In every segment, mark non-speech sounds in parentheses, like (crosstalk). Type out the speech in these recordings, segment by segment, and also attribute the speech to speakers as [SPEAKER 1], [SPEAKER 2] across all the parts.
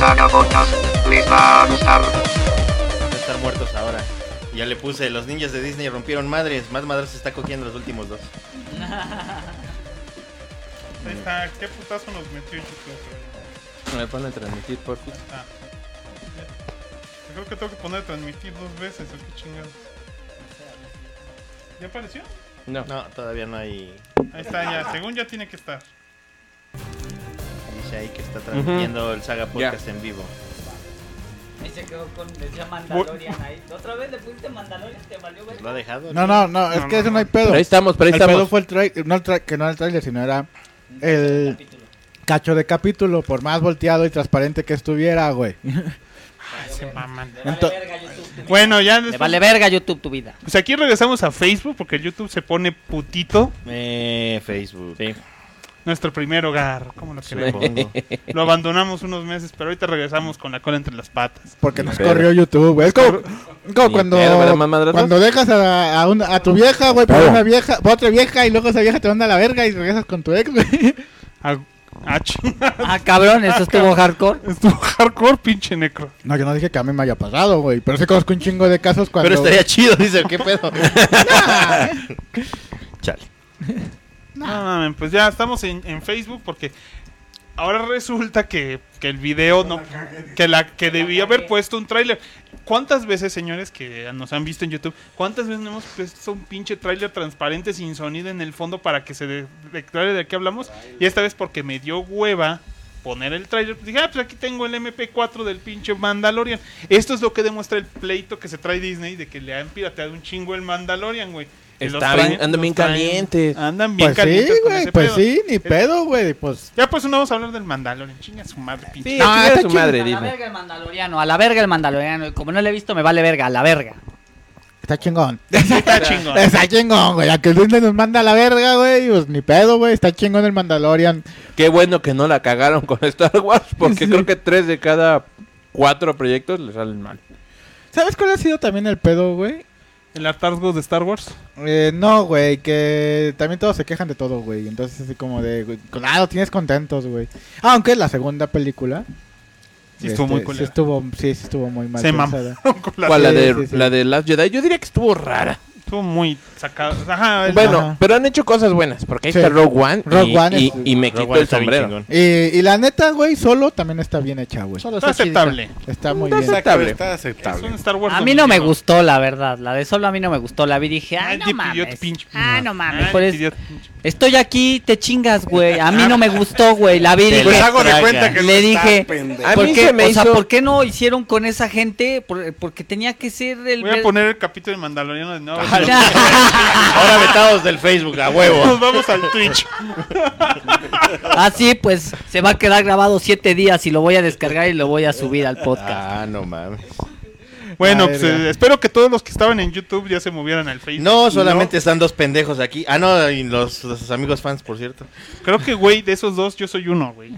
[SPEAKER 1] vagabondas. Les va a gustar.
[SPEAKER 2] Van a estar muertos ahora. Ya le puse, los ninjas de Disney rompieron madres. Más madres se está cogiendo los últimos dos.
[SPEAKER 3] Ahí está, qué putazo nos metió YouTube. güey.
[SPEAKER 4] Me ponen a transmitir por ti.
[SPEAKER 3] Ah. Yo Creo que tengo que poner a transmitir dos veces, o qué chingados. ¿Ya apareció?
[SPEAKER 4] No.
[SPEAKER 2] No, todavía no hay.
[SPEAKER 3] Ahí está, ya, según ya tiene que estar.
[SPEAKER 2] Dice ahí que está transmitiendo el Saga Podcast en vivo.
[SPEAKER 5] Ahí se quedó con, decía Mandalorian ahí. Otra vez le pusiste Mandalorian, te valió ver.
[SPEAKER 2] Pues lo ha dejado.
[SPEAKER 6] No, no, no, es que eso no hay pedo.
[SPEAKER 4] Pero ahí estamos, pero ahí
[SPEAKER 6] el pedo
[SPEAKER 4] estamos.
[SPEAKER 6] fue el trailer, no el tra- que no era el trailer, sino era el
[SPEAKER 5] Capítulo.
[SPEAKER 6] cacho de capítulo, por más volteado y transparente que estuviera, güey.
[SPEAKER 3] Se maman.
[SPEAKER 5] Te vale
[SPEAKER 6] Ento-
[SPEAKER 5] verga YouTube. tu
[SPEAKER 3] Bueno, ya.
[SPEAKER 5] vida. Te
[SPEAKER 3] después-
[SPEAKER 5] vale verga YouTube tu vida.
[SPEAKER 3] Pues aquí regresamos a Facebook porque el YouTube se pone putito.
[SPEAKER 2] Eh, Facebook.
[SPEAKER 4] Sí.
[SPEAKER 3] Nuestro primer hogar, ¿cómo lo queremos?
[SPEAKER 2] Supongo.
[SPEAKER 4] (laughs)
[SPEAKER 3] Lo abandonamos unos meses, pero ahorita regresamos con la cola entre las patas.
[SPEAKER 6] Porque nos
[SPEAKER 4] pedo.
[SPEAKER 6] corrió YouTube, güey. Es como, es como
[SPEAKER 4] Ni
[SPEAKER 6] cuando,
[SPEAKER 4] pedo, ¿verdad, más madrazos?
[SPEAKER 6] cuando dejas a, a una- a tu vieja, güey, por una vieja, por otra vieja, y luego esa vieja te manda a la verga y regresas con tu ex, güey. (laughs)
[SPEAKER 3] Ah, ah, ching-
[SPEAKER 5] Ah, cabrón, eso estuvo hardcore.
[SPEAKER 3] Estuvo hardcore, pinche necro.
[SPEAKER 6] No, yo no dije que a mí me haya pasado, güey. Pero sí conozco un chingo de casos cuando.
[SPEAKER 2] Pero estaría chido, dice, ¿qué pedo? (laughs) Chale.
[SPEAKER 3] No, mamen, pues ya estamos en, en Facebook porque ahora resulta que, que el video no que la que debía haber puesto un tráiler. ¿Cuántas veces, señores, que nos han visto en YouTube, cuántas veces no hemos puesto un pinche tráiler transparente sin sonido en el fondo para que se de- declare de qué hablamos? Y esta vez porque me dio hueva poner el tráiler, pues dije, ah, pues aquí tengo el MP4 del pinche Mandalorian. Esto es lo que demuestra el pleito que se trae Disney de que le han pirateado un chingo el Mandalorian, güey. Que los
[SPEAKER 4] Está
[SPEAKER 3] traen-
[SPEAKER 4] bien- andan
[SPEAKER 3] los
[SPEAKER 4] bien
[SPEAKER 3] traen-
[SPEAKER 4] calientes.
[SPEAKER 3] Andan bien
[SPEAKER 6] Pues sí,
[SPEAKER 3] calientes con
[SPEAKER 6] güey.
[SPEAKER 3] ese
[SPEAKER 6] Pues
[SPEAKER 3] pedo.
[SPEAKER 6] sí, ni pedo, güey. Pues.
[SPEAKER 3] Ya pues no vamos a hablar del Mandalorian, chinga su madre, pinche.
[SPEAKER 4] Sí,
[SPEAKER 6] No,
[SPEAKER 4] chinga
[SPEAKER 6] está
[SPEAKER 4] su
[SPEAKER 6] chido.
[SPEAKER 4] madre,
[SPEAKER 5] A la
[SPEAKER 4] Disney.
[SPEAKER 5] verga el mandaloriano, a la verga el mandaloriano. Y como no le he visto, me vale verga, a la verga.
[SPEAKER 6] Está chingón.
[SPEAKER 3] (laughs) Sí, está chingón.
[SPEAKER 6] Está chingón, güey. A que Disney nos manda a la verga, güey. Pues ni pedo, güey. Está chingón el Mandalorian.
[SPEAKER 4] Qué bueno que no la cagaron con Star Wars, porque
[SPEAKER 6] Sí.
[SPEAKER 4] creo que tres de cada cuatro proyectos le salen mal.
[SPEAKER 6] ¿Sabes cuál ha sido también el pedo, güey?
[SPEAKER 3] El hartazgo de Star Wars.
[SPEAKER 6] Eh, no, güey, que también todos se quejan de todo, güey. Entonces, así como de, güey, claro, tienes contentos, güey. Aunque la segunda película. este,
[SPEAKER 3] Sí estuvo muy
[SPEAKER 6] sí
[SPEAKER 3] culera.
[SPEAKER 6] estuvo, sí, sí estuvo muy mal.
[SPEAKER 3] Se
[SPEAKER 6] pensada.
[SPEAKER 3] mamaron (laughs) con la-
[SPEAKER 4] ¿Cuál? La
[SPEAKER 6] sí,
[SPEAKER 4] de,
[SPEAKER 6] sí, sí.
[SPEAKER 4] la de Last Jedi. Yo diría que estuvo rara.
[SPEAKER 3] Estuvo muy sacado. Ajá, el-
[SPEAKER 4] Bueno,
[SPEAKER 6] Ajá.
[SPEAKER 4] pero han hecho cosas buenas, porque ahí
[SPEAKER 6] Sí.
[SPEAKER 4] está Rogue One.
[SPEAKER 6] Rogue
[SPEAKER 4] y,
[SPEAKER 6] One
[SPEAKER 4] y-
[SPEAKER 6] es-
[SPEAKER 4] y me
[SPEAKER 2] Rogue
[SPEAKER 4] quito
[SPEAKER 2] One
[SPEAKER 4] el
[SPEAKER 2] está bien
[SPEAKER 4] sombrero.
[SPEAKER 2] chingón.
[SPEAKER 6] Y, y la neta, güey, solo también está bien hecha, güey.
[SPEAKER 3] está aceptable.
[SPEAKER 6] Está muy
[SPEAKER 4] Está
[SPEAKER 6] bien.
[SPEAKER 4] aceptable. Aceptable.
[SPEAKER 7] Está
[SPEAKER 3] Es un
[SPEAKER 7] aceptable.
[SPEAKER 3] Star Wars.
[SPEAKER 5] A mí no me
[SPEAKER 3] domingo.
[SPEAKER 5] gustó, la verdad. La de solo a mí no me gustó. La vi y dije, ay, no
[SPEAKER 3] Nadie pidió
[SPEAKER 5] mames.
[SPEAKER 3] pinche-
[SPEAKER 5] Ah, no mames.
[SPEAKER 3] Nadie
[SPEAKER 5] por eso-
[SPEAKER 3] pidió pinche-
[SPEAKER 5] Estoy aquí, te chingas, güey. A mí no me gustó, güey. La vi y
[SPEAKER 2] Te
[SPEAKER 5] dije,
[SPEAKER 7] Pues hago de
[SPEAKER 2] traga. (laughs)
[SPEAKER 7] cuenta que
[SPEAKER 5] Le dije,
[SPEAKER 4] A
[SPEAKER 5] ¿por
[SPEAKER 4] mí
[SPEAKER 5] qué,
[SPEAKER 4] se me
[SPEAKER 5] o sea,
[SPEAKER 4] hizo-
[SPEAKER 5] ¿por qué no hicieron con esa gente? Por- porque tenía que ser el...
[SPEAKER 3] Voy a
[SPEAKER 5] ver-
[SPEAKER 3] poner el capítulo de Mandaloriano de
[SPEAKER 6] (laughs)
[SPEAKER 3] nuevo.
[SPEAKER 2] Ahora vetados del Facebook, a huevo.
[SPEAKER 3] (laughs) Nos vamos al Twitch.
[SPEAKER 5] Así pues, se va a quedar grabado siete días y lo voy a descargar y lo voy a subir al (laughs) podcast.
[SPEAKER 2] Ah, no mames.
[SPEAKER 3] Bueno,
[SPEAKER 6] La
[SPEAKER 3] pues
[SPEAKER 6] verga.
[SPEAKER 3] eh, espero que todos los que estaban en YouTube ya se movieran al Facebook.
[SPEAKER 2] No, solamente están dos pendejos aquí. Ah, no, y los, los amigos fans, por cierto.
[SPEAKER 3] Creo que, güey, de esos dos yo soy uno, güey.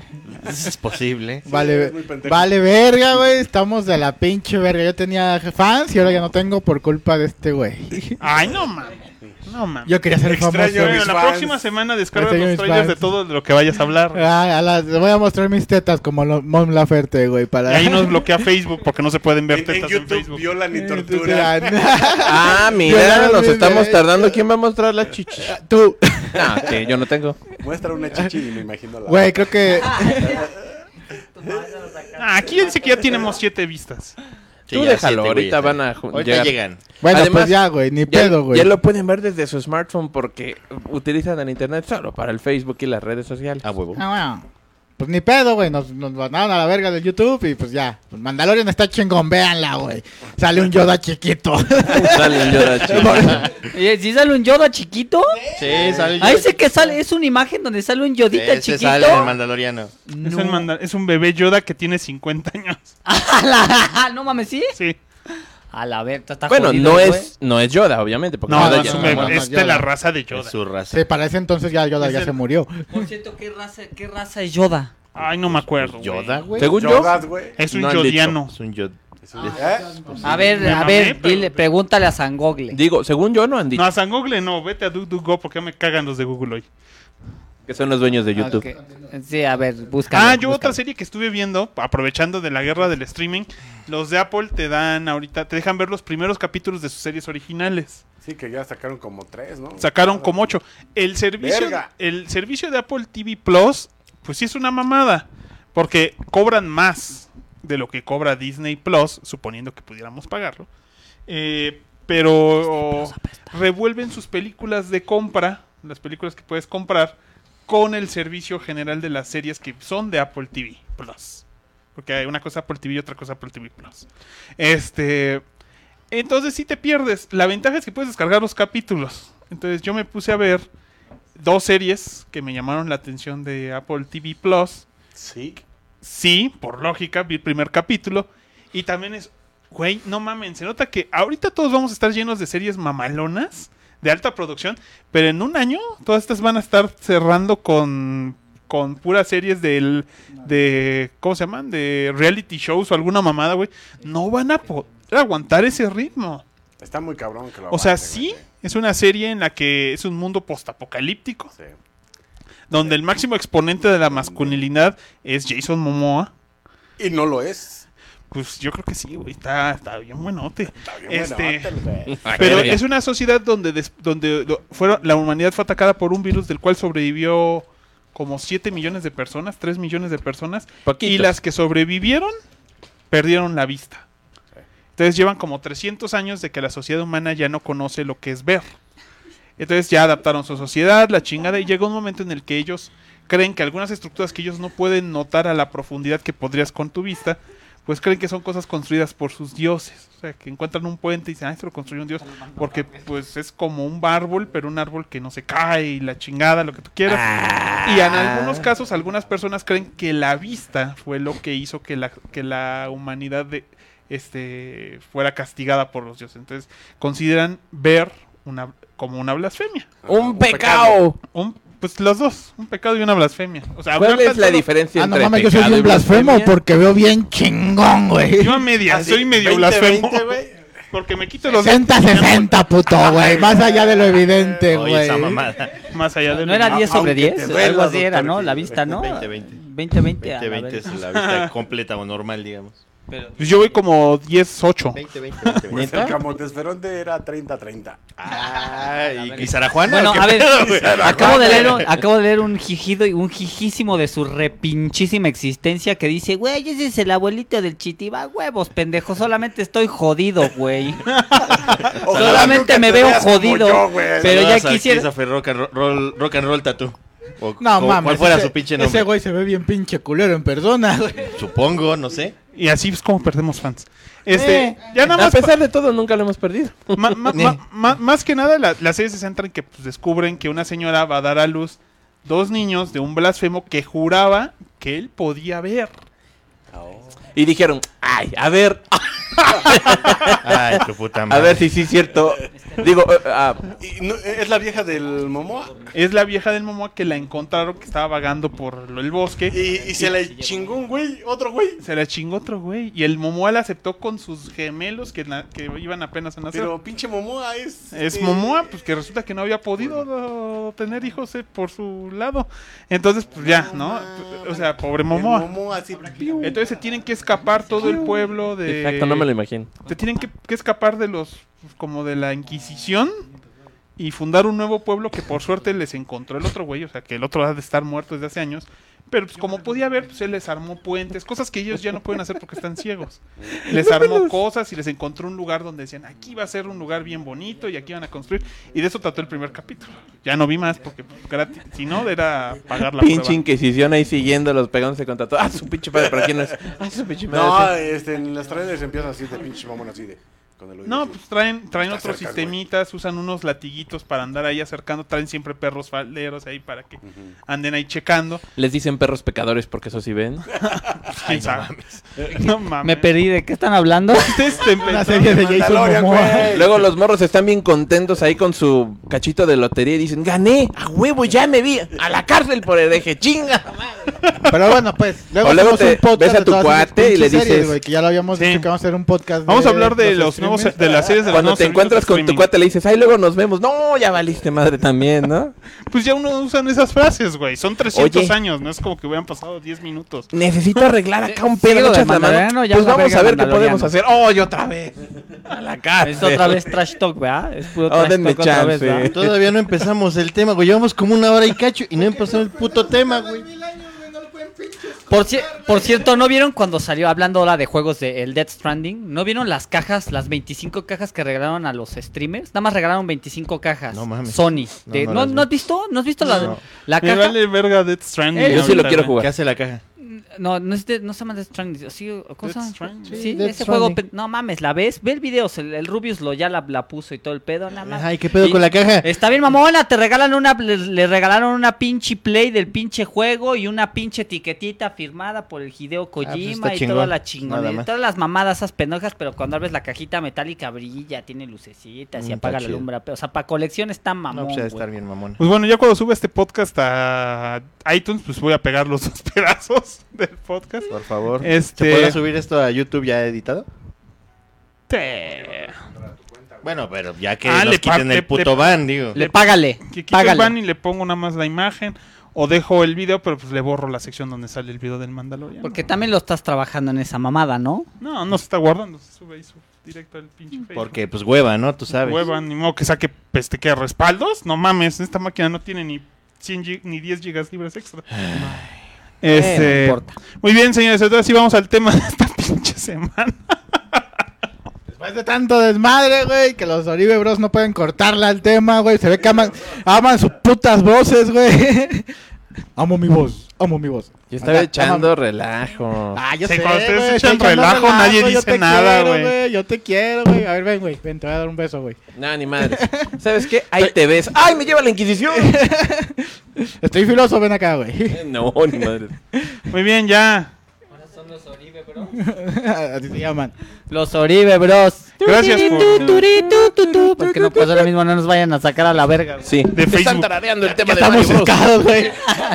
[SPEAKER 2] Es posible.
[SPEAKER 6] Vale,
[SPEAKER 7] es muy pendejo.
[SPEAKER 6] vale verga, güey. Estamos de la pinche verga. Yo tenía fans y ahora ya no tengo por culpa de este güey.
[SPEAKER 3] Ay, no mames. No mames.
[SPEAKER 6] (laughs) Yo quería ser famoso.
[SPEAKER 7] Extraño a
[SPEAKER 6] güey.
[SPEAKER 3] Bueno,
[SPEAKER 7] mis
[SPEAKER 3] la
[SPEAKER 7] fans.
[SPEAKER 3] próxima semana descarga
[SPEAKER 6] Extraño a
[SPEAKER 3] los
[SPEAKER 6] mis
[SPEAKER 3] trailers de
[SPEAKER 6] fans.
[SPEAKER 3] todo lo que vayas a hablar.
[SPEAKER 6] Ah, a las- voy a mostrar mis tetas como lo, Mom Laferte, güey.
[SPEAKER 3] Y
[SPEAKER 6] Para...
[SPEAKER 3] ahí nos
[SPEAKER 6] (laughs)
[SPEAKER 3] bloquea Facebook porque no se pueden ver
[SPEAKER 7] En, en
[SPEAKER 3] tetas en,
[SPEAKER 7] YouTube
[SPEAKER 3] Facebook.
[SPEAKER 7] viola ni tortura.
[SPEAKER 4] Ah, mira,
[SPEAKER 6] Violaron
[SPEAKER 4] nos
[SPEAKER 6] mis
[SPEAKER 4] estamos
[SPEAKER 6] derechos.
[SPEAKER 4] tardando. ¿Quién va a mostrar la chichi?
[SPEAKER 6] (laughs) Tú,
[SPEAKER 4] Ah, que yo (laughs) no tengo.
[SPEAKER 7] Muestra una chichi y me imagino la.
[SPEAKER 6] güey, creo que.
[SPEAKER 3] Ah, aquí ya dice que ya tenemos siete vistas.
[SPEAKER 2] Sí,
[SPEAKER 4] Tú
[SPEAKER 2] ya
[SPEAKER 4] déjalo,
[SPEAKER 2] siete, güey,
[SPEAKER 4] ahorita
[SPEAKER 2] ya
[SPEAKER 4] van a
[SPEAKER 2] están.
[SPEAKER 4] ju-
[SPEAKER 2] Ahorita
[SPEAKER 4] llegar.
[SPEAKER 2] llegan.
[SPEAKER 6] Bueno,
[SPEAKER 4] Además,
[SPEAKER 6] pues ya, güey, ni
[SPEAKER 4] Ya,
[SPEAKER 6] pedo, güey.
[SPEAKER 4] ya lo pueden ver desde su smartphone porque utilizan el internet solo para el Facebook y las redes sociales.
[SPEAKER 2] A huevo.
[SPEAKER 6] Ah, bueno. Pues ni pedo, güey. Nos, nos mandaron a la verga del YouTube y pues ya. Pues Mandalorian está chingón, véanla, güey. Sale un Yoda chiquito. (laughs)
[SPEAKER 4] Dale un llora, (laughs) chico.
[SPEAKER 5] Oye, Eh, ¿Sí sale un Yoda chiquito?
[SPEAKER 2] Sí, sale.
[SPEAKER 5] Ahí sé que sale, es una imagen donde sale un Yodita
[SPEAKER 2] Ese
[SPEAKER 5] chiquito.
[SPEAKER 2] sale el mandaloriano.
[SPEAKER 3] Es,
[SPEAKER 4] (laughs)
[SPEAKER 3] el manda- es un bebé Yoda que tiene 50 años.
[SPEAKER 5] A la- no mames, ¿sí?
[SPEAKER 3] Sí.
[SPEAKER 5] A la ver, está
[SPEAKER 4] Bueno,
[SPEAKER 5] jodido,
[SPEAKER 4] no
[SPEAKER 5] güey.
[SPEAKER 4] es, no es Yoda, obviamente. Porque
[SPEAKER 3] No,
[SPEAKER 4] Yoda
[SPEAKER 3] no,
[SPEAKER 4] ya
[SPEAKER 3] es, un
[SPEAKER 6] no,
[SPEAKER 3] bebé,
[SPEAKER 6] no, no,
[SPEAKER 3] es de
[SPEAKER 6] Yoda.
[SPEAKER 3] la raza de
[SPEAKER 2] Es
[SPEAKER 3] Yoda.
[SPEAKER 2] su raza.
[SPEAKER 6] sí, para ese entonces ya Yoda ya
[SPEAKER 3] Ese-
[SPEAKER 6] se murió.
[SPEAKER 5] Por cierto, ¿qué raza, qué raza es Yoda?
[SPEAKER 3] Ay, no me acuerdo. güey.
[SPEAKER 2] Yoda, güey.
[SPEAKER 4] Según yo,
[SPEAKER 7] Yodas, güey.
[SPEAKER 3] Es un
[SPEAKER 4] No han
[SPEAKER 3] Yodiano.
[SPEAKER 2] Es un Yoda.
[SPEAKER 7] ¿Eh?
[SPEAKER 5] A ver,
[SPEAKER 3] Me
[SPEAKER 5] a
[SPEAKER 3] mamé,
[SPEAKER 5] ver,
[SPEAKER 3] pero-
[SPEAKER 5] dile, pregúntale a Sangogle.
[SPEAKER 4] digo, según yo no han dicho.
[SPEAKER 3] No, a San Google no. Vete a DuckDuckGo porque ya me cagan los de Google hoy.
[SPEAKER 4] Que son los dueños de YouTube.
[SPEAKER 8] Ok. Sí, a ver, busca.
[SPEAKER 3] Ah, yo otra serie que estuve viendo, aprovechando de la guerra del streaming, los de Apple te dan ahorita, te dejan ver los primeros capítulos de sus series originales.
[SPEAKER 7] Sí, que ya sacaron como tres, ¿no?
[SPEAKER 3] Sacaron como ocho. El servicio,
[SPEAKER 7] Verga.
[SPEAKER 3] el servicio de Apple TV Plus, pues sí es una mamada, porque cobran más de lo que cobra Disney Plus, suponiendo que pudiéramos pagarlo. Eh, pero revuelven sus películas de compra, las películas que puedes comprar, con el servicio general de las series que son de Apple TV Plus. Porque hay una cosa Apple TV y otra cosa Apple TV Plus. Este. Entonces sí te pierdes. La ventaja es que puedes descargar los capítulos. Entonces yo me puse a ver dos series que me llamaron la atención de Apple TV Plus.
[SPEAKER 7] Sí.
[SPEAKER 3] Sí, por lógica, vi el primer capítulo. Y también es, güey, no mamen, se nota que ahorita todos vamos a estar llenos de series mamalonas de alta producción, pero en un año todas estas van a estar cerrando con con puras series del de ¿cómo se llaman? de reality shows o alguna mamada, güey. No van a poder aguantar ese ritmo.
[SPEAKER 7] Está muy cabrón que lo
[SPEAKER 3] O sea,
[SPEAKER 7] aguante,
[SPEAKER 3] sí,
[SPEAKER 7] güey,
[SPEAKER 3] es una serie en la que es un mundo postapocalíptico
[SPEAKER 7] Sí. Sí.
[SPEAKER 3] donde el máximo exponente de la masculinidad es Jason Momoa.
[SPEAKER 7] Y no lo es.
[SPEAKER 3] Pues yo creo que sí, güey. Está, está bien buenote.
[SPEAKER 7] Está bien
[SPEAKER 3] Este,
[SPEAKER 7] buenote, güey.
[SPEAKER 3] Pero es una sociedad donde, des- donde lo- fueron, la humanidad fue atacada por un virus del cual sobrevivió como 7 millones de personas, 3 millones de personas. Y las que sobrevivieron perdieron la vista. Entonces llevan como 300 años de que la sociedad humana ya no conoce lo que es ver. Entonces ya adaptaron su sociedad, la chingada, y llega un momento en el que ellos creen que algunas estructuras que ellos no pueden notar a la profundidad que podrías con tu vista, pues creen que son cosas construidas por sus dioses. O sea, que encuentran un puente y dicen, ah, esto lo construyó un dios, porque pues es como un árbol, pero un árbol que no se cae y la chingada, lo que tú quieras. Y en algunos casos, algunas personas creen que la vista fue lo que hizo que la, que la humanidad de, este, fuera castigada por los dioses. Entonces, consideran ver una, como una blasfemia.
[SPEAKER 4] (laughs) ¡Un
[SPEAKER 7] Pues,
[SPEAKER 4] pecado!
[SPEAKER 3] Un, pues los dos, un pecado y una blasfemia. O sea,
[SPEAKER 4] ¿Cuál
[SPEAKER 3] hablar
[SPEAKER 4] es la
[SPEAKER 3] tanto-
[SPEAKER 4] diferencia
[SPEAKER 6] Ah, no
[SPEAKER 4] entre
[SPEAKER 6] mames, yo soy
[SPEAKER 4] pecado y
[SPEAKER 6] un blasfemo
[SPEAKER 4] blasfemia?
[SPEAKER 6] porque veo bien chingón, güey.
[SPEAKER 3] Yo a media,
[SPEAKER 8] Ah,
[SPEAKER 7] Así,
[SPEAKER 3] Ah, soy medio
[SPEAKER 7] 20,
[SPEAKER 3] blasfemo.
[SPEAKER 7] 20, güey.
[SPEAKER 3] porque me quito los
[SPEAKER 6] 60, 60, puto, güey. Más allá de lo evidente,
[SPEAKER 2] Oye,
[SPEAKER 6] güey.
[SPEAKER 2] esa mamada.
[SPEAKER 3] más allá de
[SPEAKER 8] No era 10 sobre
[SPEAKER 7] Aunque
[SPEAKER 8] 10,
[SPEAKER 7] te duela,
[SPEAKER 8] algo así
[SPEAKER 7] doctor
[SPEAKER 8] era, ¿no?
[SPEAKER 7] Gil.
[SPEAKER 8] La vista, ¿no?
[SPEAKER 2] 20,
[SPEAKER 8] 20, 20. a la
[SPEAKER 2] 20-20 es
[SPEAKER 8] verga.
[SPEAKER 2] la
[SPEAKER 3] (laughs)
[SPEAKER 2] vista completa o normal, digamos.
[SPEAKER 3] Pues yo voy como 10 8.
[SPEAKER 2] (laughs) 20-20.
[SPEAKER 7] Pues el camotesferonte era 30-30.
[SPEAKER 2] Ah, ¿y, y Sarajuana?
[SPEAKER 8] Bueno,
[SPEAKER 2] ¿Qué
[SPEAKER 8] a ver,
[SPEAKER 2] pedo, güey?
[SPEAKER 8] (laughs) Acabo de leer, un- acabo de leer un jijido y un jijísimo de su repinchísima existencia que dice, güey, ese es el abuelito del chitiba, huevos, pendejo, solamente estoy jodido,
[SPEAKER 2] (laughs)
[SPEAKER 8] güey.
[SPEAKER 7] Ojalá
[SPEAKER 8] Solamente
[SPEAKER 7] nunca
[SPEAKER 8] me
[SPEAKER 7] te
[SPEAKER 8] veo
[SPEAKER 7] veas como
[SPEAKER 8] jodido,
[SPEAKER 7] yo, güey.
[SPEAKER 8] pero ya
[SPEAKER 2] Saludos a
[SPEAKER 8] quisiera-
[SPEAKER 2] Christopher rock and roll, rock and roll tattoo. O,
[SPEAKER 6] No
[SPEAKER 2] o
[SPEAKER 6] mames.
[SPEAKER 2] ¿Cuál fuera
[SPEAKER 6] ese-
[SPEAKER 2] su pinche
[SPEAKER 6] Ese
[SPEAKER 2] nombre?
[SPEAKER 6] güey se ve bien pinche culero en persona, güey.
[SPEAKER 2] Supongo, no sé.
[SPEAKER 3] Y así es como perdemos fans. Este,
[SPEAKER 4] Eh,
[SPEAKER 3] ya nada
[SPEAKER 4] A
[SPEAKER 3] más pa-
[SPEAKER 4] pesar de todo, nunca lo hemos perdido.
[SPEAKER 3] Ma- ma- ma- ma- más que nada, la, la serie se centra en que pues, descubren que una señora va a dar a luz dos niños de un blasfemo que juraba que él podía ver.
[SPEAKER 4] Y dijeron, ay, a ver,
[SPEAKER 2] Ay, tu puta
[SPEAKER 4] a
[SPEAKER 2] madre.
[SPEAKER 4] ver si sí es cierto. Digo, eh, ah,
[SPEAKER 7] Y no- ¿Es la vieja del Momoa?
[SPEAKER 3] Es la vieja del Momoa que la encontraron que estaba vagando por lo- el bosque.
[SPEAKER 7] Y, y se le chingó un güey, otro güey.
[SPEAKER 3] Se la chingó otro güey. Y el Momoa la aceptó con sus gemelos que, na- que iban apenas a nacer.
[SPEAKER 7] Pero pinche Momoa es.
[SPEAKER 3] Es
[SPEAKER 7] este,
[SPEAKER 3] Momoa, pues que resulta que no había podido no, tener hijos eh, por su lado. Entonces, pues ya, ¿no? O sea, pobre
[SPEAKER 7] el
[SPEAKER 3] Momoa.
[SPEAKER 7] Momoa así. piu.
[SPEAKER 3] Entonces se tienen que escapar todo el pueblo de...
[SPEAKER 4] exacto, no me lo imagino.
[SPEAKER 3] Te tienen que, que escapar de los. como de la Inquisición. Y fundar un nuevo pueblo que por suerte les encontró el otro güey. O sea, que el otro ha de estar muerto desde hace años. Pero pues como podía ver, pues él les armó puentes. Cosas que ellos ya no pueden hacer porque están ciegos. Les armó cosas y les encontró un lugar donde decían, aquí va a ser un lugar bien bonito y aquí van a construir. Y de eso trató el primer capítulo. Ya no vi más porque pues, gratis. Si no, era pagar la
[SPEAKER 4] Pinche
[SPEAKER 3] prueba.
[SPEAKER 4] Inquisición ahí siguiendo los pegándose contra todo. Ah, su pinche padre, pero quién no es. Ah, su pinche
[SPEAKER 7] No,
[SPEAKER 4] madre.
[SPEAKER 7] este, en las trailers empiezan así de pinche Momoa así de. Con el oído
[SPEAKER 3] No,
[SPEAKER 7] así.
[SPEAKER 3] pues traen, traen
[SPEAKER 7] Está
[SPEAKER 3] otros
[SPEAKER 7] cerca, güey.
[SPEAKER 3] sistemitas, usan unos latiguitos para andar ahí acercando, traen siempre perros falderos ahí para que
[SPEAKER 7] Ujú.
[SPEAKER 3] anden ahí checando.
[SPEAKER 4] Les dicen perros pecadores porque eso sí ven.
[SPEAKER 3] Pues, ¿Quién sabe? (laughs) Eh, No mames. Este
[SPEAKER 8] Me perdí, ¿de qué están hablando?
[SPEAKER 7] (laughs)
[SPEAKER 3] Ustedes te empezaron-
[SPEAKER 6] Una serie de Jason
[SPEAKER 7] Mandalorian,
[SPEAKER 6] Momoa.
[SPEAKER 4] (laughs)
[SPEAKER 7] güey.
[SPEAKER 4] Luego los morros están bien contentos ahí con su cachito de lotería y dicen, gané, a huevo, ya me vi, a la cárcel por hereje, chinga.
[SPEAKER 6] Pero bueno, pues. Luego
[SPEAKER 4] O luego
[SPEAKER 6] hacemos
[SPEAKER 4] te
[SPEAKER 6] un podcast
[SPEAKER 4] ves a
[SPEAKER 6] de
[SPEAKER 4] tu
[SPEAKER 6] todas esas
[SPEAKER 4] cuate y le
[SPEAKER 6] pinches series,
[SPEAKER 4] dices-
[SPEAKER 6] güey, que ya lo habíamos
[SPEAKER 3] Sí.
[SPEAKER 6] dicho que vamos a hacer un podcast.
[SPEAKER 3] Vamos a hablar de los nuevos e-
[SPEAKER 6] streamings.
[SPEAKER 3] de las series de los
[SPEAKER 4] Cuando
[SPEAKER 3] nuevos
[SPEAKER 4] te encuentras
[SPEAKER 3] servicios de
[SPEAKER 4] con tu
[SPEAKER 3] streaming.
[SPEAKER 4] cuate le dices, ay, luego nos vemos. No, ya valiste madre también, ¿no?
[SPEAKER 3] Pues ya uno usan esas frases, güey. Son 300
[SPEAKER 4] Oye.
[SPEAKER 3] años, no es como que hubieran pasado 10 minutos.
[SPEAKER 4] Necesito arreglar acá un
[SPEAKER 8] Sí,
[SPEAKER 4] pedo. me
[SPEAKER 8] lo de
[SPEAKER 4] echas la mano.
[SPEAKER 8] Mandaloriano, ya
[SPEAKER 4] Pues
[SPEAKER 8] la
[SPEAKER 4] vamos
[SPEAKER 8] verga
[SPEAKER 4] a ver qué
[SPEAKER 8] Mandaloriano.
[SPEAKER 4] podemos hacer. ¡Oh, y otra vez! A la cara.
[SPEAKER 8] Es otra vez trash talk, ¿verdad? Es puro
[SPEAKER 4] Oh,
[SPEAKER 8] trash
[SPEAKER 4] denme
[SPEAKER 8] talk otra vez,
[SPEAKER 4] chance.
[SPEAKER 8] ¿verdad?
[SPEAKER 2] Todavía no empezamos el tema, güey. Llevamos como una hora y cacho y no empezó el puto tema, güey.
[SPEAKER 8] Por, ci- por cierto, ¿no vieron cuando salió hablando ahora de juegos de el Death Stranding? ¿No vieron las cajas, las 25 cajas que regalaron a los streamers? Nada más regalaron 25 cajas.
[SPEAKER 2] No mames.
[SPEAKER 8] Sony. De-
[SPEAKER 2] no las
[SPEAKER 8] ¿No,
[SPEAKER 2] vi.
[SPEAKER 8] no has visto? ¿No has visto la,
[SPEAKER 2] No.
[SPEAKER 8] la
[SPEAKER 3] Me
[SPEAKER 8] caja?
[SPEAKER 3] vale verga Death Stranding.
[SPEAKER 8] Eh,
[SPEAKER 4] Yo sí lo
[SPEAKER 3] ahorita,
[SPEAKER 4] quiero
[SPEAKER 3] güey.
[SPEAKER 4] jugar.
[SPEAKER 2] ¿Qué hace la caja?
[SPEAKER 8] No, no, es de- no se llama Death Stranding. Sí, ¿cómo
[SPEAKER 3] Death
[SPEAKER 8] se llama?
[SPEAKER 3] Stranding.
[SPEAKER 8] Sí,
[SPEAKER 2] Death
[SPEAKER 8] ese juego.
[SPEAKER 2] Stranding.
[SPEAKER 8] pe- No mames, ¿la ves? Ve el video. se- El, Rubius lo ya la, la puso y todo el pedo. Nada más.
[SPEAKER 2] Ay, ¿qué pedo con la caja?
[SPEAKER 8] Está bien, mamona, te regalan una, le, le regalaron una pinche play del pinche juego y una pinche etiquetita firmada por el Hideo
[SPEAKER 2] pues
[SPEAKER 8] Kojima
[SPEAKER 2] está
[SPEAKER 8] y
[SPEAKER 2] chingón,
[SPEAKER 8] toda la
[SPEAKER 2] nada
[SPEAKER 8] chingonera,
[SPEAKER 2] más.
[SPEAKER 8] todas las mamadas esas pendejas, pero cuando abres la cajita metálica brilla, tiene lucecitas
[SPEAKER 2] Mm,
[SPEAKER 8] y
[SPEAKER 2] está
[SPEAKER 8] apaga la
[SPEAKER 2] chido.
[SPEAKER 8] lumbra. O sea, para colección está
[SPEAKER 2] No,
[SPEAKER 8] mamón,
[SPEAKER 2] pues ha de
[SPEAKER 8] güey.
[SPEAKER 2] estar bien, mamón.
[SPEAKER 3] Pues bueno, ya cuando suba este podcast a iTunes, pues voy a pegar los dos (laughs) pedazos del podcast.
[SPEAKER 2] Por favor. ¿Se
[SPEAKER 3] Este,
[SPEAKER 2] podrá subir esto a YouTube ya editado?
[SPEAKER 3] te-
[SPEAKER 2] Bueno, pero ya que
[SPEAKER 3] Ah,
[SPEAKER 2] nos
[SPEAKER 3] le pa-
[SPEAKER 2] quiten
[SPEAKER 3] le-
[SPEAKER 2] el puto
[SPEAKER 3] le-
[SPEAKER 2] ban, digo.
[SPEAKER 8] Le págale,
[SPEAKER 3] que quito el
[SPEAKER 8] págale.
[SPEAKER 3] ban y le pongo nada más la imagen o dejo el video, pero pues le borro la sección donde sale el video del Mandalorian.
[SPEAKER 8] Porque también lo estás trabajando en esa mamada, ¿no?
[SPEAKER 3] No, no se está guardando, se sube ahí su- directo al pinche Facebook.
[SPEAKER 2] Porque, pues, hueva, ¿no? Tú sabes.
[SPEAKER 3] Hueva, ni modo que saque peste que respaldos. No mames, esta máquina no tiene ni 100 gi- ni 10 gigas libres extra. Este,
[SPEAKER 8] Eh, no importa.
[SPEAKER 3] muy bien, señores, entonces sí vamos al tema de esta (laughs) pinche semana.
[SPEAKER 6] Después de tanto desmadre, güey, que los Oribe Bros no pueden cortarla al tema, güey. Se ve que aman, aman sus putas voces, güey. (laughs) Amo mi voz, amo mi voz.
[SPEAKER 4] Yo estaba
[SPEAKER 6] Ama-
[SPEAKER 4] echando relajo.
[SPEAKER 6] Ah, yo
[SPEAKER 3] Sí,
[SPEAKER 6] sé,
[SPEAKER 3] cuando ustedes
[SPEAKER 6] güey,
[SPEAKER 3] echan
[SPEAKER 6] estoy echando
[SPEAKER 3] relajo, nadie
[SPEAKER 6] yo
[SPEAKER 3] dice
[SPEAKER 6] te
[SPEAKER 3] nada,
[SPEAKER 6] quiero,
[SPEAKER 3] güey.
[SPEAKER 6] Yo te quiero, güey. A ver, ven, güey. Ven, te voy a dar un beso, güey.
[SPEAKER 4] No, ni madre. ¿Sabes qué? Ahí te ves. ¡Ay, me lleva la Inquisición! (laughs)
[SPEAKER 6] Estoy filoso, ven acá, güey. (laughs)
[SPEAKER 4] no, ni madre.
[SPEAKER 3] Muy bien, ya.
[SPEAKER 5] Ahora son los Oribe, bro.
[SPEAKER 6] Así se llaman.
[SPEAKER 8] (laughs) Los Oribe Bros.
[SPEAKER 3] Gracias por-
[SPEAKER 8] Tu, turi, tu, tu, tu. Pues que no, pues ahora mismo no nos vayan a sacar a la verga. güey.
[SPEAKER 4] Sí.
[SPEAKER 3] De
[SPEAKER 4] Están
[SPEAKER 3] Facebook.
[SPEAKER 4] tarareando el tema de
[SPEAKER 8] (laughs)
[SPEAKER 6] Estamos
[SPEAKER 4] Mario Bros.
[SPEAKER 6] cercados,
[SPEAKER 2] (laughs)
[SPEAKER 6] güey.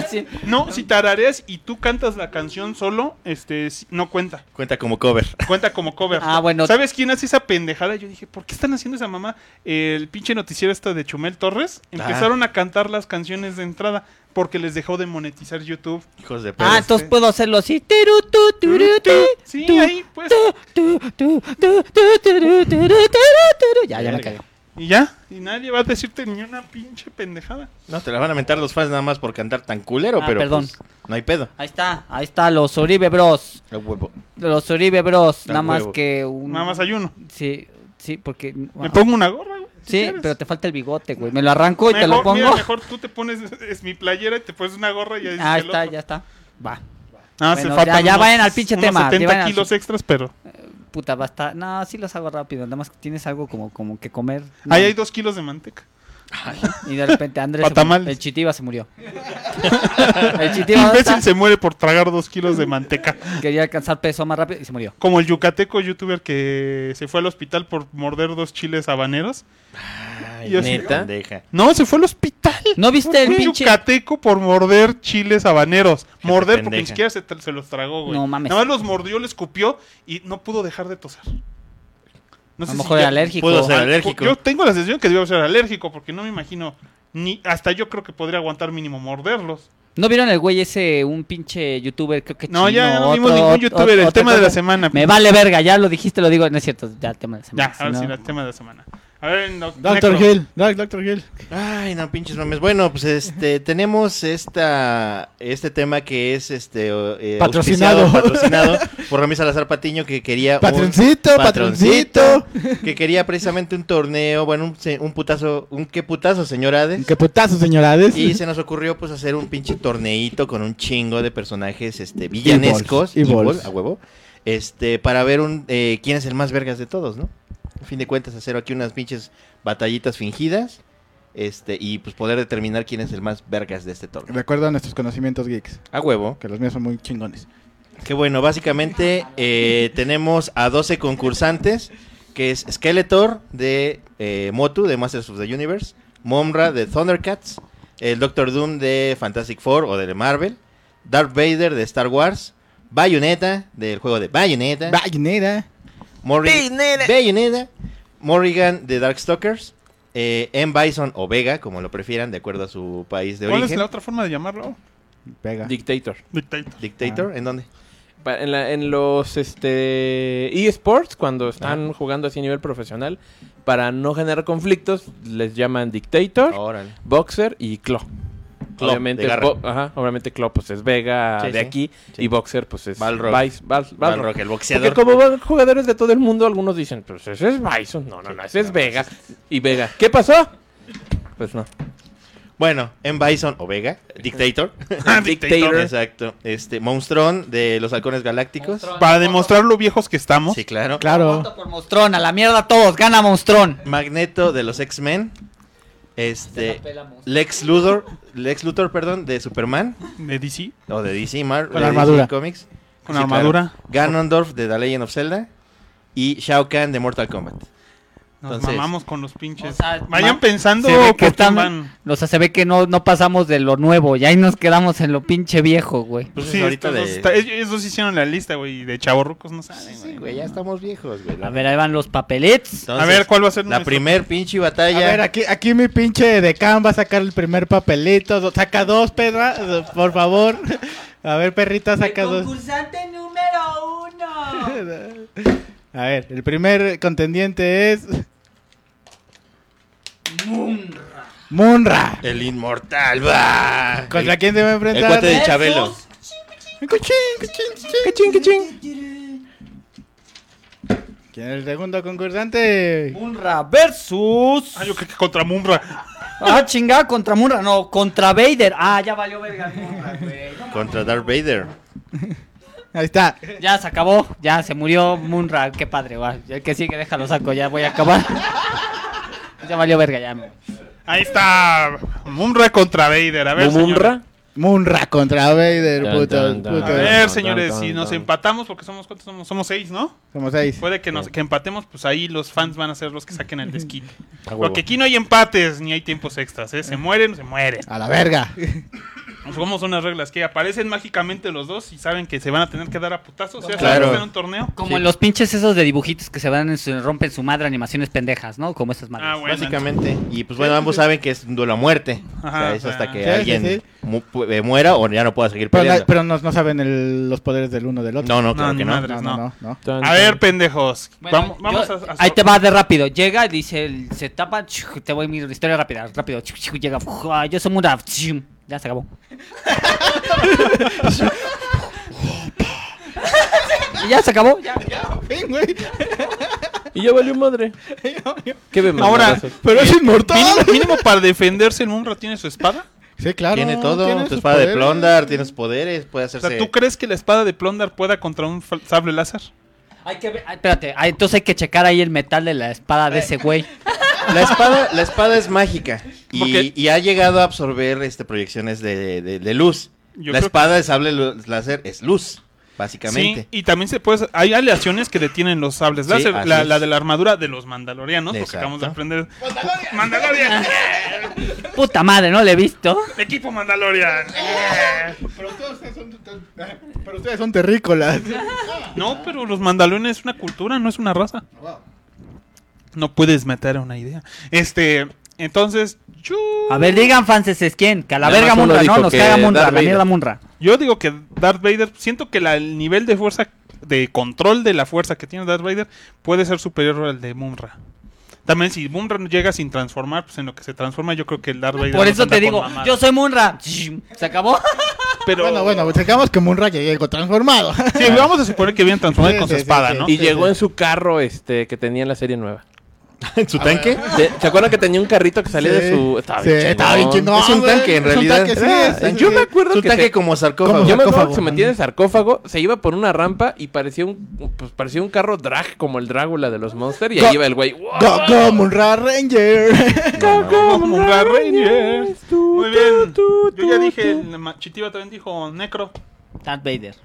[SPEAKER 8] Sí.
[SPEAKER 3] No, si tarareas y tú cantas la canción solo, este sí, no cuenta.
[SPEAKER 2] Cuenta como cover. (laughs)
[SPEAKER 3] Cuenta como cover.
[SPEAKER 8] Ah, bueno.
[SPEAKER 3] ¿Sabes quién hace esa pendejada? Yo dije, ¿por qué están haciendo esa mamá? El pinche noticiero esta de Chumel
[SPEAKER 8] Ah.
[SPEAKER 3] Torres empezaron a cantar las canciones de entrada porque les dejó de monetizar YouTube.
[SPEAKER 2] Hijos de
[SPEAKER 8] Ah,
[SPEAKER 2] perros.
[SPEAKER 8] entonces puedo hacerlo así. Tiru, tu, tiru, tu,
[SPEAKER 3] Sí,
[SPEAKER 8] tu,
[SPEAKER 3] ahí pues.
[SPEAKER 8] tu, tu, tu, tu, tiru, tiru, tiru, tiru. Ya, ya me cago.
[SPEAKER 3] Y ya, y nadie va a decirte ni una pinche pendejada.
[SPEAKER 2] No, te la van a mentar los fans nada más por cantar tan culero,
[SPEAKER 8] Ah,
[SPEAKER 2] pero
[SPEAKER 8] perdón.
[SPEAKER 2] pues, no hay pedo.
[SPEAKER 8] Ahí está, ahí está, los Oribe Bros.
[SPEAKER 2] El huevo.
[SPEAKER 8] Los Oribe Bros.
[SPEAKER 2] Al
[SPEAKER 8] Nada más
[SPEAKER 2] huevo.
[SPEAKER 8] que un.
[SPEAKER 3] Nada más hay uno.
[SPEAKER 8] Sí, sí, porque.
[SPEAKER 3] Me pongo una gorra, güey. si
[SPEAKER 8] Sí,
[SPEAKER 3] quieres.
[SPEAKER 8] pero te falta el bigote, güey. Me lo arranco y te
[SPEAKER 3] Mejor-
[SPEAKER 8] lo
[SPEAKER 3] mira,
[SPEAKER 8] pongo.
[SPEAKER 3] mejor tú te pones, (laughs) es mi playera y te pones una gorra y ya dices
[SPEAKER 8] Ah,
[SPEAKER 3] que el
[SPEAKER 8] está,
[SPEAKER 3] otro.
[SPEAKER 8] ya está. Va.
[SPEAKER 3] Ah, se
[SPEAKER 8] Bueno,
[SPEAKER 3] faltan
[SPEAKER 8] ya- ya
[SPEAKER 3] unos-
[SPEAKER 8] vayan al pinche
[SPEAKER 3] unos
[SPEAKER 8] tema,
[SPEAKER 3] 70
[SPEAKER 8] llevan a-
[SPEAKER 3] kilos extras, pero.
[SPEAKER 8] Puta, basta. No, sí los hago rápido. Nada más que tienes algo como, como que comer.
[SPEAKER 3] Ahí hay dos kilos de manteca.
[SPEAKER 8] Y de repente Andrés.
[SPEAKER 3] Pa'
[SPEAKER 8] se mu-
[SPEAKER 3] tamales.
[SPEAKER 8] el Chitiba se murió. (laughs) el
[SPEAKER 3] El
[SPEAKER 8] Chitiba ¿dónde
[SPEAKER 3] (laughs) imbécil
[SPEAKER 8] está?
[SPEAKER 3] se muere por tragar dos kilos de
[SPEAKER 8] (laughs)
[SPEAKER 3] manteca.
[SPEAKER 8] quería alcanzar peso más rápido y se murió.
[SPEAKER 3] Como el yucateco youtuber que se fue al hospital por morder dos chiles habaneros.
[SPEAKER 2] Ay,
[SPEAKER 3] Y así-
[SPEAKER 2] neta. Pendeja.
[SPEAKER 3] No, se fue al hospital.
[SPEAKER 8] ¿No viste el
[SPEAKER 3] Un
[SPEAKER 8] pinche?
[SPEAKER 3] yucateco por morder chiles habaneros. Morder porque ni
[SPEAKER 2] pendeja.
[SPEAKER 3] siquiera se, tra- se los tragó, güey.
[SPEAKER 8] No mames.
[SPEAKER 3] Nada más los mordió, le escupió y no pudo dejar de toser. No
[SPEAKER 8] a lo mejor
[SPEAKER 3] ya-
[SPEAKER 8] era alérgico.
[SPEAKER 2] pudo ser.
[SPEAKER 3] Ah,
[SPEAKER 2] alérgico.
[SPEAKER 3] Yo tengo la sensación que debió ser alérgico porque no me imagino ni hasta yo creo que podría aguantar mínimo morderlos.
[SPEAKER 8] ¿No vieron el güey ese, un pinche youtuber? Creo que
[SPEAKER 3] No,
[SPEAKER 8] chino,
[SPEAKER 3] ya no vimos
[SPEAKER 8] otro-
[SPEAKER 3] ningún
[SPEAKER 8] otro-
[SPEAKER 3] youtuber. el
[SPEAKER 8] otra
[SPEAKER 3] tema de la
[SPEAKER 8] cosa?
[SPEAKER 3] semana.
[SPEAKER 8] Me vale verga, ya lo dijiste, lo digo. No es cierto, ya tema de la semana.
[SPEAKER 3] Ya,
[SPEAKER 8] si
[SPEAKER 3] ahora sí,
[SPEAKER 8] no-
[SPEAKER 3] el tema de la semana. A ver, no-
[SPEAKER 6] Doctor
[SPEAKER 3] Necro.
[SPEAKER 6] Hill, Doc- Doctor Hill.
[SPEAKER 2] Ay, no pinches mames. Bueno, pues este tenemos esta este tema que es este o- eh,
[SPEAKER 6] Patrocinado.
[SPEAKER 2] auspiciado, patrocinado por Ramírez Salazar Patiño que quería un-
[SPEAKER 6] Patroncito,
[SPEAKER 2] patroncito,
[SPEAKER 6] patroncito.
[SPEAKER 2] que quería precisamente un torneo, bueno, un, se- un putazo, un qué putazo, señorades.
[SPEAKER 6] Qué putazo, señorades.
[SPEAKER 2] Y se nos ocurrió pues hacer un pinche torneito con un chingo de personajes este villanescos
[SPEAKER 6] Evols,
[SPEAKER 2] Evil,
[SPEAKER 6] Evols.
[SPEAKER 2] a huevo. Este, para ver un eh, quién es el más vergas de todos, ¿no? A fin de cuentas hacer aquí unas pinches batallitas fingidas. Este, y pues poder determinar quién es el más vergas de este torneo.
[SPEAKER 6] Recuerda nuestros conocimientos geeks,
[SPEAKER 2] A huevo.
[SPEAKER 6] que los míos son muy chingones.
[SPEAKER 2] Que bueno, básicamente eh, tenemos a 12 concursantes, que es Skeletor de eh, Motu, de Masters of the Universe, Momra de Thundercats, el Doctor Doom de Fantastic Four o de Marvel, Darth Vader de Star Wars, Bayonetta del juego de Bayonetta,
[SPEAKER 6] Bayonetta.
[SPEAKER 2] Morri- Bayonetta, Morrigan de Darkstalkers, eh, M. Bison o Vega, como lo prefieran, de acuerdo a su país de
[SPEAKER 3] ¿Cuál es
[SPEAKER 2] origen.
[SPEAKER 3] la otra forma de llamarlo?
[SPEAKER 6] Pega.
[SPEAKER 4] Dictator.
[SPEAKER 2] (laughs)
[SPEAKER 3] Dictator.
[SPEAKER 2] Dictator, ¿en dónde?
[SPEAKER 4] Pa- En, la- en los este eSports, cuando están jugando así a nivel profesional, para no generar conflictos, les llaman Dictator,
[SPEAKER 2] Órale.
[SPEAKER 4] Boxer y Claw.
[SPEAKER 2] Oh. Claw,
[SPEAKER 4] obviamente,
[SPEAKER 2] de garra.
[SPEAKER 4] Bo- ajá, obviamente Claw pues es Vega
[SPEAKER 2] Sí,
[SPEAKER 4] de
[SPEAKER 2] sí,
[SPEAKER 4] aquí
[SPEAKER 2] sí.
[SPEAKER 4] y Boxer pues es
[SPEAKER 2] Balrog.
[SPEAKER 4] Vice- Bal- Balrog.
[SPEAKER 2] Balrog, el
[SPEAKER 4] Porque
[SPEAKER 2] boxeador.
[SPEAKER 4] como van jugadores de todo el mundo, algunos dicen, pues ese es Bison. No,
[SPEAKER 2] pues,
[SPEAKER 4] no, no, ese es Vega. Y Vega, ¿qué pasó? Pues no.
[SPEAKER 2] Bueno, M. Bison o
[SPEAKER 8] (laughs)
[SPEAKER 2] Vega, Dictator.
[SPEAKER 3] Ah,
[SPEAKER 4] Dictator.
[SPEAKER 2] Exacto. Este, Monstrón de los Halcones Galácticos.
[SPEAKER 8] Monstrón.
[SPEAKER 3] Para demostrar lo viejos que estamos.
[SPEAKER 2] Sí, Pues, claro.
[SPEAKER 6] Claro.
[SPEAKER 8] Voto por Monstrón, a la mierda todos, gana Monstrón.
[SPEAKER 2] Magneto de los X-Men.
[SPEAKER 8] Se
[SPEAKER 2] Este.
[SPEAKER 8] la pela Monstrón.
[SPEAKER 2] Lex Luthor, Lex Luthor, perdón, de Superman
[SPEAKER 3] De DC.
[SPEAKER 2] o de DC, Mar,
[SPEAKER 6] Con
[SPEAKER 2] de
[SPEAKER 6] armadura.
[SPEAKER 2] DC Comics.
[SPEAKER 3] Con
[SPEAKER 2] Sí, claro.
[SPEAKER 3] armadura.
[SPEAKER 2] Ganondorf de The Legend of Zelda y Shao Kahn de Mortal Kombat.
[SPEAKER 3] Nos
[SPEAKER 2] Entonces-
[SPEAKER 3] mamamos con los pinches.
[SPEAKER 8] O sea,
[SPEAKER 3] Vayan
[SPEAKER 8] ma-
[SPEAKER 3] pensando
[SPEAKER 8] se ve
[SPEAKER 3] por
[SPEAKER 8] que
[SPEAKER 3] quién
[SPEAKER 8] están-
[SPEAKER 3] van.
[SPEAKER 8] O sea, se ve que no, no pasamos de lo nuevo y ahí nos quedamos en lo pinche viejo, güey.
[SPEAKER 2] Entonces,
[SPEAKER 3] Sí,
[SPEAKER 2] Pues ahorita
[SPEAKER 3] estos dos
[SPEAKER 2] de-
[SPEAKER 3] está- ellos, ellos hicieron la lista, güey. y De chavorrucos no saben,
[SPEAKER 2] Sí,
[SPEAKER 3] güey.
[SPEAKER 2] güey, ya estamos viejos, güey.
[SPEAKER 8] A ver, ahí van los papelets.
[SPEAKER 2] Entonces,
[SPEAKER 3] a ver, ¿cuál va a ser
[SPEAKER 2] La
[SPEAKER 3] nuestro-
[SPEAKER 2] primer pinche
[SPEAKER 6] A
[SPEAKER 2] batalla.
[SPEAKER 6] ver, aquí, aquí mi pinche decán va a sacar el primer papelito. Do- Saca dos, perra, por favor. A ver, perrita, saca dos.
[SPEAKER 5] concursante número uno.
[SPEAKER 6] A ver, el primer contendiente es. Munra.
[SPEAKER 2] El inmortal, va.
[SPEAKER 6] ¿Contra quién se va a
[SPEAKER 2] El
[SPEAKER 6] enfrentar?
[SPEAKER 2] cuate de Chabelo.
[SPEAKER 6] Cuchín, cuchín, cuchín. ¿Quién es el segundo concursante?
[SPEAKER 8] Munra versus.
[SPEAKER 3] Ah, yo creo que contra Mumra.
[SPEAKER 8] Ah, chingada, contra Munra, no, contra Vader. Ah, ya valió verga Munra, güey. No
[SPEAKER 2] Contra Darth Vader.
[SPEAKER 6] Ahí está.
[SPEAKER 8] mames. Ya se acabó, ya se murió Munra, qué padre, güey. El que sigue, déjalo saco, ya voy a acabar. (laughs) ya valió verga, ya. me-
[SPEAKER 3] Ahí está. Mumra contra Vader. A ver,
[SPEAKER 4] Mumra.
[SPEAKER 6] Munra contra Vader,
[SPEAKER 4] Dun,
[SPEAKER 6] puto.
[SPEAKER 4] dun,
[SPEAKER 3] señores.
[SPEAKER 4] dun.
[SPEAKER 3] A
[SPEAKER 6] puto.
[SPEAKER 3] ver,
[SPEAKER 4] Tan,
[SPEAKER 3] señores,
[SPEAKER 4] tan,
[SPEAKER 3] si nos
[SPEAKER 4] tan.
[SPEAKER 3] empatamos, porque somos cuántos somos, somos seis, ¿no?
[SPEAKER 6] Somos seis.
[SPEAKER 3] Puede que nos que empatemos, pues ahí los fans van a ser los que saquen el desquite.
[SPEAKER 4] A huevo.
[SPEAKER 3] Porque aquí no hay empates ni hay tiempos extras, ¿eh? Se mueren, se mueren.
[SPEAKER 6] A la
[SPEAKER 2] (laughs)
[SPEAKER 6] verga.
[SPEAKER 3] ¿Cómo son las reglas? Que aparecen mágicamente los dos y saben que se van a tener que dar a putazos. ¿Se hace
[SPEAKER 2] Claro.
[SPEAKER 3] algo en un torneo?
[SPEAKER 8] Como en los pinches esos de dibujitos que se van en su, rompen su madre animaciones pendejas, ¿no? Como esas madres.
[SPEAKER 3] Ah, bueno.
[SPEAKER 2] Básicamente. Y pues bueno, ambos saben que es un duelo a muerte. o
[SPEAKER 3] Ajá,
[SPEAKER 2] sea, es
[SPEAKER 3] o sea.
[SPEAKER 2] hasta que
[SPEAKER 6] Sí, sí,
[SPEAKER 2] alguien
[SPEAKER 6] sí.
[SPEAKER 2] mu- pu- eh, muera o ya no pueda seguir
[SPEAKER 6] Pero, la-
[SPEAKER 2] peleando.
[SPEAKER 6] pero no, no saben el- los poderes del uno del otro.
[SPEAKER 2] No, no, claro
[SPEAKER 3] No,
[SPEAKER 2] que
[SPEAKER 3] ni
[SPEAKER 2] no.
[SPEAKER 3] madre.
[SPEAKER 6] no,
[SPEAKER 3] no.
[SPEAKER 6] no, no, no.
[SPEAKER 4] Tan,
[SPEAKER 3] A
[SPEAKER 4] tan.
[SPEAKER 3] ver, pendejos.
[SPEAKER 8] Bueno,
[SPEAKER 3] vamos vamos
[SPEAKER 8] yo-
[SPEAKER 3] a, a-
[SPEAKER 8] Ahí te va de rápido. Llega, dice, el- se tapa. chu, Te voy mi historia rápida, rápido. chu, chu, Llega, fu, ah, yo soy una. chu, Ya se acabó. (laughs) Y ya se acabó. ya.
[SPEAKER 4] Y ya
[SPEAKER 3] (laughs)
[SPEAKER 4] valió madre. ¿Qué vemos?
[SPEAKER 3] Ahora,
[SPEAKER 6] Pero es inmortal.
[SPEAKER 3] mínimo, mínimo para defenderse, el Mumra tiene su espada.
[SPEAKER 6] Sí, claro.
[SPEAKER 2] Tiene todo. tu
[SPEAKER 6] sus
[SPEAKER 2] espada de
[SPEAKER 6] poderes.
[SPEAKER 2] Plondar, tiene sus poderes, puede
[SPEAKER 3] O
[SPEAKER 2] hacerse.
[SPEAKER 3] sea, ¿tú crees que la espada de Plondar pueda contra un fal- sable láser?
[SPEAKER 8] Hay que ver- ah, Espérate, ah, entonces hay que checar ahí el metal de la espada de ese güey.
[SPEAKER 2] La espada, la espada es mágica y,
[SPEAKER 3] Porque-
[SPEAKER 2] y ha llegado a absorber este, proyecciones de, de- de luz.
[SPEAKER 3] Yo
[SPEAKER 2] la
[SPEAKER 3] creo
[SPEAKER 2] espada de sable lu- láser es luz,
[SPEAKER 3] Sí,
[SPEAKER 2] básicamente.
[SPEAKER 3] y también se puede. Hay aleaciones que detienen los sables
[SPEAKER 2] Sí,
[SPEAKER 3] láser.
[SPEAKER 2] así
[SPEAKER 3] La,
[SPEAKER 2] es.
[SPEAKER 3] la de la armadura de los mandalorianos, porque
[SPEAKER 2] Exacto.
[SPEAKER 3] acabamos de aprender. ¡Mandalorian! ¡Mandalorian!
[SPEAKER 8] Puta madre, no le he visto.
[SPEAKER 3] ¡Equipo Mandalorian! ¡Eh!
[SPEAKER 6] Pero ustedes son, (laughs) pero ustedes son
[SPEAKER 2] (laughs)
[SPEAKER 6] terrícolas.
[SPEAKER 3] no, pero los mandalorianos es una cultura, no es una raza. No puedes meter a una idea. Este, entonces, yo,
[SPEAKER 8] A ver, digan, franceses, ¿quién? Que a la
[SPEAKER 4] Nada
[SPEAKER 8] verga
[SPEAKER 4] más uno
[SPEAKER 8] Munra, no,
[SPEAKER 4] dijo
[SPEAKER 8] nos
[SPEAKER 4] que
[SPEAKER 8] caga Munra,
[SPEAKER 4] Darth
[SPEAKER 8] la mierda
[SPEAKER 4] Vader.
[SPEAKER 8] Munra.
[SPEAKER 3] yo digo que Darth Vader, siento que la- el nivel de fuerza, de control de la fuerza que tiene Darth Vader puede ser superior al de Mumra. También si Mumra no llega sin transformar, pues en lo que se transforma, yo creo que el Darth Vader...
[SPEAKER 8] Por
[SPEAKER 3] nos
[SPEAKER 8] eso
[SPEAKER 3] anda
[SPEAKER 8] te
[SPEAKER 3] con
[SPEAKER 8] digo,
[SPEAKER 3] mamadas.
[SPEAKER 8] yo soy Munra. Se acabó.
[SPEAKER 3] Pero...
[SPEAKER 6] Bueno, bueno, pues, sacamos como un rayo llegó transformado. (laughs)
[SPEAKER 3] Sí, vamos a suponer que viene transformado
[SPEAKER 6] Sí,
[SPEAKER 3] con
[SPEAKER 6] sí,
[SPEAKER 3] su
[SPEAKER 6] sí,
[SPEAKER 3] espada,
[SPEAKER 6] sí.
[SPEAKER 3] ¿no?
[SPEAKER 4] Y llegó en su carro este que tenía en la serie nueva.
[SPEAKER 2] ¿En su tanque?
[SPEAKER 4] ¿Se se acuerdan que tenía un carrito que salía de
[SPEAKER 6] Sí.
[SPEAKER 4] su. Estaba
[SPEAKER 6] Sí,
[SPEAKER 4] bien chingón.
[SPEAKER 6] estaba bien chingón.
[SPEAKER 2] es un
[SPEAKER 6] güey.
[SPEAKER 2] tanque, en
[SPEAKER 6] Es un
[SPEAKER 2] realidad.
[SPEAKER 6] tanque, sí,
[SPEAKER 2] Ah,
[SPEAKER 6] sí, sí,
[SPEAKER 4] yo
[SPEAKER 6] sí.
[SPEAKER 4] me acuerdo
[SPEAKER 2] Es un
[SPEAKER 4] que
[SPEAKER 2] tanque
[SPEAKER 4] se-
[SPEAKER 2] como sarcófago.
[SPEAKER 6] como
[SPEAKER 4] Yo me acuerdo
[SPEAKER 6] sarcófago.
[SPEAKER 4] que se metía en el sarcófago, se iba por una rampa y parecía un pues parecía un carro drag como el Drácula de los Monsters y ahí
[SPEAKER 6] Go-
[SPEAKER 4] iba el güey. ¡Wow!
[SPEAKER 6] Go, go, Munra Ranger. (laughs)
[SPEAKER 3] Como un Red Ranger.
[SPEAKER 4] tú,
[SPEAKER 3] Muy bien. Yo ya dije, el ma- Chitiba también dijo Necro.
[SPEAKER 8] Darth Vader.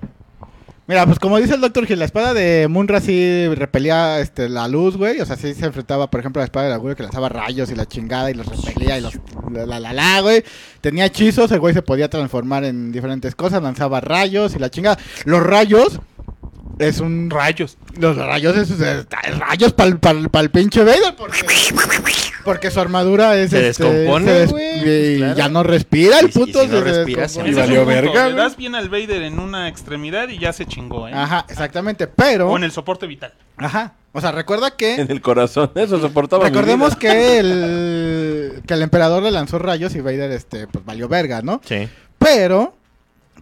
[SPEAKER 6] Mira, pues como dice el Doctor Gil, la espada de Munra sí repelía este, la luz, güey. O sea, sí se enfrentaba, por ejemplo, a la espada del agüero que lanzaba rayos y la chingada y los repelía y los. La la la, la, güey. Tenía hechizos, el güey se podía transformar en diferentes cosas, lanzaba rayos y la chingada. Los rayos. Es un.
[SPEAKER 3] Rayos.
[SPEAKER 6] Los rayos es. es- rayos para el pinche Vader, porque. Porque su armadura es. este,
[SPEAKER 2] Se descompone,
[SPEAKER 6] se des-
[SPEAKER 2] güey, Pues,
[SPEAKER 6] y
[SPEAKER 2] claro.
[SPEAKER 6] ya no respira
[SPEAKER 2] Y
[SPEAKER 6] el
[SPEAKER 2] si- y
[SPEAKER 6] puto.
[SPEAKER 2] si no
[SPEAKER 6] se
[SPEAKER 2] respira,
[SPEAKER 6] descompone.
[SPEAKER 2] se
[SPEAKER 3] Ese
[SPEAKER 7] Y
[SPEAKER 3] es
[SPEAKER 7] valió
[SPEAKER 3] un punto,
[SPEAKER 7] verga,
[SPEAKER 3] Le
[SPEAKER 7] güey.
[SPEAKER 3] das bien al Vader en una extremidad y ya se chingó, ¿eh?
[SPEAKER 6] Ajá, exactamente, pero...
[SPEAKER 3] O en el soporte vital.
[SPEAKER 6] Ajá. O sea, recuerda que...
[SPEAKER 4] En el corazón, eso soportaba. mi vida.
[SPEAKER 6] Recordemos que el, que el emperador le lanzó rayos y Vader, este, pues valió verga, ¿no?
[SPEAKER 2] Sí.
[SPEAKER 6] Pero,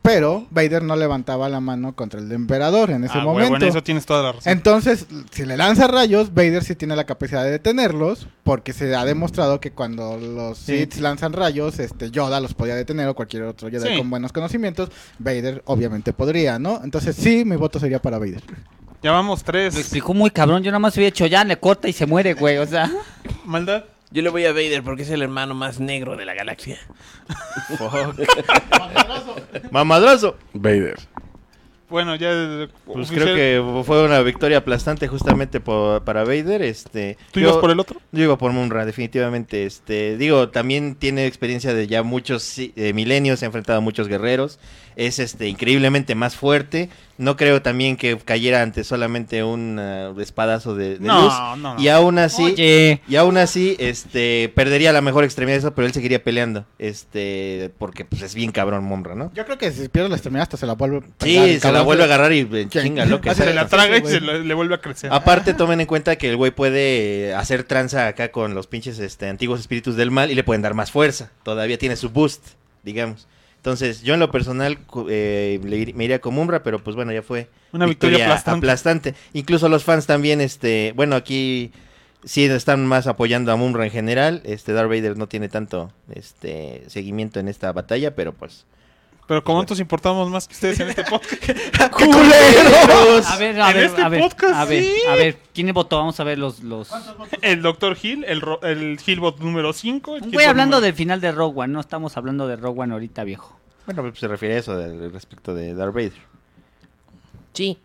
[SPEAKER 6] pero Vader no levantaba la mano contra el emperador en ese
[SPEAKER 3] Ah,
[SPEAKER 6] momento.
[SPEAKER 3] huevo, en eso tienes toda la razón.
[SPEAKER 6] Entonces, si le lanza rayos, Vader sí tiene la capacidad de detenerlos, porque se ha demostrado que cuando los
[SPEAKER 3] Sí.
[SPEAKER 6] Sith lanzan rayos, este Yoda los podía detener o cualquier otro Yoda
[SPEAKER 3] Sí.
[SPEAKER 6] con buenos conocimientos, Vader obviamente podría, ¿no? Entonces, sí, mi voto sería para Vader.
[SPEAKER 3] Ya vamos
[SPEAKER 8] Lo
[SPEAKER 3] tres.
[SPEAKER 8] explicó muy cabrón. Yo nada más hubiera hecho ya, le corta y se muere, güey. O sea,
[SPEAKER 3] Maldad.
[SPEAKER 4] Yo le voy a Vader porque es el hermano más negro de la galaxia.
[SPEAKER 2] Mamadrazo.
[SPEAKER 7] Vader.
[SPEAKER 3] Bueno, ya. eh,
[SPEAKER 2] Pues
[SPEAKER 3] oficial,
[SPEAKER 2] creo que fue una victoria aplastante justamente por- para Vader. Este,
[SPEAKER 3] ¿Tú
[SPEAKER 2] yo-
[SPEAKER 3] ibas por el otro?
[SPEAKER 2] Yo iba por Munra, definitivamente. Este, digo, también tiene experiencia de ya muchos si- eh, milenios, se ha enfrentado a muchos guerreros. Es este increíblemente más fuerte. No creo también que cayera ante solamente un ah, espadazo de, de
[SPEAKER 3] No,
[SPEAKER 2] luz.
[SPEAKER 3] no, no.
[SPEAKER 2] Y aún así,
[SPEAKER 8] oye.
[SPEAKER 2] y aún así, este, perdería la mejor extremidad de eso, pero él seguiría peleando. Este, porque pues es bien cabrón Munra, ¿no?
[SPEAKER 6] Yo creo que si pierde la extremidad hasta se la vuelve a pegar,
[SPEAKER 2] Sí, se la
[SPEAKER 6] cabrón.
[SPEAKER 2] vuelve a agarrar y eh, chinga lo que
[SPEAKER 6] Ah, se
[SPEAKER 2] sea. Ah,
[SPEAKER 3] Se la
[SPEAKER 6] Sí,
[SPEAKER 3] traga y
[SPEAKER 6] güey.
[SPEAKER 3] se lo- le vuelve a crecer.
[SPEAKER 2] Aparte, tomen en cuenta que el güey puede eh, hacer tranza acá con los pinches este, antiguos espíritus del mal y le pueden dar más fuerza. Todavía tiene su boost, digamos. Entonces, yo en lo personal cu- eh, le ir- me iría con Umbra, pero pues bueno, ya fue
[SPEAKER 3] Una victoria aplastante.
[SPEAKER 2] Incluso los fans también, este, bueno, aquí sí están más apoyando a Mumra en general. Este Darth Vader no tiene tanto este seguimiento en esta batalla, pero pues.
[SPEAKER 3] Pero como nosotros importamos más que ustedes en este podcast.
[SPEAKER 8] A ver, a
[SPEAKER 3] En
[SPEAKER 8] ver,
[SPEAKER 3] este
[SPEAKER 8] a ver.
[SPEAKER 3] podcast,
[SPEAKER 8] a ver,
[SPEAKER 3] sí.
[SPEAKER 8] a ver. ¿Quién votó? Vamos a ver los. los...
[SPEAKER 3] El Dr. Hill, el, ro- el Hillbot número 5.
[SPEAKER 8] Un güey hablando del final de Rogue One. No estamos hablando de Rogue One ahorita, viejo.
[SPEAKER 2] (laughs) Bueno, pues se refiere a eso del- respecto de Darth Vader.
[SPEAKER 4] Sí.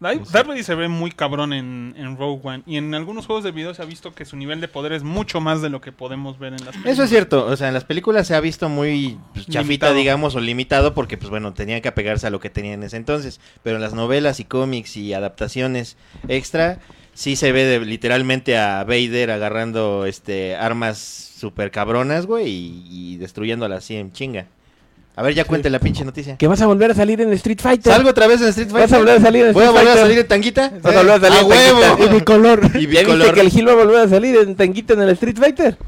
[SPEAKER 3] Ay, Darth Vader se ve muy cabrón en, en Rogue One. Y en algunos juegos de video se ha visto que su nivel de poder es mucho más de lo que podemos ver en las
[SPEAKER 2] Eso es cierto, o sea, en las películas se ha visto muy pues, chafita,
[SPEAKER 3] Limitado.
[SPEAKER 2] digamos, o limitado, porque, pues bueno, tenían que apegarse a lo que tenían en ese entonces. Pero en las novelas y cómics y adaptaciones extra, sí se ve de- literalmente a Vader agarrando este armas super cabronas, güey, y, y destruyéndolas así en chinga. A ver, ya cuente la pinche noticia.
[SPEAKER 4] Que vas a volver a salir en Street Fighter.
[SPEAKER 2] ¿Salgo otra vez en Street Fighter?
[SPEAKER 4] ¿Vas a volver a salir en
[SPEAKER 2] ¿Voy a volver
[SPEAKER 4] Street
[SPEAKER 2] a
[SPEAKER 4] Fighter?
[SPEAKER 2] salir en tanguita?
[SPEAKER 4] Vas a volver a salir en
[SPEAKER 2] ¡A
[SPEAKER 4] tanguita.
[SPEAKER 2] huevo!
[SPEAKER 6] Y bicolor.
[SPEAKER 2] Y
[SPEAKER 4] ¿Ya viste
[SPEAKER 2] bicolor.
[SPEAKER 4] que el Gil va a volver a salir en tanguita en el Street Fighter?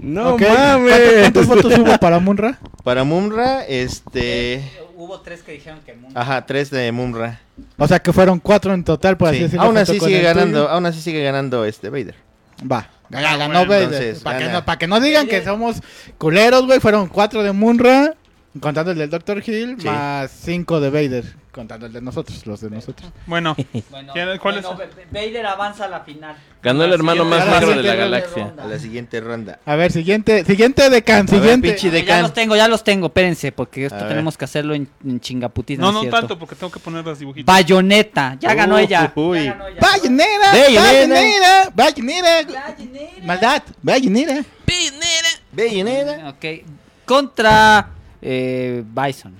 [SPEAKER 4] No
[SPEAKER 6] Ok. ¿Cuántos votos hubo para Munra?
[SPEAKER 2] Para Mumra, este...
[SPEAKER 4] Eh.
[SPEAKER 5] Hubo tres que dijeron que mundo.
[SPEAKER 2] Ajá, tres de Mumra.
[SPEAKER 6] O sea que fueron cuatro en total, por así
[SPEAKER 2] Sí.
[SPEAKER 6] decirlo.
[SPEAKER 2] Aún
[SPEAKER 6] junto
[SPEAKER 2] Pues, así
[SPEAKER 6] con
[SPEAKER 2] sigue
[SPEAKER 6] el
[SPEAKER 2] ganando,
[SPEAKER 6] tuyo.
[SPEAKER 2] aún así sigue ganando este Vader.
[SPEAKER 6] Va. Gana, ganó
[SPEAKER 3] bueno,
[SPEAKER 6] Vader.
[SPEAKER 2] entonces,
[SPEAKER 6] Para que,
[SPEAKER 2] gana.
[SPEAKER 6] no, pa' que no digan que somos culeros, güey. Fueron cuatro de Munra, contando el del Dr. Hill,
[SPEAKER 2] Sí.
[SPEAKER 6] más cinco de Vader, contando el de nosotros, los de nosotros.
[SPEAKER 3] Bueno,
[SPEAKER 5] Bueno,
[SPEAKER 3] ¿Quién- cuál es?
[SPEAKER 5] bueno, V- Vader avanza a la final.
[SPEAKER 4] Ganó el hermano más
[SPEAKER 6] Ahora sí
[SPEAKER 4] negro de la
[SPEAKER 6] que-
[SPEAKER 4] galaxia.
[SPEAKER 2] A la siguiente ronda.
[SPEAKER 6] A ver, siguiente, siguiente de Can,
[SPEAKER 2] A ver,
[SPEAKER 6] siguiente.
[SPEAKER 2] pinche de
[SPEAKER 8] ya
[SPEAKER 2] Can.
[SPEAKER 8] los tengo, ya los tengo. Espérense, porque esto
[SPEAKER 2] A ver.
[SPEAKER 8] tenemos que hacerlo en, en chingaputis.
[SPEAKER 3] no,
[SPEAKER 8] es
[SPEAKER 3] no
[SPEAKER 8] cierto.
[SPEAKER 3] tanto, porque tengo que poner las dibujitos.
[SPEAKER 8] Bayoneta. Ya ganó ella.
[SPEAKER 2] Uy.
[SPEAKER 5] Ya ganó ella.
[SPEAKER 6] Vallenera,
[SPEAKER 2] Vallenera.
[SPEAKER 6] Vallenera, Vallenera.
[SPEAKER 5] Gallinera.
[SPEAKER 6] Maldad, Vallenera.
[SPEAKER 2] Bayonetta.
[SPEAKER 8] Ok. Contra eh, Bison.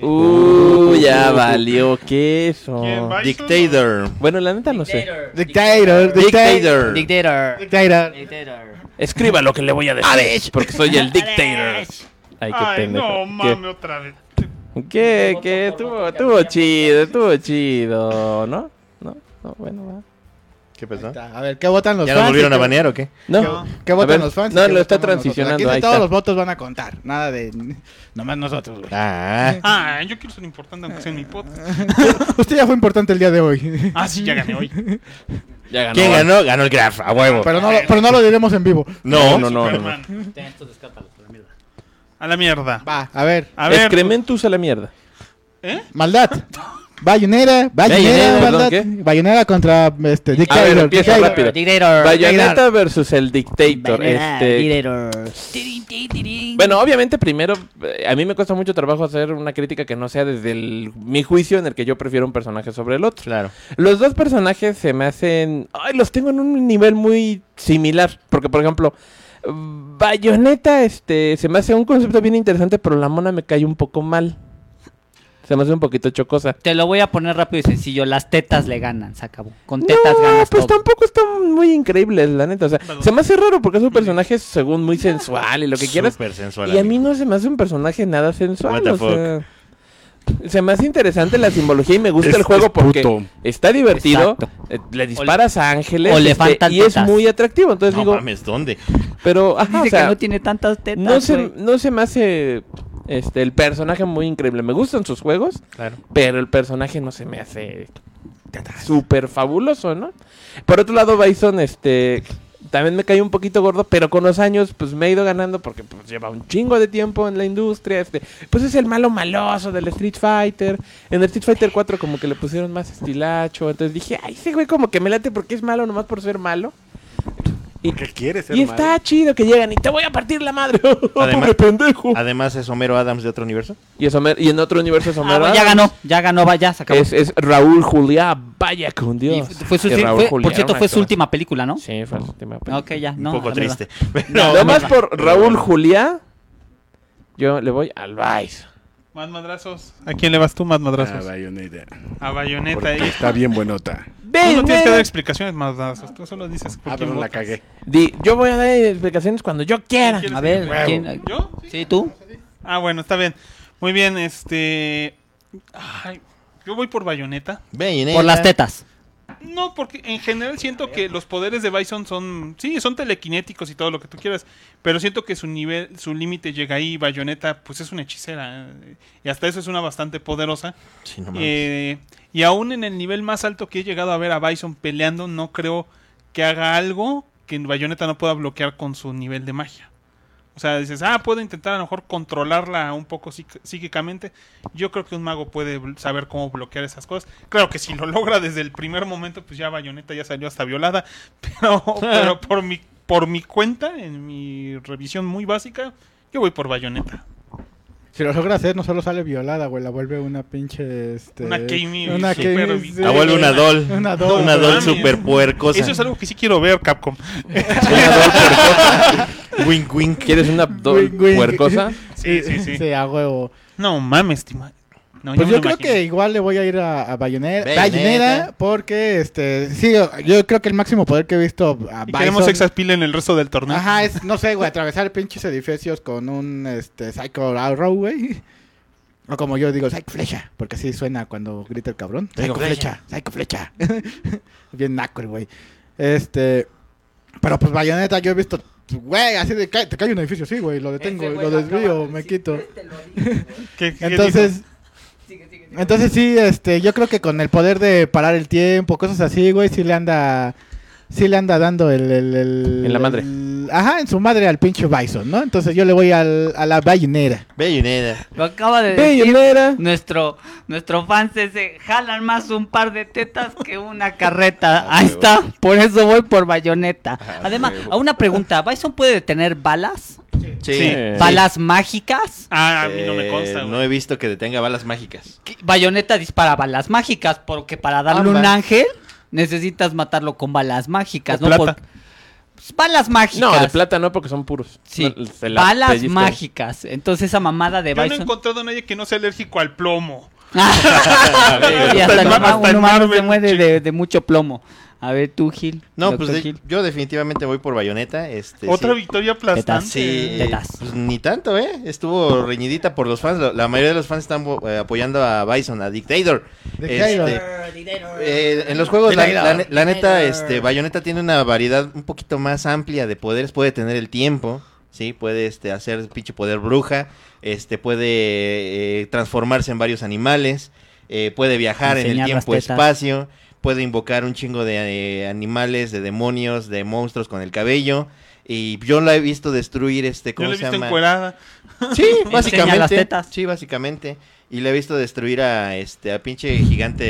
[SPEAKER 4] Uh, ya valió queso.
[SPEAKER 3] ¿Quién va?
[SPEAKER 2] Dictator.
[SPEAKER 4] Bueno, la neta no sé.
[SPEAKER 6] Dictator,
[SPEAKER 5] Dictator.
[SPEAKER 6] dictator.
[SPEAKER 2] Dictator.
[SPEAKER 8] Dictator.
[SPEAKER 6] Dictator.
[SPEAKER 5] Dictator.
[SPEAKER 4] Escriba lo que le voy a decir. Porque soy el dictator.
[SPEAKER 3] Ay,
[SPEAKER 4] Ay, qué
[SPEAKER 3] no,
[SPEAKER 4] pendejo.
[SPEAKER 3] mames, otra vez.
[SPEAKER 4] ¿Qué? ¿Qué? ¿Qué? Estuvo, estuvo chido, estuvo chido, ¿no? No, no, bueno, va.
[SPEAKER 2] ¿Qué pasó? ¿Ya
[SPEAKER 6] A ver, ¿qué votan los
[SPEAKER 2] nos
[SPEAKER 6] fans? Este-
[SPEAKER 2] volvieron a
[SPEAKER 6] ¿Qué-
[SPEAKER 2] banear o qué?
[SPEAKER 4] No.
[SPEAKER 6] ¿Qué
[SPEAKER 4] A
[SPEAKER 6] votan
[SPEAKER 4] ver,
[SPEAKER 6] los fans?
[SPEAKER 4] No,
[SPEAKER 6] ¿Qué
[SPEAKER 4] lo está
[SPEAKER 6] votamos nosotros? Aquí
[SPEAKER 4] transicionando.
[SPEAKER 6] de
[SPEAKER 4] Ahí
[SPEAKER 6] todos
[SPEAKER 4] está.
[SPEAKER 6] los votos van a contar. Nada de. Nomás
[SPEAKER 4] (laughs)
[SPEAKER 6] nosotros, güey.
[SPEAKER 2] Ah.
[SPEAKER 3] Ah, yo quiero ser importante aunque sea en mi podcast.
[SPEAKER 6] Usted ya fue importante el día de hoy.
[SPEAKER 3] Ah, sí, ya gané hoy.
[SPEAKER 4] Ya ganó.
[SPEAKER 2] ¿Quién ganó? Ganó el Graf, a huevo.
[SPEAKER 6] (laughs) Pero no, lo- pero no lo diremos en vivo.
[SPEAKER 2] No,
[SPEAKER 4] No, no, no, no.
[SPEAKER 3] Superman.
[SPEAKER 5] Ten esto, descártalo, por la mierda.
[SPEAKER 3] A la mierda.
[SPEAKER 6] Va, a ver.
[SPEAKER 3] A ver.
[SPEAKER 4] Excrementus a la mierda.
[SPEAKER 3] ¿Eh?
[SPEAKER 6] Maldad. Bayonera,
[SPEAKER 4] Bayonetta,
[SPEAKER 6] Bayonera,
[SPEAKER 4] perdón,
[SPEAKER 6] ¿verdad?
[SPEAKER 4] ¿qué?
[SPEAKER 6] Bayonera contra este, Dick
[SPEAKER 4] A ver,
[SPEAKER 6] Taylor.
[SPEAKER 4] empieza
[SPEAKER 6] Dick Taylor.
[SPEAKER 4] rápido.
[SPEAKER 8] Dictator. Ah,
[SPEAKER 4] Bayonetta versus el Dictator. Este,
[SPEAKER 8] Dictator. Tirin, tirin, tirin.
[SPEAKER 4] Bueno, obviamente primero, eh, a mí me cuesta mucho trabajo hacer una crítica que no sea desde el- mi juicio en el que yo prefiero un personaje sobre el otro.
[SPEAKER 2] Claro.
[SPEAKER 4] Los dos personajes se me hacen... Ay, los tengo en un nivel muy similar. Porque, por ejemplo, Bayonetta este, se me hace un concepto bien interesante, pero la mona me cae un poco mal. Se me hace un poquito chocosa.
[SPEAKER 8] Te lo voy a poner rápido y sencillo. Las tetas le ganan, se acabó. Con tetas
[SPEAKER 4] no,
[SPEAKER 8] ganas
[SPEAKER 4] pues
[SPEAKER 8] todo.
[SPEAKER 4] tampoco están muy increíbles, la neta. O sea, se me hace raro porque es un personaje, según muy sensual y lo que quieras.
[SPEAKER 2] Súper sensual.
[SPEAKER 4] Y a mí
[SPEAKER 2] amigo.
[SPEAKER 4] no se me hace un personaje nada sensual.
[SPEAKER 2] What the
[SPEAKER 4] O sea, se me hace interesante la simbología y me gusta
[SPEAKER 7] Es-
[SPEAKER 4] el juego
[SPEAKER 7] es
[SPEAKER 4] porque
[SPEAKER 7] puto.
[SPEAKER 4] está divertido.
[SPEAKER 8] Exacto.
[SPEAKER 4] eh, le disparas a ángeles
[SPEAKER 8] o le
[SPEAKER 4] este,
[SPEAKER 8] faltan
[SPEAKER 4] y es
[SPEAKER 8] tetas.
[SPEAKER 4] muy atractivo. Entonces
[SPEAKER 2] No
[SPEAKER 4] digo,
[SPEAKER 2] mames, ¿dónde?
[SPEAKER 4] pero ajá,
[SPEAKER 8] Dice
[SPEAKER 4] o sea,
[SPEAKER 8] que no tiene tantas tetas.
[SPEAKER 4] no se,
[SPEAKER 8] güey.
[SPEAKER 4] no se me hace este el personaje muy increíble. Me gustan sus juegos,
[SPEAKER 2] Claro.
[SPEAKER 4] pero el personaje no se me hace súper fabuloso, ¿no? Por otro lado, Bison, este, también me cae un poquito gordo, pero con los años, pues me he ido ganando porque pues, lleva un chingo de tiempo en la industria, este, pues es el malo maloso del Street Fighter. En el Street Fighter 4 como que le pusieron más estilacho, entonces dije, ay, ese güey como que me late porque es malo nomás por ser malo. Y,
[SPEAKER 7] ¿Qué quieres ser Ah,
[SPEAKER 4] y
[SPEAKER 7] mal?
[SPEAKER 4] está chido que llegan y te voy a partir la madre. (laughs)
[SPEAKER 2] Además-
[SPEAKER 4] Pobre pendejo.
[SPEAKER 2] Además es Homero Adams de otro universo.
[SPEAKER 4] Y, es Homer- y en otro universo es
[SPEAKER 8] Ah,
[SPEAKER 4] Homero
[SPEAKER 8] bueno, ya
[SPEAKER 4] Adams.
[SPEAKER 8] ganó, ya ganó, vaya, se acabó.
[SPEAKER 4] Es, es Raúl Juliá, vaya con
[SPEAKER 8] Y
[SPEAKER 4] Dios.
[SPEAKER 8] fue su-
[SPEAKER 4] Y Raúl
[SPEAKER 8] fue- por
[SPEAKER 4] Juliá,
[SPEAKER 8] cierto,
[SPEAKER 4] un
[SPEAKER 8] fue su
[SPEAKER 4] actor.
[SPEAKER 8] última película, ¿no?
[SPEAKER 4] Sí, fue su última película.
[SPEAKER 8] Ok, ya, no.
[SPEAKER 2] un poco
[SPEAKER 8] la verdad.
[SPEAKER 2] triste.
[SPEAKER 4] (laughs)
[SPEAKER 8] No,
[SPEAKER 4] Nada más por Raúl Juliá, yo le voy al Vice.
[SPEAKER 3] Más madrazos. ¿A quién le vas tú más
[SPEAKER 7] Ah,
[SPEAKER 3] madrazos?
[SPEAKER 7] Bayonetta.
[SPEAKER 3] a Bayonetta.
[SPEAKER 7] Porque
[SPEAKER 3] ahí.
[SPEAKER 7] está bien buenota.
[SPEAKER 3] Tú no tienes que dar explicaciones madrazos. Tú solo dices por
[SPEAKER 7] Ah,
[SPEAKER 3] quién
[SPEAKER 7] pero la
[SPEAKER 3] votas.
[SPEAKER 7] cagué.
[SPEAKER 4] Di- yo voy a dar explicaciones cuando yo
[SPEAKER 8] (laughs)
[SPEAKER 4] quiera.
[SPEAKER 3] ¿Quién
[SPEAKER 8] A ver,
[SPEAKER 3] quieres que-
[SPEAKER 8] ¿quién-
[SPEAKER 3] ¿Yo?
[SPEAKER 8] Sí, tú.
[SPEAKER 3] Ah, bueno, está bien. Muy bien, este... Ay, yo voy por Bayonetta.
[SPEAKER 8] Por las tetas.
[SPEAKER 3] No, porque en general siento que los poderes de Bison son, sí, son telequinéticos y todo lo que tú quieras, pero siento que su nivel, su límite llega ahí, Bayonetta, pues es una hechicera, eh, y hasta eso es una bastante poderosa.
[SPEAKER 2] Sí, no mames.
[SPEAKER 3] Eh, y aún en el nivel más alto que he llegado a ver a Bison peleando, no creo que haga algo que Bayonetta no pueda bloquear con su nivel de magia. O sea, dices, ah, puedo intentar a lo mejor controlarla un poco psíqu- psíquicamente. Yo creo que un mago puede bl- saber cómo bloquear esas cosas. Claro que si lo logra desde el primer momento, pues ya Bayonetta ya salió hasta violada. (laughs) Pero, (laughs) pero por, mi, por mi cuenta, en mi revisión muy básica, yo voy por Bayonetta.
[SPEAKER 6] Si lo logra hacer, no solo sale violada, güey, la vuelve una pinche. Este,
[SPEAKER 3] Una Kami
[SPEAKER 6] Una
[SPEAKER 3] super-
[SPEAKER 6] Kami,
[SPEAKER 3] La
[SPEAKER 6] sí.
[SPEAKER 2] La Ah, vuelve una doll.
[SPEAKER 6] Una
[SPEAKER 2] Una doll.
[SPEAKER 6] doll. No
[SPEAKER 3] mames.
[SPEAKER 2] super puercosa.
[SPEAKER 3] Eso es algo que sí quiero ver, Capcom.
[SPEAKER 2] Una doll puercosa. wink, wink.
[SPEAKER 4] ¿Quieres una doble
[SPEAKER 6] Wing, wing.
[SPEAKER 4] puercosa?
[SPEAKER 3] Sí, sí, sí.
[SPEAKER 6] Sí, a huevo.
[SPEAKER 3] No mames, estimado. No,
[SPEAKER 6] Pues
[SPEAKER 3] me
[SPEAKER 6] yo
[SPEAKER 3] lo
[SPEAKER 6] creo
[SPEAKER 3] imagino.
[SPEAKER 6] que igual le voy a ir a, a Bayonera,
[SPEAKER 2] Bayonetta.
[SPEAKER 6] Bayonetta, porque este, sí, yo, yo creo que el máximo poder que he visto a
[SPEAKER 3] Y
[SPEAKER 6] Bison,
[SPEAKER 3] queremos Texas Pil en el resto del torneo.
[SPEAKER 6] Ajá, es, no sé, güey, atravesar pinches edificios con un este, Psycho Arrow, güey. O como yo digo, Psycho Flecha, porque así suena cuando grita el cabrón. Psycho Flecha, Psycho Flecha. (laughs) Bien naco el güey. Este, pero pues Bayonetta yo he visto, güey, así de, ca- te cae un edificio, sí, güey, lo detengo,
[SPEAKER 5] Ese güey
[SPEAKER 6] lo
[SPEAKER 5] acaba
[SPEAKER 6] desvío,
[SPEAKER 5] de
[SPEAKER 6] me
[SPEAKER 5] decir,
[SPEAKER 6] quito.
[SPEAKER 5] te lo dije, güey.
[SPEAKER 3] ¿Qué- qué
[SPEAKER 6] Entonces...
[SPEAKER 3] dijo?
[SPEAKER 5] Sigue, sigue, sigue.
[SPEAKER 6] Entonces sí, este, yo creo que con el poder de parar el tiempo, cosas así, güey, sí le anda, sí le anda dando el, el, el-
[SPEAKER 4] En la madre.
[SPEAKER 6] el- ajá, en su madre al pinche Bison, ¿no? Entonces yo le voy al, a la bayonera.
[SPEAKER 2] Bayonetta.
[SPEAKER 8] Lo acaba de decir.
[SPEAKER 4] Bayonetta.
[SPEAKER 8] Nuestro, nuestro fans ese jalan más un par de tetas que una carreta.
[SPEAKER 4] Ah,
[SPEAKER 8] Ahí está, por eso voy por bayoneta. Además, a una pregunta, ¿Bison puede detener balas?
[SPEAKER 2] Sí.
[SPEAKER 8] ¿Balas mágicas?
[SPEAKER 3] Ah, a mí no me
[SPEAKER 2] Eh,
[SPEAKER 3] consta, güey.
[SPEAKER 2] No he visto que detenga balas mágicas.
[SPEAKER 8] ¿Qué- Bayoneta dispara balas mágicas, porque para darle un
[SPEAKER 6] Ambas.
[SPEAKER 8] ángel necesitas matarlo con balas mágicas,
[SPEAKER 3] O
[SPEAKER 8] ¿no?
[SPEAKER 3] plata.
[SPEAKER 8] Por- Pues, balas mágicas.
[SPEAKER 4] No, de plata no, porque son puros.
[SPEAKER 8] Sí,
[SPEAKER 4] No, se la
[SPEAKER 8] balas
[SPEAKER 4] pellizcan.
[SPEAKER 8] mágicas. Entonces esa mamada de
[SPEAKER 3] Yo no he
[SPEAKER 8] Bison.
[SPEAKER 3] encontrado a nadie que no sea alérgico al plomo.
[SPEAKER 8] (laughs) y hasta
[SPEAKER 3] Hasta
[SPEAKER 8] el
[SPEAKER 3] en
[SPEAKER 8] humano,
[SPEAKER 3] Mar- hasta
[SPEAKER 8] un
[SPEAKER 3] en
[SPEAKER 8] humano
[SPEAKER 3] Marvel,
[SPEAKER 8] se muere
[SPEAKER 3] chico.
[SPEAKER 8] de, de mucho plomo. A ver, tú, Gil.
[SPEAKER 2] No,
[SPEAKER 8] doctor
[SPEAKER 2] pues de-
[SPEAKER 8] Gil.
[SPEAKER 2] yo definitivamente voy por Bayonetta. Este,
[SPEAKER 3] Otra
[SPEAKER 2] sí.
[SPEAKER 3] victoria aplastante.
[SPEAKER 2] Sí,
[SPEAKER 8] Tetas.
[SPEAKER 2] pues ni tanto, ¿eh? Estuvo reñidita por los fans. La- La mayoría de los fans están bo- eh, apoyando a Bison, a Dictator.
[SPEAKER 6] Dictator.
[SPEAKER 2] Este, eh, en los juegos, la, la ne- la neta, este, Bayonetta tiene una variedad un poquito más amplia de poderes. Puede tener el tiempo, ¿sí? Puede este, hacer pinche poder bruja. Este, puede eh, transformarse en varios animales. eh, puede viajar en el
[SPEAKER 8] Enseñar las tetas.
[SPEAKER 2] tiempo-espacio. Puede invocar un chingo de eh, animales, de demonios, de monstruos con el cabello. Y yo la he visto destruir este,
[SPEAKER 3] Yo
[SPEAKER 2] ¿cómo
[SPEAKER 3] le he
[SPEAKER 2] se
[SPEAKER 3] visto
[SPEAKER 2] llama?
[SPEAKER 3] encuerada.
[SPEAKER 2] Sí,
[SPEAKER 8] Enseña las
[SPEAKER 2] básicamente.
[SPEAKER 8] tetas.
[SPEAKER 2] Sí, básicamente. Y le he visto destruir a este a pinche gigante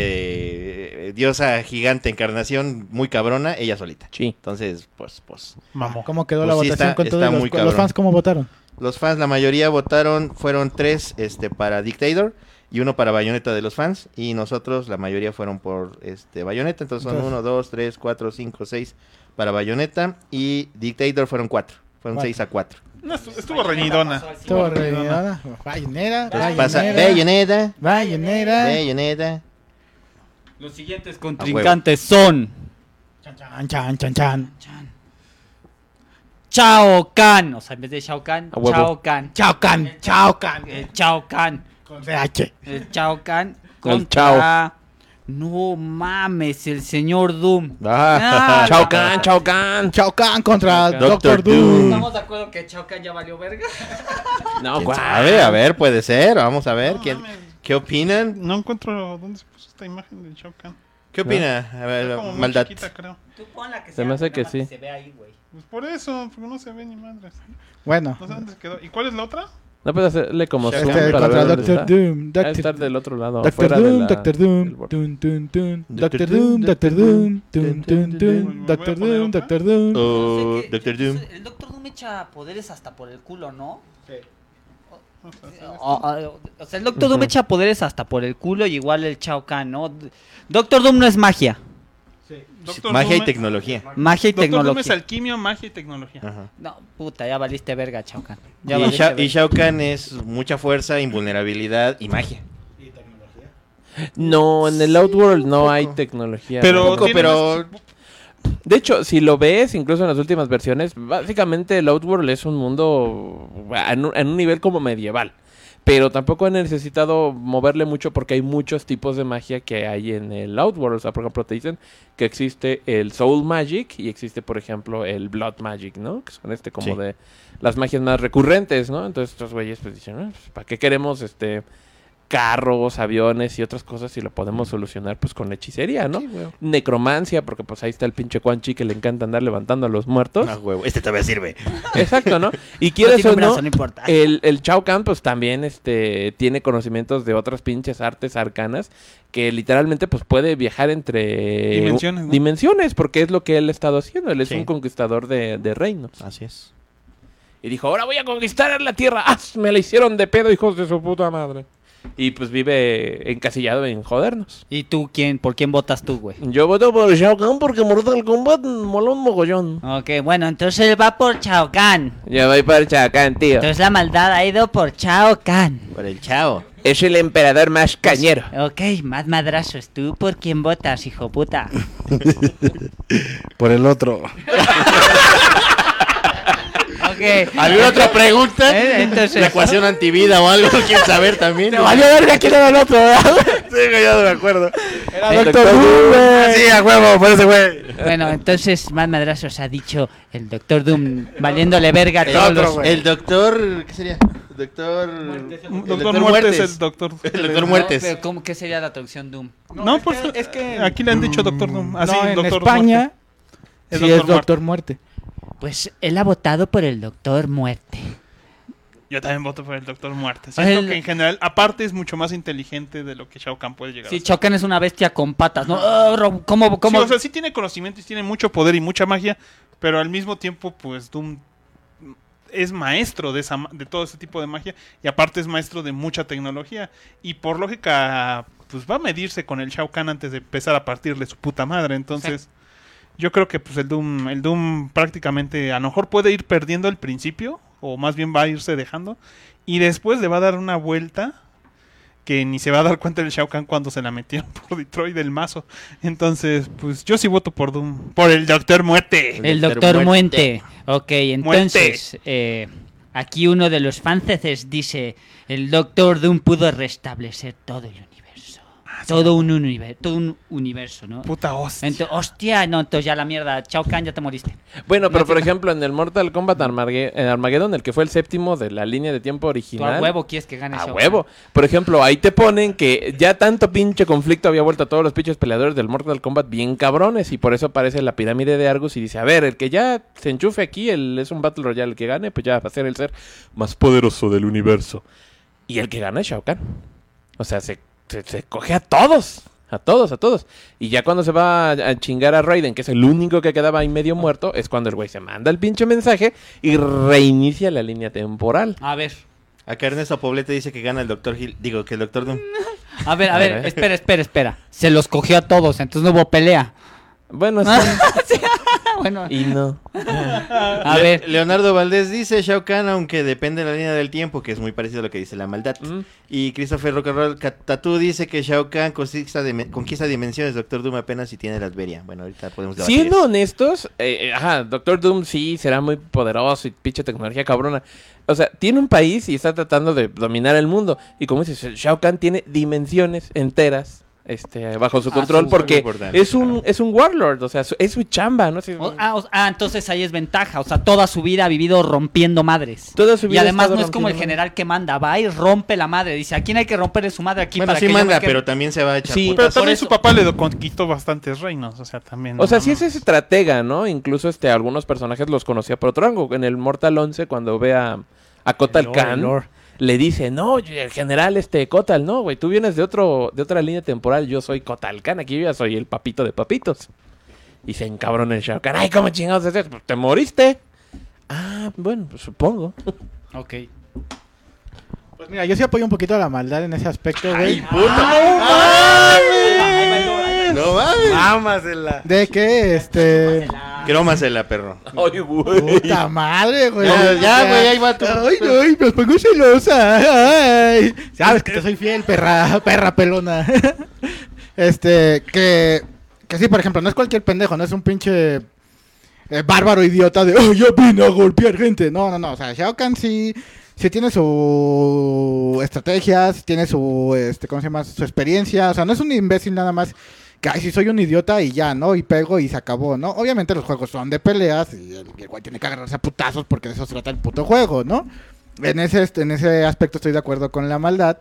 [SPEAKER 2] eh, diosa gigante encarnación muy cabrona ella solita.
[SPEAKER 4] Sí.
[SPEAKER 2] Entonces, pues pues
[SPEAKER 3] Mamó.
[SPEAKER 6] ¿Cómo quedó la
[SPEAKER 2] Pues sí,
[SPEAKER 6] votación
[SPEAKER 2] está-
[SPEAKER 6] con
[SPEAKER 2] está
[SPEAKER 6] todos los,
[SPEAKER 2] muy
[SPEAKER 6] con los
[SPEAKER 2] cabrón.
[SPEAKER 6] fans? ¿Cómo votaron?
[SPEAKER 2] los fans la mayoría votaron fueron tres este para Dictator y uno para Bayonetta de los fans y nosotros la mayoría fueron por este Bayonetta, entonces son
[SPEAKER 6] Entonces-
[SPEAKER 2] uno, dos, tres, cuatro, cinco, seis para Bayonetta y Dictator fueron cuatro, fueron
[SPEAKER 6] Cuatro.
[SPEAKER 2] seis a cuatro.
[SPEAKER 3] No, estu- estuvo reñidona.
[SPEAKER 5] Pasó al
[SPEAKER 6] Estuvo
[SPEAKER 5] siguiente.
[SPEAKER 6] rellenada. Vallenera,
[SPEAKER 2] Entonces pasa
[SPEAKER 6] vallenera,
[SPEAKER 2] Bayonetta,
[SPEAKER 6] vallenera.
[SPEAKER 2] Bayonetta,
[SPEAKER 8] Los siguientes contrincantes son
[SPEAKER 6] Chan, chan, chan, chan.
[SPEAKER 8] Chao Kahn. O sea, en vez de Chao Kahn,
[SPEAKER 4] A huevo.
[SPEAKER 8] Chao Kahn.
[SPEAKER 6] Chao Can, Chao Can.
[SPEAKER 8] eh, Chao Kahn.
[SPEAKER 6] Con CH.
[SPEAKER 8] eh, Chao Kahn.
[SPEAKER 4] El
[SPEAKER 8] Contra... No mames, el señor Doom.
[SPEAKER 2] Ah,
[SPEAKER 8] Ah,
[SPEAKER 4] Chao
[SPEAKER 8] la-
[SPEAKER 4] Can, Chao Can.
[SPEAKER 6] Chao Can
[SPEAKER 4] Chao
[SPEAKER 6] contra
[SPEAKER 4] Kahn.
[SPEAKER 6] Doctor
[SPEAKER 2] Doctor
[SPEAKER 6] Doom.
[SPEAKER 2] Doom.
[SPEAKER 5] Estamos de acuerdo que Chaucan ya valió verga.
[SPEAKER 4] No,
[SPEAKER 2] ¿Quién
[SPEAKER 4] Oh, guau.
[SPEAKER 2] sabe? A ver, puede ser. Vamos a ver.
[SPEAKER 3] No
[SPEAKER 2] ¿Quién-
[SPEAKER 3] mames.
[SPEAKER 2] ¿Qué opinan?
[SPEAKER 3] No encuentro dónde se puso esta imagen de Chao Kahn.
[SPEAKER 2] ¿Qué opina? A ver,
[SPEAKER 3] Está como muy
[SPEAKER 2] Eh, maldad.
[SPEAKER 3] chiquita, creo.
[SPEAKER 5] Tú pon la que
[SPEAKER 4] Se
[SPEAKER 5] sea,
[SPEAKER 4] me hace
[SPEAKER 5] nada
[SPEAKER 4] que
[SPEAKER 5] más
[SPEAKER 4] sí.
[SPEAKER 5] Se ve ahí, güey.
[SPEAKER 3] Pues por eso, porque no se ve ni madre.
[SPEAKER 6] Bueno,
[SPEAKER 4] Pues
[SPEAKER 3] No sé dónde se quedó. ¿Y cuál es la otra?
[SPEAKER 4] No puedes hacerle como
[SPEAKER 2] Este,
[SPEAKER 4] zoom
[SPEAKER 6] este
[SPEAKER 4] para
[SPEAKER 6] contra
[SPEAKER 4] ver dónde
[SPEAKER 6] Doctor
[SPEAKER 4] está.
[SPEAKER 6] Doom.
[SPEAKER 4] Ha de
[SPEAKER 6] Doctor
[SPEAKER 4] estar del otro lado.
[SPEAKER 6] Doctor
[SPEAKER 4] afuera de
[SPEAKER 6] Doom,
[SPEAKER 4] la-
[SPEAKER 6] Doctor
[SPEAKER 4] del
[SPEAKER 6] Doom,
[SPEAKER 4] borde.
[SPEAKER 6] Dun, dun, dun. Doctor
[SPEAKER 2] Doctor
[SPEAKER 6] Doom,
[SPEAKER 2] Doom,
[SPEAKER 6] Doctor Doom, Dun, dun, dun.
[SPEAKER 3] Voy a
[SPEAKER 6] Doctor
[SPEAKER 3] poner
[SPEAKER 6] Doom,
[SPEAKER 3] otra.
[SPEAKER 6] Doctor Doom.
[SPEAKER 2] Oh,
[SPEAKER 5] Yo sé que-
[SPEAKER 2] Doctor
[SPEAKER 5] yo-
[SPEAKER 2] Doom.
[SPEAKER 5] El Doctor Doom echa poderes hasta por el culo, ¿no?
[SPEAKER 8] O, o- o sea, el Doctor Doom echa poderes hasta por el culo y igual el Chao Kahn, ¿no? Doctor Doom no es magia,
[SPEAKER 3] Doctor
[SPEAKER 2] Magia
[SPEAKER 3] Doom ¿eh?
[SPEAKER 2] y
[SPEAKER 3] es-
[SPEAKER 2] tecnología.
[SPEAKER 8] magia y
[SPEAKER 3] Doctor Doom es
[SPEAKER 8] tecnología.
[SPEAKER 3] alquimia, magia y tecnología.
[SPEAKER 2] Ajá.
[SPEAKER 8] No, puta, ya valiste verga, Chao Kahn. Ya
[SPEAKER 2] Y,
[SPEAKER 8] valiste
[SPEAKER 2] Sha- y
[SPEAKER 8] verga.
[SPEAKER 2] Shao Kahn es mucha fuerza, invulnerabilidad y magia.
[SPEAKER 4] No, en el Outworld no hay tecnología.
[SPEAKER 3] Pero,
[SPEAKER 4] ¿no?
[SPEAKER 2] Poco,
[SPEAKER 3] tiene-
[SPEAKER 2] pero-
[SPEAKER 4] De hecho, si lo ves, incluso en las últimas versiones, básicamente el Outworld es un mundo en un, en un nivel como medieval. Pero tampoco he necesitado moverle mucho porque hay muchos tipos de magia que hay en el Outworld. O sea, por ejemplo, te dicen que existe el Soul Magic y existe, por ejemplo, el Blood Magic, ¿no? Que son este como
[SPEAKER 2] Sí.
[SPEAKER 4] de las magias más recurrentes, ¿no? Entonces estos güeyes pues dicen, "Ah, pues, ¿para qué queremos este carros, aviones y otras cosas si lo podemos solucionar pues con la hechicería, ¿no? necromancia, porque pues ahí está el pinche Quan Chi que le encanta andar levantando a los muertos.
[SPEAKER 2] Ah, huevo. Este todavía sirve.
[SPEAKER 4] (laughs) Exacto, ¿no? Y
[SPEAKER 8] No
[SPEAKER 4] quieres
[SPEAKER 8] tiene
[SPEAKER 4] o
[SPEAKER 8] un brazo,
[SPEAKER 4] no, Eh.
[SPEAKER 8] no importa.
[SPEAKER 4] el, el Chao Kahn pues también este, tiene conocimientos de otras pinches artes arcanas que literalmente pues puede viajar entre
[SPEAKER 3] Dimensiones, ¿no?
[SPEAKER 4] dimensiones, porque es lo que él ha estado haciendo, él es
[SPEAKER 2] Sí.
[SPEAKER 4] un conquistador de, de reinos.
[SPEAKER 3] Ah.
[SPEAKER 2] Así es.
[SPEAKER 4] Y dijo, ahora voy a conquistar la tierra. ¡Ah! Me la hicieron de pedo, hijos de su puta madre. Y pues vive encasillado en jodernos.
[SPEAKER 8] ¿Y tú quién? ¿Por quién votas tú, güey?
[SPEAKER 4] Yo voto por Shao Kahn porque Mortal Kombat mola un mogollón.
[SPEAKER 8] Ok, bueno, entonces va por Chao Kahn.
[SPEAKER 4] Yo voy por Shao Kahn, tío.
[SPEAKER 8] Entonces la maldad ha ido por Chao Kahn.
[SPEAKER 2] Por el chao.
[SPEAKER 4] Es el emperador más cañero.
[SPEAKER 8] Ok, más madrazos. ¿Tú por quién votas, hijo puta?
[SPEAKER 7] (laughs) Por el otro.
[SPEAKER 8] Ok.
[SPEAKER 2] ¿Alguna otra pregunta?
[SPEAKER 8] Eh, entonces-
[SPEAKER 2] la ecuación antivida o algo. (laughs) Quiero saber también.
[SPEAKER 4] Te valió verga quién era el otro, ¿verdad?
[SPEAKER 2] Sí, güey, ya no me acuerdo. Eh,
[SPEAKER 4] Era Doctor Doom, güey.
[SPEAKER 2] Sí, a huevo, por ese güey.
[SPEAKER 8] Bueno, entonces más madrazos ha dicho el Doctor Doom valiéndole verga a
[SPEAKER 2] El,
[SPEAKER 8] todos los...
[SPEAKER 2] el doctor. ¿Qué sería? Doctor. El
[SPEAKER 3] Doctor, Muerte es el doctor.
[SPEAKER 2] El doctor
[SPEAKER 8] No,
[SPEAKER 2] Muertes.
[SPEAKER 8] Ah, pero ¿cómo, ¿Qué sería la traducción Doom?
[SPEAKER 3] No, por eso- aquí le han dicho Doctor Doom. Así,
[SPEAKER 6] No, en
[SPEAKER 3] Doctor
[SPEAKER 6] España
[SPEAKER 3] Muerte.
[SPEAKER 6] sí es Doctor Muerte.
[SPEAKER 8] Pues él ha votado por el Doctor Muerte.
[SPEAKER 3] Muerte. Yo también voto por el Doctor Muerte. Siento
[SPEAKER 8] El-
[SPEAKER 3] que en general, aparte, es mucho más inteligente de lo que Shao Kahn puede llegar
[SPEAKER 8] Sí,
[SPEAKER 3] a ser.
[SPEAKER 8] Chocan es una bestia con patas, ¿no? Ah, Rob, ¿Cómo, cómo?
[SPEAKER 3] Sí, o sea, sí tiene conocimientos, tiene mucho poder y mucha magia, pero al mismo tiempo, pues Doom es maestro de, esa, ma- de todo ese tipo de magia y aparte es maestro de mucha tecnología. Y por lógica, pues va a medirse con el Shao Kahn antes de empezar a partirle su puta madre. Entonces, yo creo que pues el Doom, el Doom prácticamente a lo mejor puede ir perdiendo al principio, o más bien va a irse dejando, y después le va a dar una vuelta que ni se va a dar cuenta el Shao Kahn cuando se la metieron (laughs) por Detroit del mazo. Entonces, pues yo sí voto por Doom. Por el Doctor Muerte.
[SPEAKER 8] El
[SPEAKER 2] Doctor
[SPEAKER 8] Doctor Muerte. Ok, entonces,
[SPEAKER 3] Muerte.
[SPEAKER 8] eh, aquí uno de los fanceses dice, el Doctor Doom pudo restablecer todo el universo. todo un universo, todo un universo, ¿no?
[SPEAKER 3] Puta hostia.
[SPEAKER 8] Entonces, hostia, no, entonces ya la mierda, Chao Kahn, ya te moriste.
[SPEAKER 4] Bueno, pero
[SPEAKER 8] No,
[SPEAKER 4] por
[SPEAKER 8] sí.
[SPEAKER 4] ejemplo, en el Mortal Kombat Armage- en Armageddon, el que fue el séptimo de la línea de tiempo
[SPEAKER 8] Tú a
[SPEAKER 4] original.
[SPEAKER 8] huevo quieres que gane
[SPEAKER 4] A
[SPEAKER 8] Shao
[SPEAKER 4] huevo. Por ejemplo, ahí te ponen que ya tanto pinche conflicto había vuelto a todos los pinches peleadores del Mortal Kombat bien cabrones. Y por eso aparece la pirámide de Argus y dice: A ver, el que ya se enchufe aquí el, es un Battle Royale. El que gane, pues ya va a ser el ser más poderoso del universo. Y el que gana es Shao Kahn. O sea, se, se- se coge a todos. A todos, a todos. Y ya cuando se va a, a chingar a Raiden, que es el único que quedaba ahí medio muerto, es cuando el güey se manda el pinche mensaje y reinicia la línea temporal.
[SPEAKER 8] Kahn. A ver,
[SPEAKER 2] Acá Ernesto Poblete dice que gana el Doctor Gil. Digo, que el Doctor Doom.
[SPEAKER 8] a ver, a
[SPEAKER 4] A
[SPEAKER 8] ver,
[SPEAKER 4] ver.
[SPEAKER 8] espera, espera, espera. Se los cogió a todos, entonces no hubo pelea. (laughs)
[SPEAKER 4] Bueno, sí.
[SPEAKER 8] bueno,
[SPEAKER 4] y no.
[SPEAKER 8] a
[SPEAKER 2] Le-
[SPEAKER 8] ver,
[SPEAKER 2] Leonardo Valdés dice Shao Kahn, aunque depende de la línea del tiempo, que es muy parecido a lo que dice la maldad.
[SPEAKER 4] Mm.
[SPEAKER 2] Y Christopher Rocarrol Catatú dice que Shao Kahn conquista, dimen- conquista dimensiones, Doctor Doom apenas si tiene la Adveria. Bueno, ahorita podemos debatir.
[SPEAKER 4] Siendo
[SPEAKER 2] eso.
[SPEAKER 4] honestos, eh, eh, ajá, Doctor Doom sí será muy poderoso y pinche tecnología cabrona. O sea, tiene un país y está tratando de dominar el mundo. Y como dices, Shao Kahn tiene dimensiones enteras este, bajo su
[SPEAKER 8] Ah,
[SPEAKER 4] control
[SPEAKER 8] su-
[SPEAKER 4] porque
[SPEAKER 2] importante,
[SPEAKER 4] es un,
[SPEAKER 2] claro.
[SPEAKER 4] es un warlord, o sea, su- es su chamba, ¿no? Sí,
[SPEAKER 8] o- ah, o- ah, entonces ahí es ventaja, o sea, toda su vida ha vivido rompiendo madres.
[SPEAKER 4] toda su
[SPEAKER 8] Y
[SPEAKER 4] vida ha
[SPEAKER 8] además
[SPEAKER 4] estado
[SPEAKER 8] no es como el
[SPEAKER 4] rompiendo-
[SPEAKER 8] general que manda, va y rompe la madre, dice, ¿a quién hay que romperle su madre aquí
[SPEAKER 2] Bueno,
[SPEAKER 8] para
[SPEAKER 2] sí
[SPEAKER 8] que yo me
[SPEAKER 2] manda,
[SPEAKER 8] quede?"
[SPEAKER 2] pero también se va a echar
[SPEAKER 4] Sí.
[SPEAKER 2] putas.
[SPEAKER 3] Pero también
[SPEAKER 8] eso-
[SPEAKER 3] su papá le conquistó bastantes reinos, o sea, también.
[SPEAKER 4] O sea,
[SPEAKER 3] no
[SPEAKER 4] sí es
[SPEAKER 3] mames.
[SPEAKER 4] ese estratega, ¿no? Incluso este, algunos personajes los conocía por otro rango. En el Mortal 11, cuando ve a, a Kotal
[SPEAKER 8] El Lord,
[SPEAKER 4] Khan,
[SPEAKER 8] el Lord.
[SPEAKER 4] le dice, no, yo- el general este Kotal, no, güey, tú vienes de otro de otra línea temporal, yo soy Kotal Khan, aquí yo ya soy el papito de papitos. Y se encabrona el Shao Kahn, ay, ¿cómo chingados es eso? Pues, Te moriste. Ah, bueno, pues, supongo.
[SPEAKER 8] Ok.
[SPEAKER 6] Pues mira, yo sí apoyo un poquito a la maldad en ese aspecto, güey.
[SPEAKER 2] No mames.
[SPEAKER 7] Mámasela.
[SPEAKER 6] De que, este...
[SPEAKER 2] Crómasela, perro.
[SPEAKER 4] Ay, güey.
[SPEAKER 6] Puta madre, güey.
[SPEAKER 2] Ya,
[SPEAKER 6] O
[SPEAKER 2] ya,
[SPEAKER 6] sea,
[SPEAKER 2] güey, ahí va tu-
[SPEAKER 6] Ay, no, y me pongo celosa. Ay. Sabes que te soy fiel, perra, perra pelona. Este, que. Que sí, por ejemplo, no es cualquier pendejo, no es un pinche. eh, bárbaro idiota de. ¡Oh, yo vine a golpear gente! No, no, no. O sea, Shao Kahn sí. Sí tiene su estrategia, sí tiene su, este, ¿cómo se llama? Su experiencia. O sea, no es un imbécil nada más que, ay, si soy un idiota y ya, ¿no? Y pego y se acabó, ¿no? Obviamente los juegos son de peleas y el, y el güey tiene que agarrarse a putazos porque de eso se trata el puto juego, ¿no? En ese, est- en ese aspecto estoy de acuerdo con la maldad.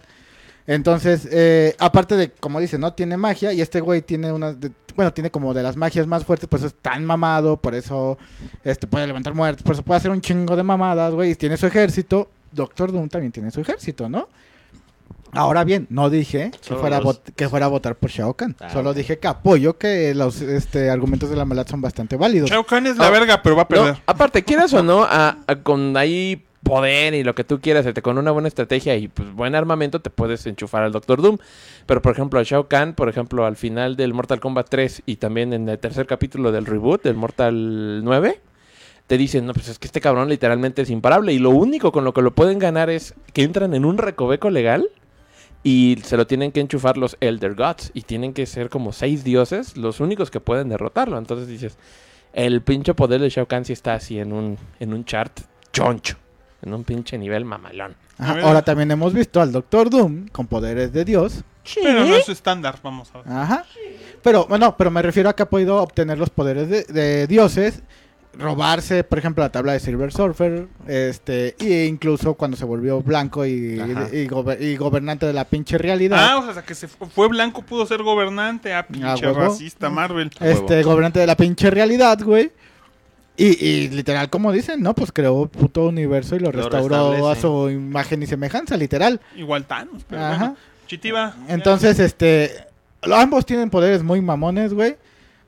[SPEAKER 6] Entonces, eh, aparte de, como dice, ¿no? Tiene magia y este güey tiene una... de- bueno, tiene como de las magias más fuertes, por eso es tan mamado, por eso este, puede levantar muertos, por eso puede hacer un chingo de mamadas, güey. Y tiene su ejército. Doctor Doom también tiene su ejército, ¿no? Ahora bien, no dije que
[SPEAKER 2] Solo
[SPEAKER 6] fuera, a
[SPEAKER 2] los-
[SPEAKER 6] vot- que fuera a votar por Shao Kahn.
[SPEAKER 2] Ah,
[SPEAKER 6] Solo
[SPEAKER 2] ok.
[SPEAKER 6] dije que apoyo que los este, argumentos de la maldad son bastante válidos.
[SPEAKER 3] Shao Kahn es la
[SPEAKER 4] Ah.
[SPEAKER 3] verga, pero va a perder.
[SPEAKER 4] No, aparte, quieras o no, a- a- con ahí poder y lo que tú quieras, este, con una buena estrategia y pues, buen armamento, te puedes enchufar al Doctor Doom. Pero, por ejemplo, a Shao Kahn, por ejemplo, al final del Mortal Kombat 3 y también en el tercer capítulo del reboot, del Mortal 9, te dicen, no, pues es que este cabrón literalmente es imparable. Y lo único con lo que lo pueden ganar es que entran en un recoveco legal y se lo tienen que enchufar los Elder Gods. Y tienen que ser como seis dioses los únicos que pueden derrotarlo. Entonces dices, el pinche poder de Shao Kahn sí está así en un, en un chart choncho. En un pinche nivel mamalón.
[SPEAKER 6] Ajá,
[SPEAKER 3] A ver.
[SPEAKER 6] ahora también hemos visto al Doctor Doom con poderes de Dios.
[SPEAKER 3] Pero no es su estándar, vamos
[SPEAKER 4] Ah,
[SPEAKER 3] a ver.
[SPEAKER 6] Ajá. Pero, bueno, pero me refiero a que ha podido obtener los poderes de, de dioses, robarse, por ejemplo, la tabla de Silver Surfer, este, e incluso cuando se volvió blanco y,
[SPEAKER 2] Ajá.
[SPEAKER 6] y gober- y gobernante de la pinche realidad.
[SPEAKER 3] Ah, o sea, que se fu- fue blanco, pudo ser gobernante. Ah, pinche
[SPEAKER 6] huevo.
[SPEAKER 4] Mm.
[SPEAKER 3] racista, Marvel.
[SPEAKER 2] a huevo.
[SPEAKER 6] este, gobernante de la pinche realidad, güey. Y, y literal, como dicen, ¿no? Pues creó puto universo y lo, restauró a
[SPEAKER 2] restablece.
[SPEAKER 6] su imagen y semejanza, literal.
[SPEAKER 3] Igual Thanos, pero
[SPEAKER 6] Ajá.
[SPEAKER 3] bueno. Chitiba.
[SPEAKER 6] Entonces, este. lo- Ambos tienen poderes muy mamones, güey.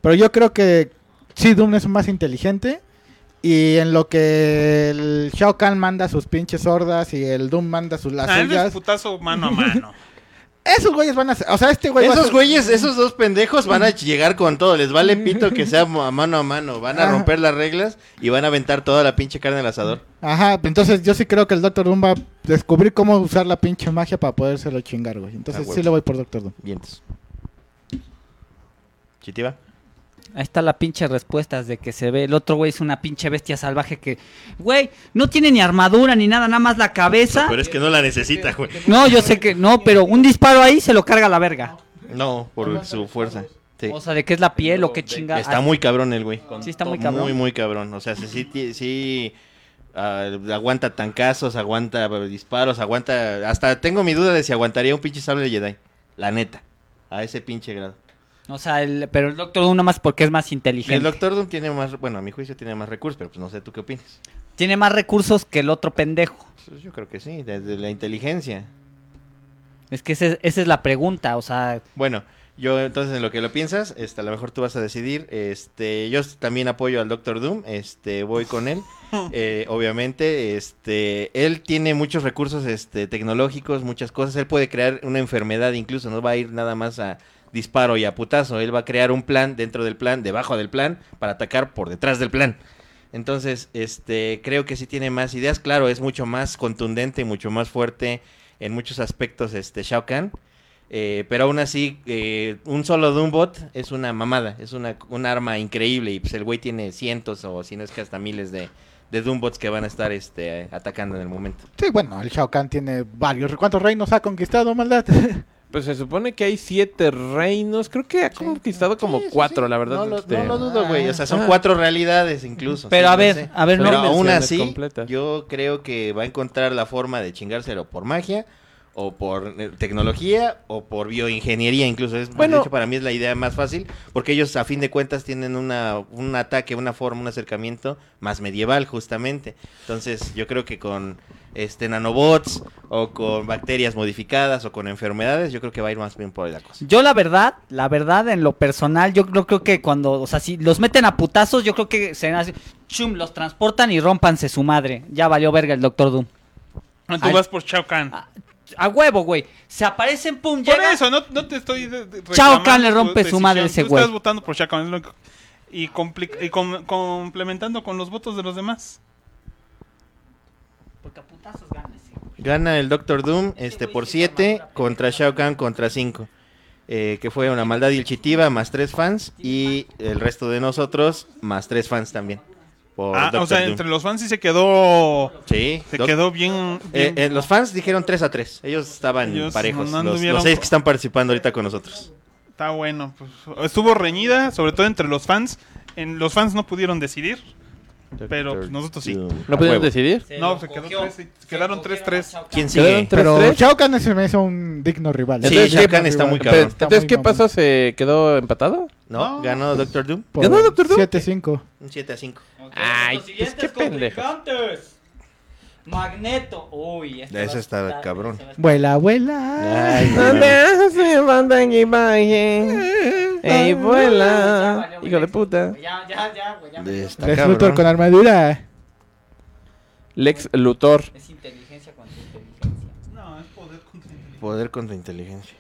[SPEAKER 6] Pero yo creo que sí, Doom es más inteligente. Y en lo que el Shao Kahn manda sus pinches hordas y el Doom manda sus las
[SPEAKER 3] Ah, él es
[SPEAKER 6] suyas.
[SPEAKER 3] putazo mano a
[SPEAKER 6] (laughs)
[SPEAKER 3] mano.
[SPEAKER 6] Esos güeyes van a ser. O sea, este güey. va a
[SPEAKER 2] Esos
[SPEAKER 6] ser-
[SPEAKER 2] güeyes, esos dos pendejos van a llegar con todo. Les vale pito que sea mo- a mano a mano. Van a
[SPEAKER 6] Ajá.
[SPEAKER 2] romper las reglas y van a aventar toda la pinche carne al asador.
[SPEAKER 6] Ajá, entonces yo sí creo que el Doctor Doom va a descubrir cómo usar la pinche magia para podérselo chingar, güey.
[SPEAKER 2] Ah,
[SPEAKER 6] Entonces
[SPEAKER 2] huevo.
[SPEAKER 6] sí le voy por Doctor Doom.
[SPEAKER 2] Vientos. Chitiva.
[SPEAKER 8] Ahí está la pinche respuesta de que se ve. El otro güey es una pinche bestia salvaje que, güey, no tiene ni armadura ni nada, nada más la cabeza.
[SPEAKER 2] Pero es que no la necesita, güey.
[SPEAKER 8] No, yo sé que no, pero un disparo ahí se lo carga la verga.
[SPEAKER 2] No, por su fuerza. Sí.
[SPEAKER 8] O sea, ¿de qué es la piel o qué chingada?
[SPEAKER 2] Está muy cabrón el güey.
[SPEAKER 8] Sí, está muy cabrón.
[SPEAKER 2] Muy, muy cabrón. O sea, sí, sí, ti- sí, ah, aguanta tancazos, aguanta disparos, aguanta... Hasta tengo mi duda de si aguantaría un pinche sable de Jedi. La neta. A ese pinche grado.
[SPEAKER 8] O sea, el- pero el Doctor Doom nada más porque es más inteligente.
[SPEAKER 2] El Doctor Doom tiene más... Bueno, a mi juicio tiene más recursos, pero pues no sé tú qué opinas.
[SPEAKER 8] Tiene más recursos que el otro pendejo.
[SPEAKER 2] Pues yo creo que sí, desde la inteligencia.
[SPEAKER 8] Es que ese- esa es la pregunta, o sea,
[SPEAKER 2] Bueno, yo entonces en lo que lo piensas, este, a lo mejor tú vas a decidir. Este, yo s- también apoyo al Doctor Doom, este, voy con él. eh, obviamente, este, él tiene muchos recursos este, tecnológicos, muchas cosas. Él puede crear una enfermedad incluso, no va a ir nada más a disparo y a putazo. Él va a crear un plan dentro del plan, debajo del plan, para atacar por detrás del plan. Entonces, este, creo que sí tiene más ideas. Claro, es mucho más contundente, mucho más fuerte en muchos aspectos, este, Shao Kahn. Eh, pero aún así, eh, un solo Doombot es una mamada, es una, un arma increíble. Y pues el güey tiene cientos o si no es que hasta miles de, de Doombots que van a estar este, eh, atacando en el momento.
[SPEAKER 6] Sí, bueno, el Shao Kahn tiene varios. ¿Cuántos reinos ha conquistado, maldad? (laughs)
[SPEAKER 4] Pues se supone que hay siete reinos. Creo que ha conquistado como cuatro, la verdad.
[SPEAKER 2] No lo,
[SPEAKER 4] este,
[SPEAKER 2] no lo dudo, güey. O sea, son
[SPEAKER 4] Ah.
[SPEAKER 2] cuatro realidades incluso.
[SPEAKER 8] Pero
[SPEAKER 2] Pues sí,
[SPEAKER 8] a
[SPEAKER 2] no
[SPEAKER 8] ver,
[SPEAKER 2] sé.
[SPEAKER 8] a ver,
[SPEAKER 2] Pero
[SPEAKER 8] no-
[SPEAKER 2] aún
[SPEAKER 4] Dimensiones
[SPEAKER 2] así,
[SPEAKER 4] completas.
[SPEAKER 2] yo creo que va a encontrar la forma de chingárselo por magia o por eh, tecnología o por bioingeniería incluso. Es,
[SPEAKER 4] Bueno.
[SPEAKER 2] de hecho, para mí es la idea más fácil porque ellos a fin de cuentas tienen una, un ataque, una forma, un acercamiento más medieval justamente. Entonces yo creo que con este nanobots o con bacterias modificadas o con enfermedades, yo creo que va a ir más bien por ahí la cosa.
[SPEAKER 8] yo la verdad, la verdad en lo personal, yo no creo que cuando, o sea, si los meten a putazos, yo creo que se hace- chum, los transportan y rompanse su madre. Ya valió verga el Doctor Doom.
[SPEAKER 3] Tú
[SPEAKER 8] Ay.
[SPEAKER 3] vas por Chao Kahn.
[SPEAKER 8] Ah, A huevo, güey. Se aparecen, pum,
[SPEAKER 3] Por
[SPEAKER 8] llega.
[SPEAKER 3] eso, no, no te estoy. de- de-
[SPEAKER 8] Chao
[SPEAKER 3] reclamando
[SPEAKER 8] Kahn le
[SPEAKER 3] tu
[SPEAKER 8] rompe su
[SPEAKER 3] decisión.
[SPEAKER 8] madre ese
[SPEAKER 3] Tú
[SPEAKER 8] güey.
[SPEAKER 3] estás votando por Chao Kahn. es lo que- Y, compli- y com- complementando con los votos de los demás.
[SPEAKER 8] Porque a putazos gana ese, güey.
[SPEAKER 2] Gana el Doctor Doom este, por 7 contra Shao Kahn contra 5. que fue una maldad y el Chitiba más 3 fans y el resto de nosotros más 3 fans también. Por
[SPEAKER 3] Ah,
[SPEAKER 2] Oh, Doctor
[SPEAKER 3] o sea,
[SPEAKER 2] Doom.
[SPEAKER 3] entre los fans sí se quedó.
[SPEAKER 2] Sí,
[SPEAKER 3] Se
[SPEAKER 2] Doc-
[SPEAKER 3] quedó bien.
[SPEAKER 2] eh,
[SPEAKER 3] bien-
[SPEAKER 2] eh, los fans dijeron 3 a 3. Ellos estaban
[SPEAKER 3] Ellos
[SPEAKER 2] parejos.
[SPEAKER 3] no
[SPEAKER 2] los,
[SPEAKER 3] anduvieron
[SPEAKER 2] los seis
[SPEAKER 3] por-
[SPEAKER 2] que están participando ahorita con nosotros.
[SPEAKER 3] Está bueno. pues, estuvo reñida, sobre todo entre los fans. En, los fans no pudieron decidir. Pero, pues, nosotros sí.
[SPEAKER 2] Doom.
[SPEAKER 4] ¿No
[SPEAKER 2] A
[SPEAKER 4] pudieron
[SPEAKER 2] huevo.
[SPEAKER 4] decidir?
[SPEAKER 5] Se
[SPEAKER 3] No,
[SPEAKER 5] lo
[SPEAKER 3] se quedó
[SPEAKER 5] cogió.
[SPEAKER 3] tres- quedaron
[SPEAKER 5] cogieron a
[SPEAKER 3] 3-3.
[SPEAKER 5] Shao Kahn.
[SPEAKER 2] ¿Quién
[SPEAKER 4] Quedaron
[SPEAKER 2] sigue?
[SPEAKER 4] tres,
[SPEAKER 6] Pero
[SPEAKER 4] tres.
[SPEAKER 6] Shao Kahn se me hizo un digno rival.
[SPEAKER 2] Sí,
[SPEAKER 4] Entonces,
[SPEAKER 2] Shao
[SPEAKER 4] ¿qué-
[SPEAKER 2] Kahn está muy
[SPEAKER 4] Pero,
[SPEAKER 2] cabrón.
[SPEAKER 6] Está
[SPEAKER 4] Entonces,
[SPEAKER 6] muy
[SPEAKER 4] ¿qué
[SPEAKER 6] mamón.
[SPEAKER 4] pasó? ¿Se quedó empatado?
[SPEAKER 2] ¿No? ¿Ganó Doctor Doom?
[SPEAKER 6] Por
[SPEAKER 4] ¿Ganó Doctor Doom?
[SPEAKER 6] 7-5.
[SPEAKER 2] Un 7 a 5.
[SPEAKER 5] Ok,
[SPEAKER 4] Ay,
[SPEAKER 5] los
[SPEAKER 4] pues,
[SPEAKER 5] siguientes
[SPEAKER 4] qué pendejo.
[SPEAKER 5] contrincantes. Magneto. Uy, este
[SPEAKER 2] Ese
[SPEAKER 5] va a
[SPEAKER 2] está
[SPEAKER 5] estar-
[SPEAKER 2] cabrón.
[SPEAKER 5] ese va a estar-
[SPEAKER 6] Vuela, vuela.
[SPEAKER 4] ¡Ey,
[SPEAKER 5] Ya
[SPEAKER 4] vuela!
[SPEAKER 5] valió,
[SPEAKER 4] Hijo de
[SPEAKER 5] Magneto.
[SPEAKER 4] puta.
[SPEAKER 5] Ya, ya, ya, güey, ya valió.
[SPEAKER 2] Está
[SPEAKER 6] Lex
[SPEAKER 2] cabrón.
[SPEAKER 6] Luthor con armadura.
[SPEAKER 4] Lex Luthor. (laughs)
[SPEAKER 5] Es inteligencia contra inteligencia.
[SPEAKER 3] No, es poder contra inteligencia.
[SPEAKER 2] Poder contra inteligencia.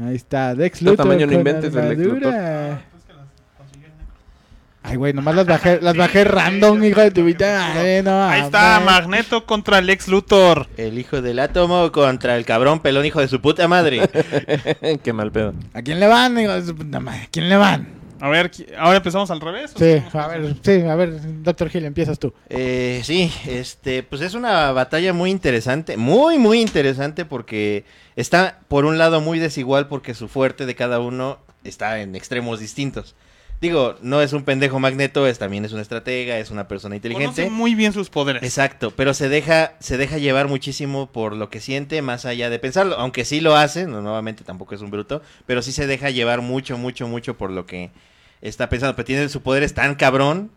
[SPEAKER 6] Ahí está, Lex
[SPEAKER 4] Tu
[SPEAKER 6] Luthor.
[SPEAKER 4] tamaño no
[SPEAKER 6] con
[SPEAKER 4] inventes del Lex Luthor.
[SPEAKER 6] armadura.
[SPEAKER 3] Pues que las consiguió el negro.
[SPEAKER 6] Ay, güey, nomás las bajé, las
[SPEAKER 3] Sí,
[SPEAKER 6] bajé
[SPEAKER 3] sí,
[SPEAKER 6] random,
[SPEAKER 3] sí,
[SPEAKER 6] hijo de
[SPEAKER 3] sí,
[SPEAKER 6] tu
[SPEAKER 3] sí,
[SPEAKER 6] vida.
[SPEAKER 3] sí.
[SPEAKER 6] Ay, no,
[SPEAKER 3] Ahí está,
[SPEAKER 6] man.
[SPEAKER 3] Magneto contra Lex Luthor.
[SPEAKER 2] El hijo del átomo contra el cabrón pelón hijo de su puta (laughs) madre.
[SPEAKER 4] Qué mal pedo.
[SPEAKER 6] ¿A quién le van? Digo, es- no, man, ¿A quién le van?
[SPEAKER 3] A ver, ¿qui- ahora empezamos al revés. ¿o
[SPEAKER 6] Sí,
[SPEAKER 3] seguimos?
[SPEAKER 6] a ver, sí, a ver, Doctor Hill, empiezas tú.
[SPEAKER 2] Eh, sí, este, pues es una batalla muy interesante, muy, muy interesante porque está por un lado muy desigual porque su fuerte de cada uno está en extremos distintos. Digo, no es un pendejo magneto, es también es una estratega, es una persona inteligente.
[SPEAKER 3] Conoce muy bien sus poderes.
[SPEAKER 2] Exacto, pero se deja, se deja llevar muchísimo por lo que siente, más allá de pensarlo, aunque sí lo hace, no, nuevamente tampoco es un bruto, pero sí se deja llevar mucho, mucho, mucho por lo que está pensando, pero tiene su poder es tan cabrón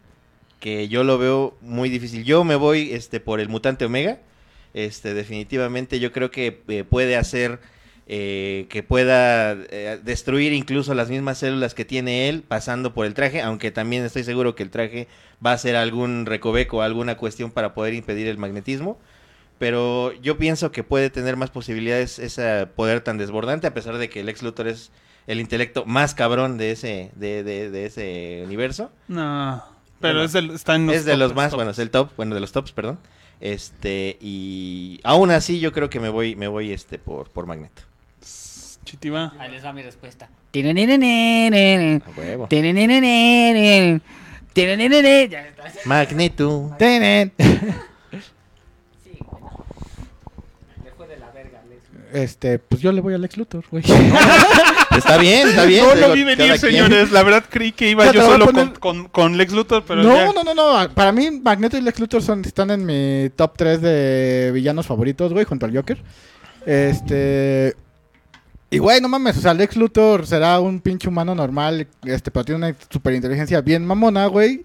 [SPEAKER 2] que yo lo veo muy difícil. Yo me voy este por el mutante Omega. Este, definitivamente yo creo que eh, puede hacer eh, que pueda eh, destruir incluso las mismas células que tiene él pasando por el traje, aunque también estoy seguro que el traje va a ser algún recoveco, alguna cuestión para poder impedir el magnetismo. Pero yo pienso que puede tener más posibilidades ese poder tan desbordante, a pesar de que el ex Luthor es el intelecto más cabrón de ese, de, de- de ese universo.
[SPEAKER 3] No, pero
[SPEAKER 2] Bueno,
[SPEAKER 3] es del- está en los
[SPEAKER 2] es de
[SPEAKER 3] top,
[SPEAKER 2] los más,
[SPEAKER 3] top.
[SPEAKER 2] bueno, es el top, bueno, de los tops, perdón. Este, y aún así yo creo que me voy, me voy este por, por Magneto.
[SPEAKER 3] Chitiba.
[SPEAKER 5] Ahí les va mi respuesta.
[SPEAKER 8] Tirinininininin,
[SPEAKER 2] A huevo.
[SPEAKER 8] tirinininininin, tirinininininin. Ya está.
[SPEAKER 2] Magneto.
[SPEAKER 6] Tenen.
[SPEAKER 5] Sí, bueno. Le fue de la verga, Lex.
[SPEAKER 6] Este, pues yo le voy al Lex Luthor, güey.
[SPEAKER 2] Está bien, está bien.
[SPEAKER 3] (laughs) No lo
[SPEAKER 2] digo,
[SPEAKER 3] vi venir,
[SPEAKER 2] cada quien.
[SPEAKER 3] señores. La verdad creí que iba
[SPEAKER 6] Ya
[SPEAKER 3] yo
[SPEAKER 6] te voy a
[SPEAKER 3] solo
[SPEAKER 6] poner-
[SPEAKER 3] con, con- con Lex Luthor, pero
[SPEAKER 6] no,
[SPEAKER 3] ya.
[SPEAKER 6] no, no, no. Para mí, Magneto y Lex Luthor son, están en mi top 3 de villanos favoritos, güey, junto al Joker. Este. Y, güey, no mames. O sea, Lex Luthor será un pinche humano normal, este, pero tiene una superinteligencia bien mamona, güey.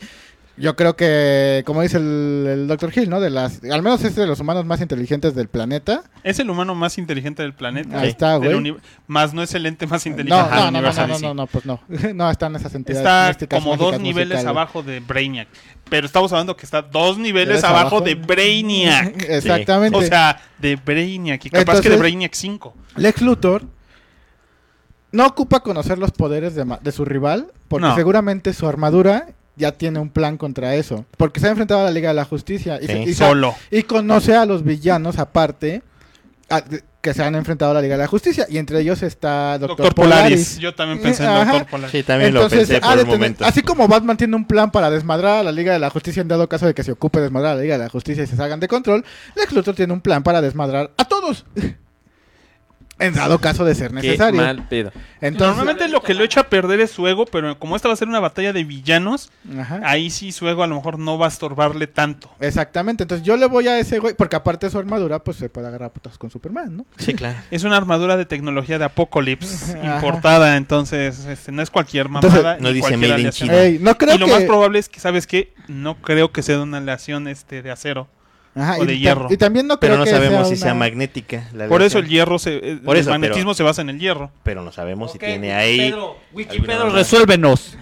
[SPEAKER 6] Yo creo que, como dice el, Doctor Hill, ¿no? De las, al menos es de los humanos más inteligentes del planeta.
[SPEAKER 3] Es el humano más inteligente del planeta.
[SPEAKER 6] Ahí está,
[SPEAKER 3] Del
[SPEAKER 6] güey.
[SPEAKER 3] uni- Más no es el ente más
[SPEAKER 6] No,
[SPEAKER 3] inteligente del
[SPEAKER 6] no, no, no,
[SPEAKER 3] universo
[SPEAKER 6] no, no,
[SPEAKER 3] DC.
[SPEAKER 6] no, este no, pues no. (laughs) no, están esas entidades.
[SPEAKER 3] Está
[SPEAKER 6] místicas,
[SPEAKER 3] como dos
[SPEAKER 6] mágicas,
[SPEAKER 3] niveles
[SPEAKER 6] musicales.
[SPEAKER 3] abajo de Brainiac. Pero estamos hablando que está dos niveles
[SPEAKER 6] ¿Niveles
[SPEAKER 3] abajo
[SPEAKER 6] abajo?
[SPEAKER 3] de Brainiac.
[SPEAKER 6] (laughs) Exactamente.
[SPEAKER 3] O sea, de Brainiac. Y capaz que de
[SPEAKER 6] Entonces-
[SPEAKER 3] Brainiac 5.
[SPEAKER 6] Lex Luthor no ocupa conocer los poderes de, ma- de su rival, porque
[SPEAKER 3] No.
[SPEAKER 6] seguramente su armadura ya tiene un plan contra eso. Porque se ha enfrentado a la Liga de la Justicia y, se-
[SPEAKER 2] Sí.
[SPEAKER 6] y se-
[SPEAKER 3] Solo.
[SPEAKER 6] y conoce a los villanos aparte a- de- que se han enfrentado a la Liga de la Justicia. Y entre ellos está Doctor,
[SPEAKER 3] Doctor Polaris.
[SPEAKER 6] Polaris.
[SPEAKER 3] Yo también pensé en
[SPEAKER 6] Ajá.
[SPEAKER 3] Doctor Polaris.
[SPEAKER 2] Sí, también
[SPEAKER 6] Entonces,
[SPEAKER 2] lo pensé
[SPEAKER 6] ha
[SPEAKER 2] por
[SPEAKER 6] de
[SPEAKER 2] un
[SPEAKER 6] tener-
[SPEAKER 2] momento.
[SPEAKER 6] así como Batman tiene un plan para desmadrar a la Liga de la Justicia en dado caso de que se ocupe desmadrar a la Liga de la Justicia y se salgan de control, Lex Luthor tiene un plan para desmadrar a todos. (laughs) en dado caso de ser
[SPEAKER 4] Qué
[SPEAKER 6] necesario.
[SPEAKER 4] mal pedo.
[SPEAKER 6] Entonces,
[SPEAKER 3] Normalmente lo que lo echa a perder es su ego, pero como esta va a ser una batalla de villanos,
[SPEAKER 6] ajá,
[SPEAKER 3] ahí sí su ego a lo mejor no va a estorbarle tanto.
[SPEAKER 6] exactamente. Entonces yo le voy a ese güey, porque aparte de su armadura, pues se puede agarrar a putas con Superman, ¿no?
[SPEAKER 2] Sí, claro.
[SPEAKER 3] Es una armadura de tecnología de Apocalypse
[SPEAKER 6] (laughs) Ajá.
[SPEAKER 3] importada, entonces este, no es cualquier
[SPEAKER 6] Entonces,
[SPEAKER 3] mamada.
[SPEAKER 2] no
[SPEAKER 3] ni
[SPEAKER 2] dice
[SPEAKER 3] cualquier
[SPEAKER 2] made in
[SPEAKER 3] aleación.
[SPEAKER 2] China. Eh,
[SPEAKER 6] Ey, no creo
[SPEAKER 3] y lo
[SPEAKER 6] que.
[SPEAKER 3] más probable es que, ¿sabes qué? No creo que sea de una aleación este, de acero.
[SPEAKER 6] Ajá,
[SPEAKER 3] o
[SPEAKER 6] y
[SPEAKER 3] de
[SPEAKER 6] ta-
[SPEAKER 3] hierro.
[SPEAKER 6] Y también no creo
[SPEAKER 2] Pero no
[SPEAKER 6] que
[SPEAKER 2] sabemos si sea
[SPEAKER 6] una-
[SPEAKER 2] magnética. la
[SPEAKER 3] Por eso el
[SPEAKER 2] aleación.
[SPEAKER 3] hierro, se, eh,
[SPEAKER 2] Por eso,
[SPEAKER 3] el magnetismo
[SPEAKER 2] pero-
[SPEAKER 3] se basa en el hierro.
[SPEAKER 2] Pero no sabemos
[SPEAKER 5] Ok,
[SPEAKER 2] si tiene ahí.
[SPEAKER 5] Pedro,
[SPEAKER 2] alguna
[SPEAKER 8] Wikipedia,
[SPEAKER 2] mamá.
[SPEAKER 8] resuélvenos.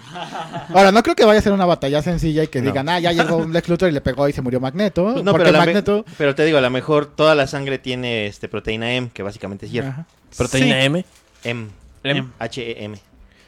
[SPEAKER 6] Ahora, no creo que vaya a ser una batalla sencilla y que
[SPEAKER 2] No.
[SPEAKER 6] digan, ah, ya llegó un Lex Luthor y le pegó y se murió Magneto.
[SPEAKER 2] Pues no,
[SPEAKER 6] porque
[SPEAKER 2] pero, a la me-
[SPEAKER 6] Magneto.
[SPEAKER 2] pero te digo, a lo mejor toda la sangre tiene este proteína M, que básicamente es hierro.
[SPEAKER 6] Ajá.
[SPEAKER 4] Proteína
[SPEAKER 3] Sí.
[SPEAKER 4] M.
[SPEAKER 2] M.
[SPEAKER 4] Em,
[SPEAKER 2] E
[SPEAKER 3] M.
[SPEAKER 2] H-E-M.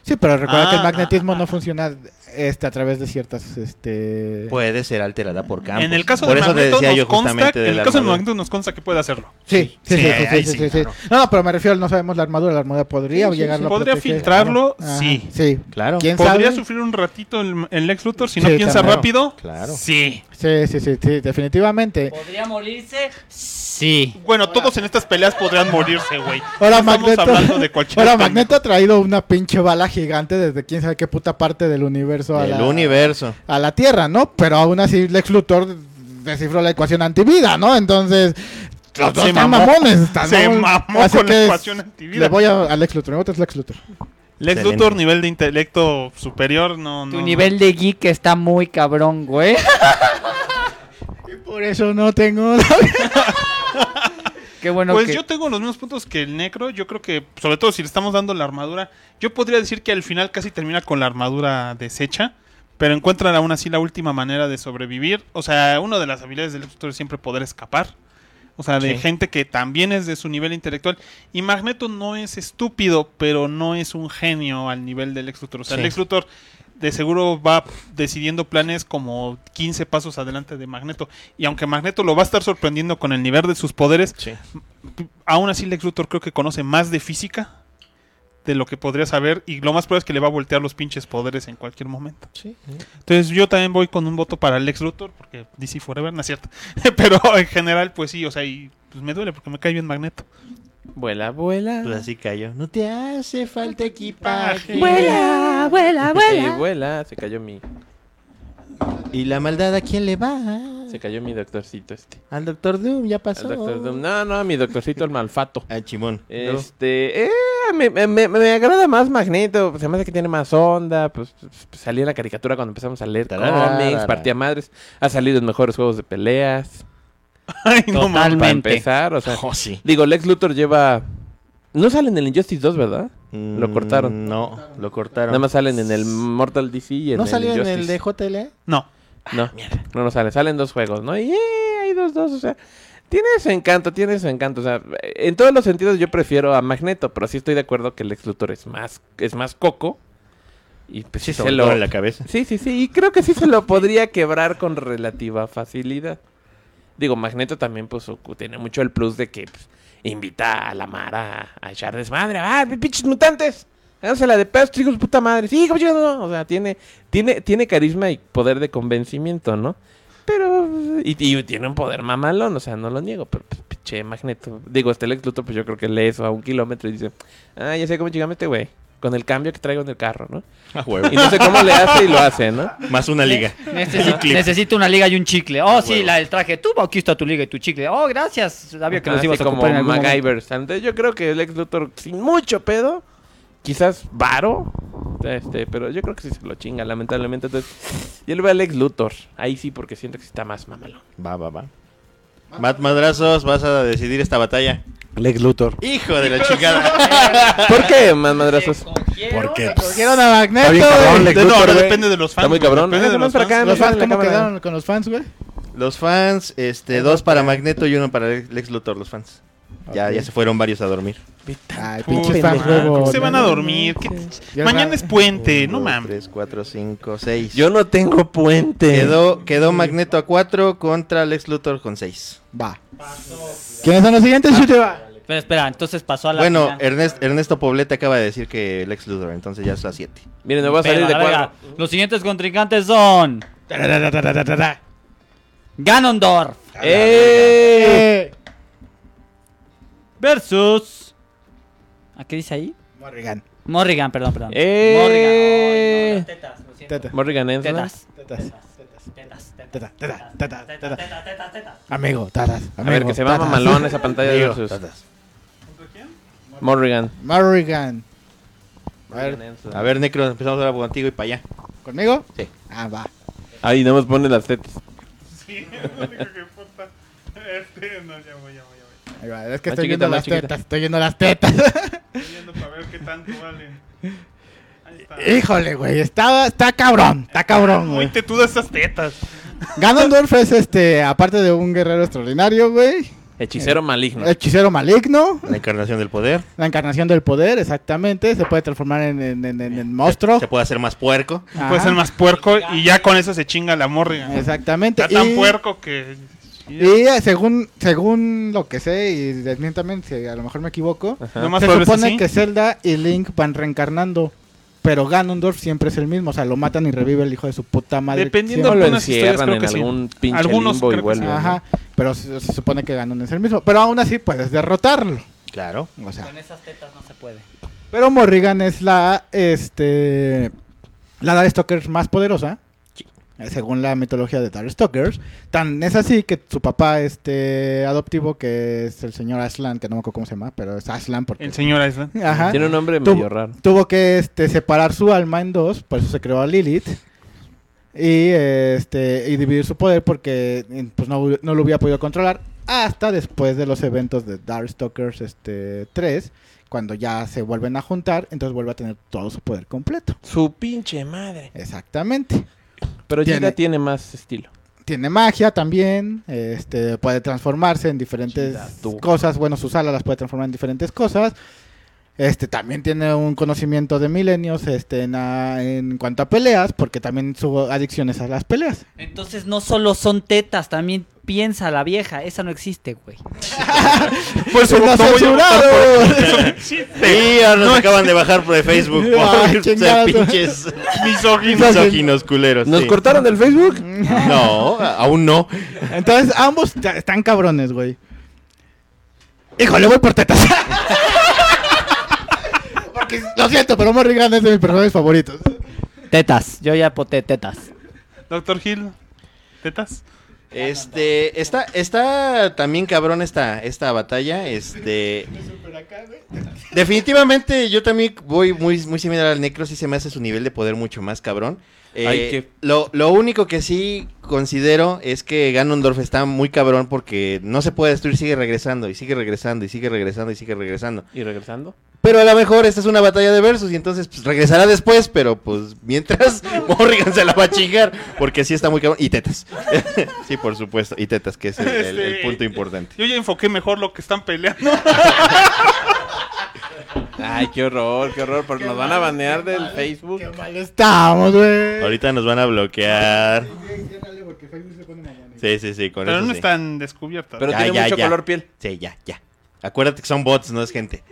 [SPEAKER 6] Sí, pero recuerda
[SPEAKER 3] Ah,
[SPEAKER 6] que el magnetismo no funciona este, a través de ciertas... Este...
[SPEAKER 3] Pues
[SPEAKER 2] Puede ser alterada por campos.
[SPEAKER 3] En el caso
[SPEAKER 2] pues, por
[SPEAKER 3] de
[SPEAKER 2] eso te
[SPEAKER 3] Magneto
[SPEAKER 2] decía
[SPEAKER 3] nos
[SPEAKER 2] yo
[SPEAKER 3] consta,
[SPEAKER 2] justamente de
[SPEAKER 3] en
[SPEAKER 2] la
[SPEAKER 3] el caso de
[SPEAKER 2] armadura.
[SPEAKER 3] Magneto nos consta que puede hacerlo.
[SPEAKER 6] sí, sí, sí, sí, sí,
[SPEAKER 3] ahí
[SPEAKER 6] sí,
[SPEAKER 3] sí,
[SPEAKER 6] sí, sí. No, no, pero me refiero, no sabemos la armadura, la armadura podría
[SPEAKER 3] Sí, sí,
[SPEAKER 6] llegar
[SPEAKER 3] sí.
[SPEAKER 6] a
[SPEAKER 3] Podría
[SPEAKER 6] proteger.
[SPEAKER 3] filtrarlo,
[SPEAKER 6] Ajá,
[SPEAKER 3] sí.
[SPEAKER 6] Sí,
[SPEAKER 2] Claro.
[SPEAKER 6] ¿Quién
[SPEAKER 3] Podría
[SPEAKER 6] sabe?
[SPEAKER 3] sufrir un ratito el, el Lex Luthor si no
[SPEAKER 6] Sí,
[SPEAKER 3] piensa
[SPEAKER 6] claro.
[SPEAKER 3] rápido.
[SPEAKER 2] Claro.
[SPEAKER 3] Sí.
[SPEAKER 6] sí, sí, sí, sí, definitivamente.
[SPEAKER 5] ¿Podría morirse?
[SPEAKER 8] Sí.
[SPEAKER 3] Bueno, todos en estas peleas podrían morirse, güey.
[SPEAKER 6] (laughs) Ahora
[SPEAKER 3] No Estamos
[SPEAKER 6] Magneto,
[SPEAKER 3] hablando de cualquier
[SPEAKER 6] ahora
[SPEAKER 3] pendejo.
[SPEAKER 6] Magneto ha traído una pinche bala gigante desde quién sabe qué puta parte del universo a,
[SPEAKER 2] El
[SPEAKER 6] la,
[SPEAKER 2] universo.
[SPEAKER 6] a la Tierra, ¿no? Pero aún así Lex Luthor descifró la ecuación antivida, ¿no? Entonces, los dos
[SPEAKER 3] Se
[SPEAKER 6] están
[SPEAKER 3] mamó.
[SPEAKER 6] mamones. están
[SPEAKER 3] Se
[SPEAKER 6] mamones.
[SPEAKER 3] mamó
[SPEAKER 6] Así
[SPEAKER 3] con la
[SPEAKER 6] que es-
[SPEAKER 3] ecuación antivida.
[SPEAKER 6] Le voy a, a Lex Luthor, mi voto es Lex Luthor.
[SPEAKER 3] Lex
[SPEAKER 2] Excelente.
[SPEAKER 3] Luthor, nivel de intelecto superior, no. no
[SPEAKER 8] Tu
[SPEAKER 3] no.
[SPEAKER 8] nivel de geek está muy cabrón, güey.
[SPEAKER 6] Por eso no tengo.
[SPEAKER 8] Qué bueno
[SPEAKER 3] Pues
[SPEAKER 8] que...
[SPEAKER 3] yo tengo los mismos puntos que el Necro. Yo creo que, sobre todo si le estamos dando la armadura, yo podría decir que al final casi termina con la armadura deshecha. Pero encuentran aún así la última manera de sobrevivir. O sea, una de las habilidades del Luthor es siempre poder escapar. O sea, de
[SPEAKER 2] Sí.
[SPEAKER 3] gente que también es de su nivel intelectual. Y Magneto no es estúpido, pero no es un genio al nivel del Lex Luthor. O sea,
[SPEAKER 2] Sí.
[SPEAKER 3] el Lex Luthor de seguro va decidiendo planes como 15 pasos adelante de Magneto. Y aunque Magneto lo va a estar sorprendiendo con el nivel de sus poderes,
[SPEAKER 2] Sí.
[SPEAKER 3] aún así Lex Luthor creo que conoce más de física de lo que podría saber y lo más probable es que le va a voltear los pinches poderes en cualquier momento. Entonces yo también voy con un voto para Lex Luthor porque DC Forever, no es cierto. (laughs) Pero en general pues sí, o sea, y pues me duele porque me cae bien Magneto.
[SPEAKER 4] Vuela, vuela.
[SPEAKER 2] Pues así cayó. No te (laughs) hace falta equipaje.
[SPEAKER 4] Vuela,
[SPEAKER 2] Ah,
[SPEAKER 4] vuela, vuela. vuela. Se cayó mi,
[SPEAKER 2] ¿Y la maldad a quién le va?
[SPEAKER 4] se cayó mi doctorcito este.
[SPEAKER 2] Al Doctor Doom, ya pasó.
[SPEAKER 4] Al doctor Doom. No, no, mi doctorcito el malfato.
[SPEAKER 2] Al Chimón.
[SPEAKER 4] Este, eh, me, me- me- me agrada más Magneto, pues, además de que tiene más onda, pues, pues, salía en la caricatura cuando empezamos a leer
[SPEAKER 2] Tararara.
[SPEAKER 4] cómics, partía madres, ha salido en mejores juegos de peleas,
[SPEAKER 3] Ay, no mames.
[SPEAKER 4] para
[SPEAKER 8] Totalmente.
[SPEAKER 4] empezar, o sea,
[SPEAKER 2] Oh, sí.
[SPEAKER 4] digo, Lex Luthor lleva, no sale en el Injustice 2, ¿verdad? Lo
[SPEAKER 2] Mm,
[SPEAKER 4] cortaron.
[SPEAKER 2] No, lo cortaron.
[SPEAKER 4] Nada más salen en el Mortal DC y en
[SPEAKER 2] ¿No
[SPEAKER 4] el
[SPEAKER 2] salió en
[SPEAKER 4] Injustice.
[SPEAKER 2] el de JLA?
[SPEAKER 3] No.
[SPEAKER 2] Ah,
[SPEAKER 4] No, no, no sale. Salen dos juegos, ¿no? Y eh, hay dos, dos, o sea... Tiene su encanto, tiene su encanto. O sea, en todos los sentidos yo prefiero a Magneto, pero sí estoy de acuerdo que el Lex Luthor es más, es más coco. Y pues sí, se
[SPEAKER 2] sobre
[SPEAKER 4] lo...
[SPEAKER 2] todo en la
[SPEAKER 4] (laughs)
[SPEAKER 2] cabeza.
[SPEAKER 4] Sí, sí, sí. Y creo que sí se lo podría quebrar con relativa facilidad. Digo, Magneto también, pues, ocu- tiene mucho el plus de que pues, invita a la Mara a echar desmadre. ¡Ah, pinches mutantes! Háganse la de pedos, chicos, puta madre. Sí, como chicos, no. O sea, tiene, tiene, tiene carisma y poder de convencimiento, ¿no? Pero. Y, y tiene un poder mamalón, o sea, no lo niego, pero pues, pinche pinche Magneto. Digo, este Lex Luthor, pues yo creo que lee eso a un kilómetro y dice, ah, ya sé cómo llegame este güey. Con el cambio que traigo en el carro, ¿no?
[SPEAKER 2] A huevo.
[SPEAKER 4] Y no sé cómo le hace y lo hace, ¿no?
[SPEAKER 2] Más una liga.
[SPEAKER 8] Necesi-
[SPEAKER 2] clip.
[SPEAKER 8] necesito una liga y un chicle. Oh, sí,
[SPEAKER 2] huevo.
[SPEAKER 8] la del traje. Tú, aquí está tu liga y tu chicle. Oh, gracias. Sabía que los
[SPEAKER 4] Ajá,
[SPEAKER 8] ibas
[SPEAKER 4] así
[SPEAKER 8] a ocupar
[SPEAKER 4] como
[SPEAKER 8] en algún momento.
[SPEAKER 4] MacGyver. Entonces yo creo que Lex Luthor, sin mucho pedo, quizás varo, este, pero yo creo que sí se lo chinga, lamentablemente. Entonces, yo le voy a Lex Luthor. Ahí sí, porque siento que sí está más mamalón.
[SPEAKER 2] Va, va, va. Matt Madrazos, vas a decidir esta batalla.
[SPEAKER 9] Lex Luthor.
[SPEAKER 2] Hijo de la chingada.
[SPEAKER 4] (laughs) ¿Por qué, más madrazos?
[SPEAKER 9] ¿Por qué?
[SPEAKER 6] Cogieron a
[SPEAKER 9] Está
[SPEAKER 6] Magneto.
[SPEAKER 9] bien cabrón,
[SPEAKER 6] güey.
[SPEAKER 9] Lex
[SPEAKER 3] No,
[SPEAKER 9] Luthor,
[SPEAKER 3] ahora
[SPEAKER 9] güey.
[SPEAKER 3] depende de los fans.
[SPEAKER 4] Está muy
[SPEAKER 3] güey,
[SPEAKER 4] cabrón.
[SPEAKER 3] Depende
[SPEAKER 4] Eh,
[SPEAKER 3] de los
[SPEAKER 4] nomás para
[SPEAKER 3] fans.
[SPEAKER 4] acá,
[SPEAKER 6] Los
[SPEAKER 4] mira,
[SPEAKER 6] fans,
[SPEAKER 4] en la
[SPEAKER 6] ¿cómo
[SPEAKER 4] cámara.
[SPEAKER 6] quedaron con los fans, güey?
[SPEAKER 2] Los fans, este, dos para Magneto y uno para Lex Luthor, los fans. Ya, ya se fueron varios a dormir.
[SPEAKER 3] Puta
[SPEAKER 6] Ay, pinches fans,
[SPEAKER 3] madre,
[SPEAKER 6] huevo.
[SPEAKER 3] Se van a dormir. ¿Qué-
[SPEAKER 6] Ya
[SPEAKER 3] Mañana
[SPEAKER 6] va.
[SPEAKER 3] es puente, no
[SPEAKER 2] Uno,
[SPEAKER 3] mames.
[SPEAKER 2] Tres, cuatro, cinco, seis.
[SPEAKER 4] Yo no tengo puente.
[SPEAKER 2] Quedó, quedó Magneto a cuatro contra Lex Luthor con seis.
[SPEAKER 6] Va. ¿Quiénes son los siguientes,
[SPEAKER 3] Ah.
[SPEAKER 6] Chucho?
[SPEAKER 8] Pero espera, entonces pasó a la
[SPEAKER 2] Bueno,
[SPEAKER 8] final.
[SPEAKER 2] Ernest- Ernesto Poblete acaba de decir que Lex Luthor, entonces ya es a siete.
[SPEAKER 4] Miren, me voy a
[SPEAKER 8] Pero,
[SPEAKER 4] salir de
[SPEAKER 8] a la
[SPEAKER 4] cuadro.
[SPEAKER 8] verga, Los siguientes contrincantes son...
[SPEAKER 6] Eh,
[SPEAKER 8] Ganondorf
[SPEAKER 4] ¡Eh!
[SPEAKER 6] Eh,
[SPEAKER 8] versus... ¿A Ah, qué dice ahí?
[SPEAKER 6] Morrigan.
[SPEAKER 8] Morrigan, perdón, perdón.
[SPEAKER 5] Ay, no,
[SPEAKER 4] ¡Eh!
[SPEAKER 5] las tetas, lo siento.
[SPEAKER 6] Teta,
[SPEAKER 4] Morrigan Enzo.
[SPEAKER 8] Tetas.
[SPEAKER 6] tetas,
[SPEAKER 5] Tetas, tetas,
[SPEAKER 6] teta, teta, teta,
[SPEAKER 5] tetas,
[SPEAKER 6] teta.
[SPEAKER 5] tetas, tetas, tetas.
[SPEAKER 6] Amigo, tatas.
[SPEAKER 4] A ver, que se va
[SPEAKER 6] (laughs)
[SPEAKER 4] mamalón esa pantalla de versus. Morrigan.
[SPEAKER 6] Morrigan. A
[SPEAKER 4] Morrigan
[SPEAKER 6] ver,
[SPEAKER 4] Enzo.
[SPEAKER 2] A ver, Necro, empezamos ahora contigo y para allá.
[SPEAKER 6] ¿conmigo?
[SPEAKER 2] Sí.
[SPEAKER 6] Ah, va.
[SPEAKER 4] Ahí nomás pone las tetas.
[SPEAKER 3] (laughs) Sí, lo único que importa. Este, no, ya voy, ya voy, ya voy.
[SPEAKER 6] Ahí va. Es que
[SPEAKER 4] Más chiquita,
[SPEAKER 6] estoy viendo
[SPEAKER 4] más
[SPEAKER 6] las
[SPEAKER 4] chiquita.
[SPEAKER 6] tetas, estoy viendo las tetas. (laughs)
[SPEAKER 3] Estoy viendo para ver qué tanto vale. Ahí está.
[SPEAKER 6] Híjole, güey, está, está cabrón, está cabrón,
[SPEAKER 3] Muy
[SPEAKER 6] güey.
[SPEAKER 3] tetudas esas tetas.
[SPEAKER 6] Ganondorf es este, aparte de un guerrero extraordinario, güey,
[SPEAKER 4] Hechicero maligno.
[SPEAKER 6] hechicero maligno,
[SPEAKER 2] La encarnación del poder.
[SPEAKER 6] la encarnación del poder, exactamente, se puede transformar en, en, en- en- en monstruo.
[SPEAKER 2] Se puede hacer más puerco.
[SPEAKER 6] Ajá,
[SPEAKER 3] Puede ser más puerco y ya con eso se chinga la morriga.
[SPEAKER 6] Exactamente.
[SPEAKER 3] Está tan
[SPEAKER 6] y-
[SPEAKER 3] puerco que.
[SPEAKER 6] Y eh, según, según lo que sé, y desmiéntame si a lo mejor me equivoco,
[SPEAKER 3] Nomás
[SPEAKER 6] se
[SPEAKER 3] por eso
[SPEAKER 6] supone
[SPEAKER 3] sí.
[SPEAKER 6] que Zelda y Link van reencarnando, pero Ganondorf siempre es el mismo, o sea, lo matan y revive el hijo de su puta madre.
[SPEAKER 3] Dependiendo
[SPEAKER 6] siempre.
[SPEAKER 4] No lo
[SPEAKER 3] algunas historias
[SPEAKER 4] encierran
[SPEAKER 3] creo
[SPEAKER 4] en
[SPEAKER 3] que sí.
[SPEAKER 4] algún pinche
[SPEAKER 3] Algunos
[SPEAKER 4] limbo y
[SPEAKER 3] creo que sí.
[SPEAKER 4] vuelve. ¿no?
[SPEAKER 6] Ajá, pero se, se supone que Ganon es el mismo. Pero aún así puedes derrotarlo.
[SPEAKER 2] Claro.
[SPEAKER 6] O sea,
[SPEAKER 5] Con esas tetas no se puede.
[SPEAKER 6] pero Morrigan es la, este, la Darkstalker más poderosa. eh, Según la mitología de Darkstalkers. Tan es así que su papá, este, adoptivo, que es el señor Aslan, que no me acuerdo cómo se llama, pero es Aslan porque...
[SPEAKER 3] El señor Island.
[SPEAKER 6] Ajá.
[SPEAKER 4] Tiene un nombre
[SPEAKER 6] Tú-
[SPEAKER 4] medio raro.
[SPEAKER 6] Tuvo que este, separar su alma en dos, por eso se creó a Lilith. Y, este, y dividir su poder porque eh, pues, no, no lo hubiera podido controlar hasta después de los eventos de Darkstalkers este, 3, cuando ya se vuelven a juntar, entonces vuelve a tener todo su poder completo.
[SPEAKER 4] Su pinche madre.
[SPEAKER 6] Exactamente.
[SPEAKER 4] Pero
[SPEAKER 6] Tiene-
[SPEAKER 4] Gita tiene más estilo.
[SPEAKER 6] Tiene magia también, este, puede transformarse en diferentes
[SPEAKER 4] Chida, tú.
[SPEAKER 6] cosas, bueno, sus alas las puede transformar en diferentes cosas. Este también tiene un conocimiento de milenios este, en, a- en cuanto a peleas, porque también su adicción es a las peleas.
[SPEAKER 8] Entonces no solo son tetas, también piensa la vieja. Esa no existe, güey.
[SPEAKER 6] Por (laughs)
[SPEAKER 3] eso no voy a
[SPEAKER 2] Sí, ahora nos acaban de bajar por de Facebook.
[SPEAKER 4] (laughs)
[SPEAKER 6] Ah,
[SPEAKER 2] Por ser
[SPEAKER 6] chingado.
[SPEAKER 2] pinches
[SPEAKER 3] Misógino.
[SPEAKER 2] misóginos culeros.
[SPEAKER 4] ¿Nos
[SPEAKER 2] sí.
[SPEAKER 4] cortaron del Facebook?
[SPEAKER 2] No, a- aún no.
[SPEAKER 6] (laughs) Entonces ambos ta- están cabrones, güey. Híjole, voy por tetas. (laughs) porque lo siento, pero Morrigan es de mis personajes favoritos.
[SPEAKER 8] Tetas. Yo ya poté tetas.
[SPEAKER 3] Doctor Hill. Tetas.
[SPEAKER 2] Este, está, está también cabrón esta, esta batalla. Este, definitivamente yo también voy muy, muy similar al Necro. Si se me hace su nivel de poder mucho más cabrón. Eh,
[SPEAKER 4] Ay, qué-
[SPEAKER 2] lo, lo único que sí considero es que Ganondorf está muy cabrón porque no se puede destruir. Sigue regresando y sigue regresando y sigue regresando y sigue regresando.
[SPEAKER 4] ¿Y regresando?
[SPEAKER 2] Pero a lo mejor esta es una batalla de versus y entonces pues, regresará después, pero pues mientras (laughs) Morrigan se la va a chingar, porque sí está muy cabrón. Y tetas. (laughs) sí, por supuesto, y tetas, que es el, el- el
[SPEAKER 3] Este,
[SPEAKER 2] punto importante.
[SPEAKER 3] Yo ya enfoqué mejor lo que están peleando.
[SPEAKER 4] Ay, qué horror, qué horror. Pero nos van a banear del Facebook.
[SPEAKER 6] Mal estamos, güey.
[SPEAKER 2] Ahorita nos van a bloquear. Sí, sí, sí, con
[SPEAKER 3] Pero
[SPEAKER 2] eso
[SPEAKER 3] no
[SPEAKER 2] sí.
[SPEAKER 3] están descubiertas.
[SPEAKER 4] Pero
[SPEAKER 2] Ya,
[SPEAKER 4] tiene
[SPEAKER 2] ya,
[SPEAKER 4] mucho
[SPEAKER 2] ya.
[SPEAKER 4] color piel.
[SPEAKER 2] Sí, ya, ya. Acuérdate que son bots, no es gente.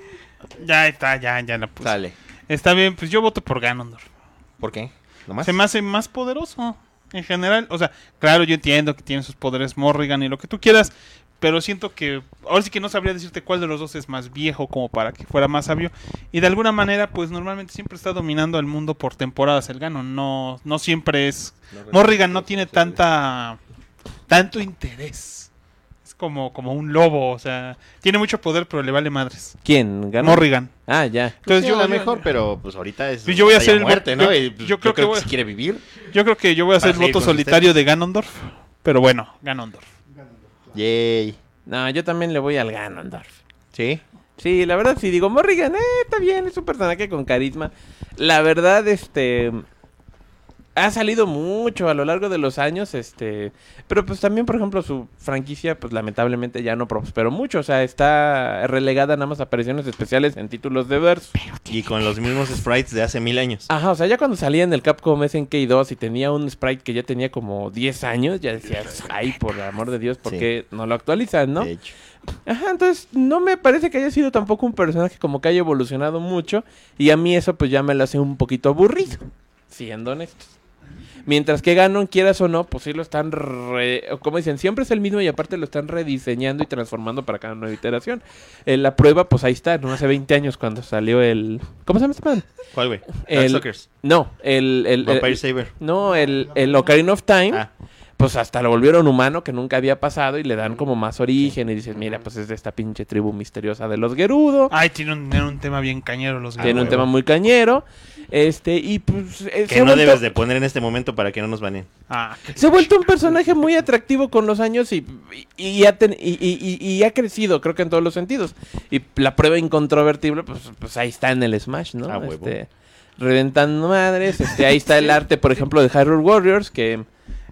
[SPEAKER 3] Ya está, ya, ya la puse.
[SPEAKER 2] Sale.
[SPEAKER 3] Está bien, pues yo voto por Ganondorf.
[SPEAKER 2] Pues, ¿Por qué? ¿Nomás?
[SPEAKER 3] Se me hace más poderoso en general. O sea, claro, yo entiendo que tiene sus poderes Morrigan y lo que tú quieras. Pero siento que, ahora sí que no sabría decirte cuál de los dos es más viejo como para que fuera más sabio. Y de alguna manera, pues normalmente siempre está dominando al mundo por temporadas el gano. No, no siempre es... Morrigan no pues, tiene tanta tanto interés. Es como, como un lobo, o sea, tiene mucho poder, pero le vale madres.
[SPEAKER 4] ¿Quién? ¿Ganó?
[SPEAKER 3] Morrigan.
[SPEAKER 4] Ah, ya.
[SPEAKER 3] Entonces yo,
[SPEAKER 2] a lo
[SPEAKER 3] yo-
[SPEAKER 2] mejor, pero pues ahorita es.
[SPEAKER 3] Pues yo voy a
[SPEAKER 2] batalla
[SPEAKER 3] hacer el
[SPEAKER 2] muerte,
[SPEAKER 3] voto-
[SPEAKER 2] ¿no?
[SPEAKER 3] yo-
[SPEAKER 2] Y, pues,
[SPEAKER 3] yo creo que voy a-
[SPEAKER 2] si quiere vivir.
[SPEAKER 3] yo creo que yo voy a hacer el
[SPEAKER 2] Para seguir
[SPEAKER 3] voto
[SPEAKER 2] con usted.
[SPEAKER 3] solitario de Ganondorf. Pero bueno, Ganondorf.
[SPEAKER 2] Yay.
[SPEAKER 4] No, yo también le voy al Ganondorf.
[SPEAKER 2] Sí.
[SPEAKER 4] Sí, la verdad sí, digo, Morrigan, eh, está bien, es un personaje con carisma. La verdad, este... Ha salido mucho a lo largo de los años, este... Pero pues también, por ejemplo, su franquicia, pues lamentablemente ya no prosperó mucho. O sea, está relegada nada más a apariciones especiales en títulos de verso.
[SPEAKER 2] Y con los mismos sprites de hace mil años.
[SPEAKER 4] Ajá, o sea, ya cuando salía en el Capcom SNK2 y tenía un sprite que ya tenía como 10 años, ya decías, ay, por el amor de Dios, ¿por
[SPEAKER 2] Sí.
[SPEAKER 4] qué no lo actualizan, no?
[SPEAKER 2] De hecho.
[SPEAKER 4] Ajá, entonces no me parece que haya sido tampoco un personaje como que haya evolucionado mucho y a mí eso pues ya me lo hace un poquito aburrido, siendo honestos. Mientras que Ganon, quieras o no, pues sí lo están, re- o como dicen, siempre es el mismo y aparte lo están rediseñando y transformando para cada nueva iteración. Eh, la prueba, pues ahí está, ¿no? Hace 20 años cuando salió el... ¿Cómo se llama este man?
[SPEAKER 2] ¿Cuál, güey?
[SPEAKER 4] El-
[SPEAKER 2] Darkstalkers.
[SPEAKER 4] No, el... el, el-
[SPEAKER 2] Vampire Saber.
[SPEAKER 4] no, el, el Ocarina of Time
[SPEAKER 2] Ah,
[SPEAKER 4] pues hasta lo volvieron humano que nunca había pasado y le dan como más origen y dices, mira, pues es de esta pinche tribu misteriosa de los Gerudo.
[SPEAKER 2] Ah,
[SPEAKER 3] Ay, tiene un, tiene un tema bien cañero los
[SPEAKER 4] tiene un
[SPEAKER 3] Ganondorf.
[SPEAKER 4] tema muy cañero. Este, y pues eh, se
[SPEAKER 2] que
[SPEAKER 4] ha
[SPEAKER 2] no
[SPEAKER 4] vuelto-
[SPEAKER 2] debes de poner en este momento para que no nos banen.
[SPEAKER 3] Ah,
[SPEAKER 4] se ha vuelto un personaje muy atractivo con los años y, y, y ha, ten- y- y- y- y ha crecido, creo que en todos los sentidos. Y la prueba incontrovertible, pues, pues ahí está en el Smash, ¿no?
[SPEAKER 2] Ah, huevo.
[SPEAKER 4] Este, reventando madres. Este, ahí está el arte, por ejemplo, de Hyrule Warriors, que,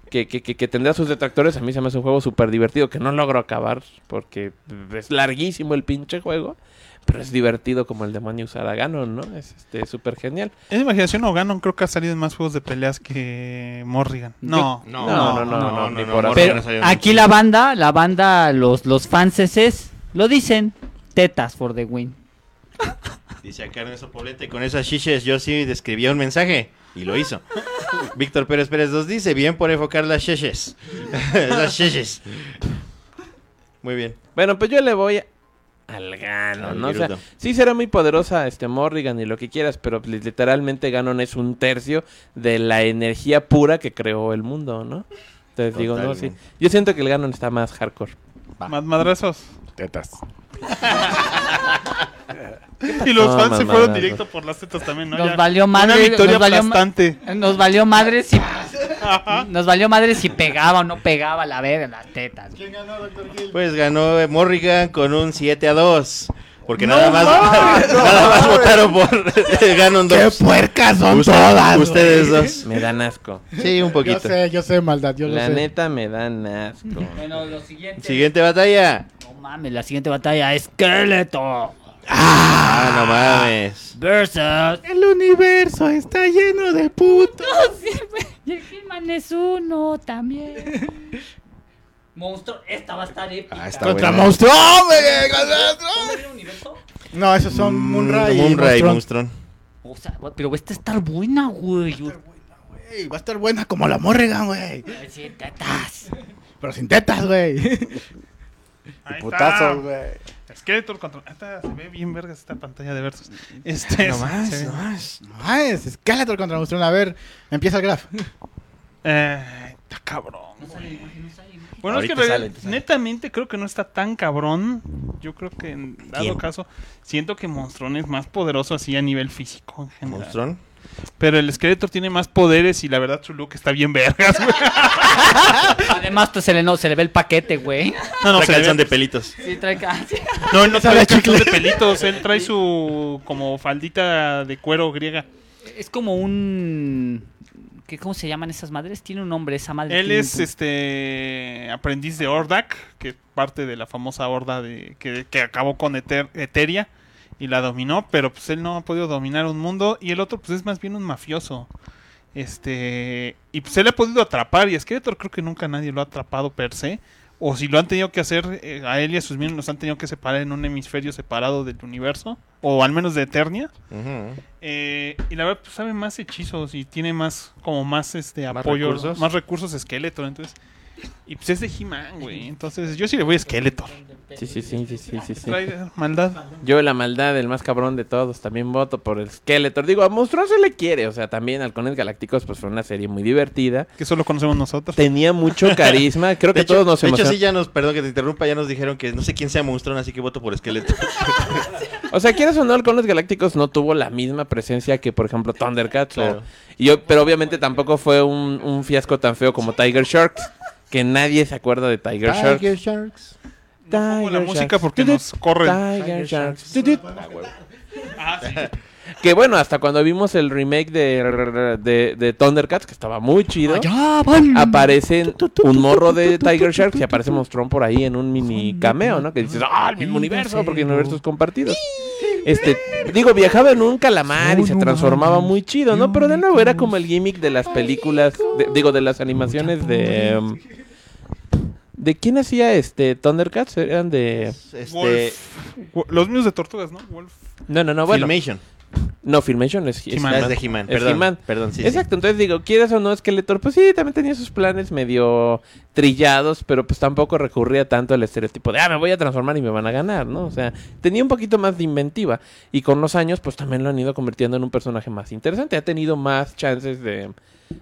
[SPEAKER 4] que, que- que- que tendrá sus detractores. A mí se me hace un juego súper divertido que no logro acabar porque es larguísimo el pinche juego. Pero es divertido como el demonio usar a Ganon, ¿no? Es este, súper genial.
[SPEAKER 3] en imaginación o Ganon creo que ha salido en más juegos de peleas que Morrigan. No,
[SPEAKER 2] No,
[SPEAKER 4] no, no, no, no, ni por ahí.
[SPEAKER 2] Morgan
[SPEAKER 8] Pero
[SPEAKER 2] ha salido
[SPEAKER 8] aquí
[SPEAKER 2] mucho.
[SPEAKER 8] la banda, la banda, los, los fanses lo dicen. Tetas for the win.
[SPEAKER 2] Dice acá Ernesto Poblete, con esas shiches yo sí describía un mensaje. Y lo hizo. (laughs) Víctor Pérez Pérez 2 dice, bien por enfocar las shiches. (laughs) las shiches. Muy bien.
[SPEAKER 4] Bueno, pues yo le voy al Ganon,
[SPEAKER 2] Al
[SPEAKER 4] ¿no? O sea,
[SPEAKER 2] Gerudo.
[SPEAKER 4] sí será muy poderosa este Morrigan y lo que quieras, pero li- literalmente Ganon es un tercio de la energía pura que creó el mundo, ¿no? Entonces digo, no, sí.
[SPEAKER 2] Totalmente.
[SPEAKER 4] Yo siento que el Ganon está más hardcore.
[SPEAKER 3] más madrazos.
[SPEAKER 7] Tetas.
[SPEAKER 3] Y los
[SPEAKER 4] No,
[SPEAKER 3] fans
[SPEAKER 4] más
[SPEAKER 3] se fueron
[SPEAKER 4] madrazos.
[SPEAKER 3] directo por las tetas también, ¿no?
[SPEAKER 8] Nos
[SPEAKER 3] Ya.
[SPEAKER 8] valió madre,
[SPEAKER 3] Una victoria
[SPEAKER 8] nos valió ma-
[SPEAKER 3] aplastante.
[SPEAKER 8] Nos valió madre si. Nos valió madre si pegaba o no pegaba la verga, las tetas. güey.
[SPEAKER 2] Pues ganó eh, Morrigan con un 7 a 2. Porque nada más, (laughs) nada más votaron por (laughs)
[SPEAKER 6] ¡Qué
[SPEAKER 2] Ganondorf.
[SPEAKER 6] puercas son
[SPEAKER 2] Ustedes-
[SPEAKER 6] todas!
[SPEAKER 2] Ustedes dos.
[SPEAKER 4] Me dan asco.
[SPEAKER 2] Sí, un
[SPEAKER 6] Yo
[SPEAKER 2] poquito.
[SPEAKER 6] sé, yo sé, maldad, (laughs) yo lo
[SPEAKER 4] La
[SPEAKER 6] sé.
[SPEAKER 4] neta me dan asco.
[SPEAKER 5] Bueno, lo siguiente.
[SPEAKER 2] Siguiente batalla.
[SPEAKER 8] No mames, la siguiente batalla es Skeletor
[SPEAKER 2] Ah, no mames.
[SPEAKER 8] versus.
[SPEAKER 6] El universo está lleno de putos.
[SPEAKER 9] Y el He-Man es uno
[SPEAKER 8] (laughs)
[SPEAKER 9] también.
[SPEAKER 5] Monstruo, esta va a estar épica.
[SPEAKER 2] Ah, está
[SPEAKER 6] Contra
[SPEAKER 2] buena.
[SPEAKER 6] monstruo. ¡Hombre! ¡Contra
[SPEAKER 5] ¿Cómo
[SPEAKER 6] monstruo!
[SPEAKER 5] era el universo?
[SPEAKER 6] No, esos son
[SPEAKER 2] Mm,
[SPEAKER 6] Moonray. y
[SPEAKER 2] Moonray y Monstrón.
[SPEAKER 6] Monstrón.
[SPEAKER 8] O sea, güey, pero esta está buena, güey.
[SPEAKER 6] Ey, va a estar buena como la Morrigan, güey.
[SPEAKER 8] Sí, tetas.
[SPEAKER 6] Pero sin tetas, güey. (laughs)
[SPEAKER 3] Ahí está.
[SPEAKER 7] Putazo, güey.
[SPEAKER 3] Skeletor contra... Esta, se ve bien vergas esta pantalla de versos. Este,
[SPEAKER 2] No más,
[SPEAKER 3] se ve-
[SPEAKER 2] no más.
[SPEAKER 6] No es Skeletor contra Monstrón. A ver, empieza el graf.
[SPEAKER 3] Eh, está cabrón.
[SPEAKER 5] No sale la imagen, no sale la imagen.
[SPEAKER 3] Bueno,
[SPEAKER 2] Ahorita
[SPEAKER 3] es que
[SPEAKER 2] sale,
[SPEAKER 3] re-
[SPEAKER 2] ahorita sale.
[SPEAKER 3] netamente creo que no está tan cabrón. Yo creo que en dado
[SPEAKER 2] ¿Quién?
[SPEAKER 3] caso, siento que Monstrón es más poderoso así a nivel físico en general.
[SPEAKER 2] Monstrón.
[SPEAKER 3] Pero el Skeletor tiene más poderes y la verdad su look está bien vergas, güey.
[SPEAKER 8] Además, pues, se le, no, se le ve el
[SPEAKER 9] (laughs)
[SPEAKER 8] paquete, güey.
[SPEAKER 3] No, no,
[SPEAKER 2] Trae
[SPEAKER 3] se le
[SPEAKER 2] calzón
[SPEAKER 3] ve-
[SPEAKER 2] de pelitos.
[SPEAKER 8] Sí, trae ca-
[SPEAKER 3] no, él no
[SPEAKER 6] Sabe a
[SPEAKER 3] trae calzón de
[SPEAKER 6] chicle.
[SPEAKER 3] pelitos. Él trae su como faldita de cuero griega.
[SPEAKER 8] Es como un. ¿Qué, ¿Cómo se llaman esas madres? Tiene un nombre esa madre.
[SPEAKER 3] Él
[SPEAKER 8] tiene
[SPEAKER 3] es
[SPEAKER 8] un-
[SPEAKER 3] este aprendiz de Ordak, que es parte de la famosa horda de, que, que acabó con Eter- Eteria y la dominó, pero pues él no ha podido dominar un mundo y el otro pues es más bien un mafioso. Este, y pues él ha podido atrapar y Skeletor creo que nunca nadie lo ha atrapado per se. O si lo han tenido que hacer, eh, a él y a sus miembros los han tenido que separar en un hemisferio separado del universo, o al menos de Eternia.
[SPEAKER 2] Ujú.
[SPEAKER 3] Eh, y la verdad, pues sabe más hechizos y tiene más, como más este
[SPEAKER 2] Más
[SPEAKER 3] apoyo,
[SPEAKER 2] recursos.
[SPEAKER 3] más recursos esqueleto. Entonces, Y pues es de He-Man, güey. Entonces yo sí le voy a Skeletor.
[SPEAKER 4] Sí, sí, sí, sí, sí, sí, sí.
[SPEAKER 3] Trae maldad.
[SPEAKER 4] Yo la maldad, el más cabrón de todos, también voto por el Skeletor. Digo, a Monstruo se le quiere, o sea, también Halcones Galácticos pues fue una serie muy divertida.
[SPEAKER 3] Que solo conocemos nosotros.
[SPEAKER 4] Tenía mucho
[SPEAKER 2] (laughs)
[SPEAKER 4] carisma, creo que
[SPEAKER 2] de hecho,
[SPEAKER 4] todos nos
[SPEAKER 2] de hecho,
[SPEAKER 4] emocionamos.
[SPEAKER 2] sí, ya nos, perdón que te interrumpa, ya nos dijeron que no sé quién sea monstruo, así que voto por esqueleto.
[SPEAKER 4] O sea, quieres o no, Halcones Galácticos no tuvo la misma presencia que, por ejemplo, Thundercats. o-
[SPEAKER 2] Claro.
[SPEAKER 4] y yo, pero obviamente tampoco fue un, un fiasco tan feo como Tiger Sharks, que nadie se acuerda de Tiger, Sharks.
[SPEAKER 2] Sharks.
[SPEAKER 3] No pongo la
[SPEAKER 4] Tiger
[SPEAKER 3] música
[SPEAKER 4] Sharks.
[SPEAKER 3] porque
[SPEAKER 4] Tutut.
[SPEAKER 3] nos corren.
[SPEAKER 4] Tiger Sharks. Tutut.
[SPEAKER 3] Ah, sí.
[SPEAKER 4] Que bueno, hasta cuando vimos el remake de, de, de Thundercats, que estaba muy chido, aparece un morro de Tiger Sharks y aparece Monstrón por ahí en un mini cameo, ¿no? Que dices, ¡ah, el mismo universo! Porque universos compartidos. Este, digo, viajaba en un calamar y se transformaba muy chido, ¿no? Pero de nuevo era como el gimmick de las películas, de- digo, de las animaciones de... em, ¿De quién hacía este Thundercats? Eran de...
[SPEAKER 2] Este,
[SPEAKER 3] Wolf. Wo- Los mismos de tortugas, ¿no? Wolf.
[SPEAKER 4] No, no, no, bueno.
[SPEAKER 2] Filmation.
[SPEAKER 4] No, Filmation es... es
[SPEAKER 3] He-Man.
[SPEAKER 2] Ah,
[SPEAKER 4] He-Man.
[SPEAKER 2] es de He-Man,
[SPEAKER 4] Es
[SPEAKER 2] perdón.
[SPEAKER 4] He-Man.
[SPEAKER 2] Perdón, sí. sí.
[SPEAKER 4] Exacto, entonces digo, quieras o no, Skeletor, pues sí, también tenía sus planes medio trillados, pero pues tampoco recurría tanto al estereotipo de, ah, me voy a transformar y me van a ganar, ¿no? O sea, tenía un poquito más de inventiva y con los años, pues también lo han ido convirtiendo en un personaje más interesante, ha tenido más chances de,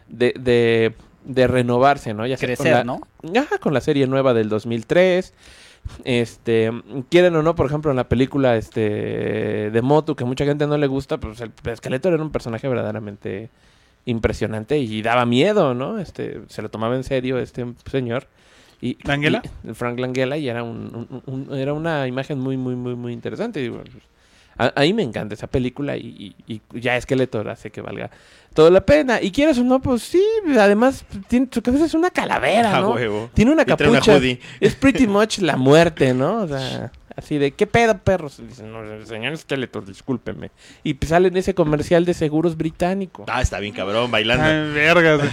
[SPEAKER 4] de, de, de renovarse, ¿no? Ya sea este, con
[SPEAKER 8] Crecer,
[SPEAKER 4] la-
[SPEAKER 8] ¿no?
[SPEAKER 4] Ajá, con la serie nueva del 2003. Este, quieren o no, por ejemplo, en la película este de Motu, que mucha gente no le gusta, pues el Skeletor era un personaje verdaderamente impresionante y daba miedo, ¿no? Este, se lo tomaba en serio este señor. Y,
[SPEAKER 3] ¿Langella?
[SPEAKER 4] y- Frank Langella, y era, un, un- un- era una imagen muy, muy, muy, muy interesante. y bueno, pues, a, a mí me encanta esa película y, y- y ya Skeletor hace que valga toda la pena. Y quieres o no, pues sí, además tiene, su cabeza es una calavera,
[SPEAKER 2] A
[SPEAKER 4] ¿no?
[SPEAKER 2] Ah, huevo.
[SPEAKER 4] Tiene una
[SPEAKER 2] Y trae una
[SPEAKER 4] capucha.
[SPEAKER 2] hoodie.
[SPEAKER 4] es pretty much la muerte, ¿no? O sea, así de, ¿qué pedo, perros? Y Dicen, no, señor Skeletor, discúlpeme. Y pues sale en ese comercial de seguros británico.
[SPEAKER 2] Ah, está bien cabrón, bailando.
[SPEAKER 3] Ay, vergas. güey.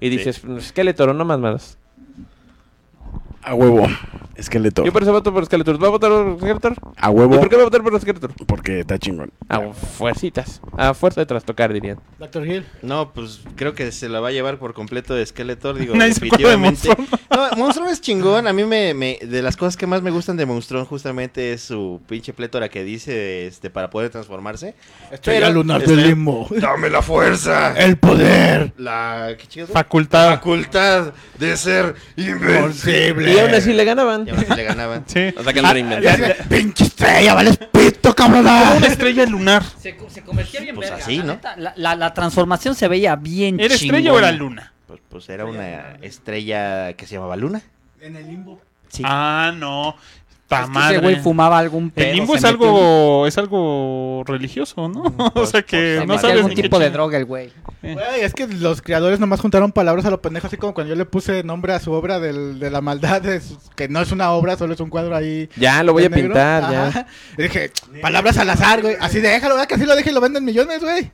[SPEAKER 4] Y dices, Skeletor, no más más.
[SPEAKER 7] A huevo. Esqueleto.
[SPEAKER 4] Yo por eso voto por Skeletor. ¿Va a votar por Skeletor?
[SPEAKER 7] A
[SPEAKER 4] ¿Y
[SPEAKER 7] huevo.
[SPEAKER 4] por qué va a votar por Skeletor?
[SPEAKER 7] Porque está chingón.
[SPEAKER 4] A fuercitas. A fuerza de trastocar, dirían.
[SPEAKER 6] Doctor Hill.
[SPEAKER 2] No, pues creo que se la va a llevar por completo de Skeletor, digo,
[SPEAKER 3] (laughs) Nadie se acuerda de
[SPEAKER 2] definitivamente. No, Monstruo es chingón, a mí me, me- de las cosas que más me gustan de Monstruo justamente es su pinche plétora que dice este para poder transformarse.
[SPEAKER 6] Estrella lunar
[SPEAKER 2] este-
[SPEAKER 6] del Eh. limbo.
[SPEAKER 2] (laughs) Dame la fuerza,
[SPEAKER 6] El poder.
[SPEAKER 2] la ¿qué chingados?
[SPEAKER 3] Facultad.
[SPEAKER 2] facultad de
[SPEAKER 3] (laughs)
[SPEAKER 2] ser invencible.
[SPEAKER 4] Y aún así le ganaban.
[SPEAKER 2] Y aún así le ganaban.
[SPEAKER 3] Sí.
[SPEAKER 4] O sea que no
[SPEAKER 3] (laughs)
[SPEAKER 4] lo inventaron.
[SPEAKER 6] Ese Pinche estrella, vales pito, cabrona.
[SPEAKER 3] Una estrella lunar.
[SPEAKER 5] Se, co- se convertía bien
[SPEAKER 2] Pues
[SPEAKER 5] verga,
[SPEAKER 2] así,
[SPEAKER 5] la
[SPEAKER 2] ¿no?
[SPEAKER 5] neta.
[SPEAKER 8] La, la- la transformación se veía bien
[SPEAKER 3] ¿Era
[SPEAKER 8] chingona.
[SPEAKER 3] estrella o era luna?
[SPEAKER 2] Pues, pues era una estrella que se llamaba Luna.
[SPEAKER 6] En el limbo.
[SPEAKER 2] Sí.
[SPEAKER 3] Ah, no.
[SPEAKER 8] Es que
[SPEAKER 3] Ta madre.
[SPEAKER 8] ese güey fumaba algún pedo.
[SPEAKER 3] El limbo
[SPEAKER 8] se
[SPEAKER 3] es
[SPEAKER 8] metió-
[SPEAKER 3] algo, es algo religioso, ¿no? (laughs) o sea que
[SPEAKER 8] pues, se
[SPEAKER 3] no
[SPEAKER 8] metió
[SPEAKER 3] sabes
[SPEAKER 8] algún
[SPEAKER 3] ni qué
[SPEAKER 8] tipo de
[SPEAKER 3] chinga-
[SPEAKER 8] droga el güey.
[SPEAKER 6] Güey, es que los creadores nomás juntaron palabras a lo pendejo, así como cuando yo le puse nombre a su obra del- de la maldad, de sus- que no es una obra, solo es un cuadro ahí.
[SPEAKER 4] Ya, lo voy
[SPEAKER 6] de
[SPEAKER 4] a
[SPEAKER 6] negro.
[SPEAKER 4] pintar, ya.
[SPEAKER 6] Ajá. Y Dije, palabras al azar, güey. Así déjalo, ¿verdad? Que así lo deje y lo venden
[SPEAKER 4] (laughs)
[SPEAKER 6] millones, güey.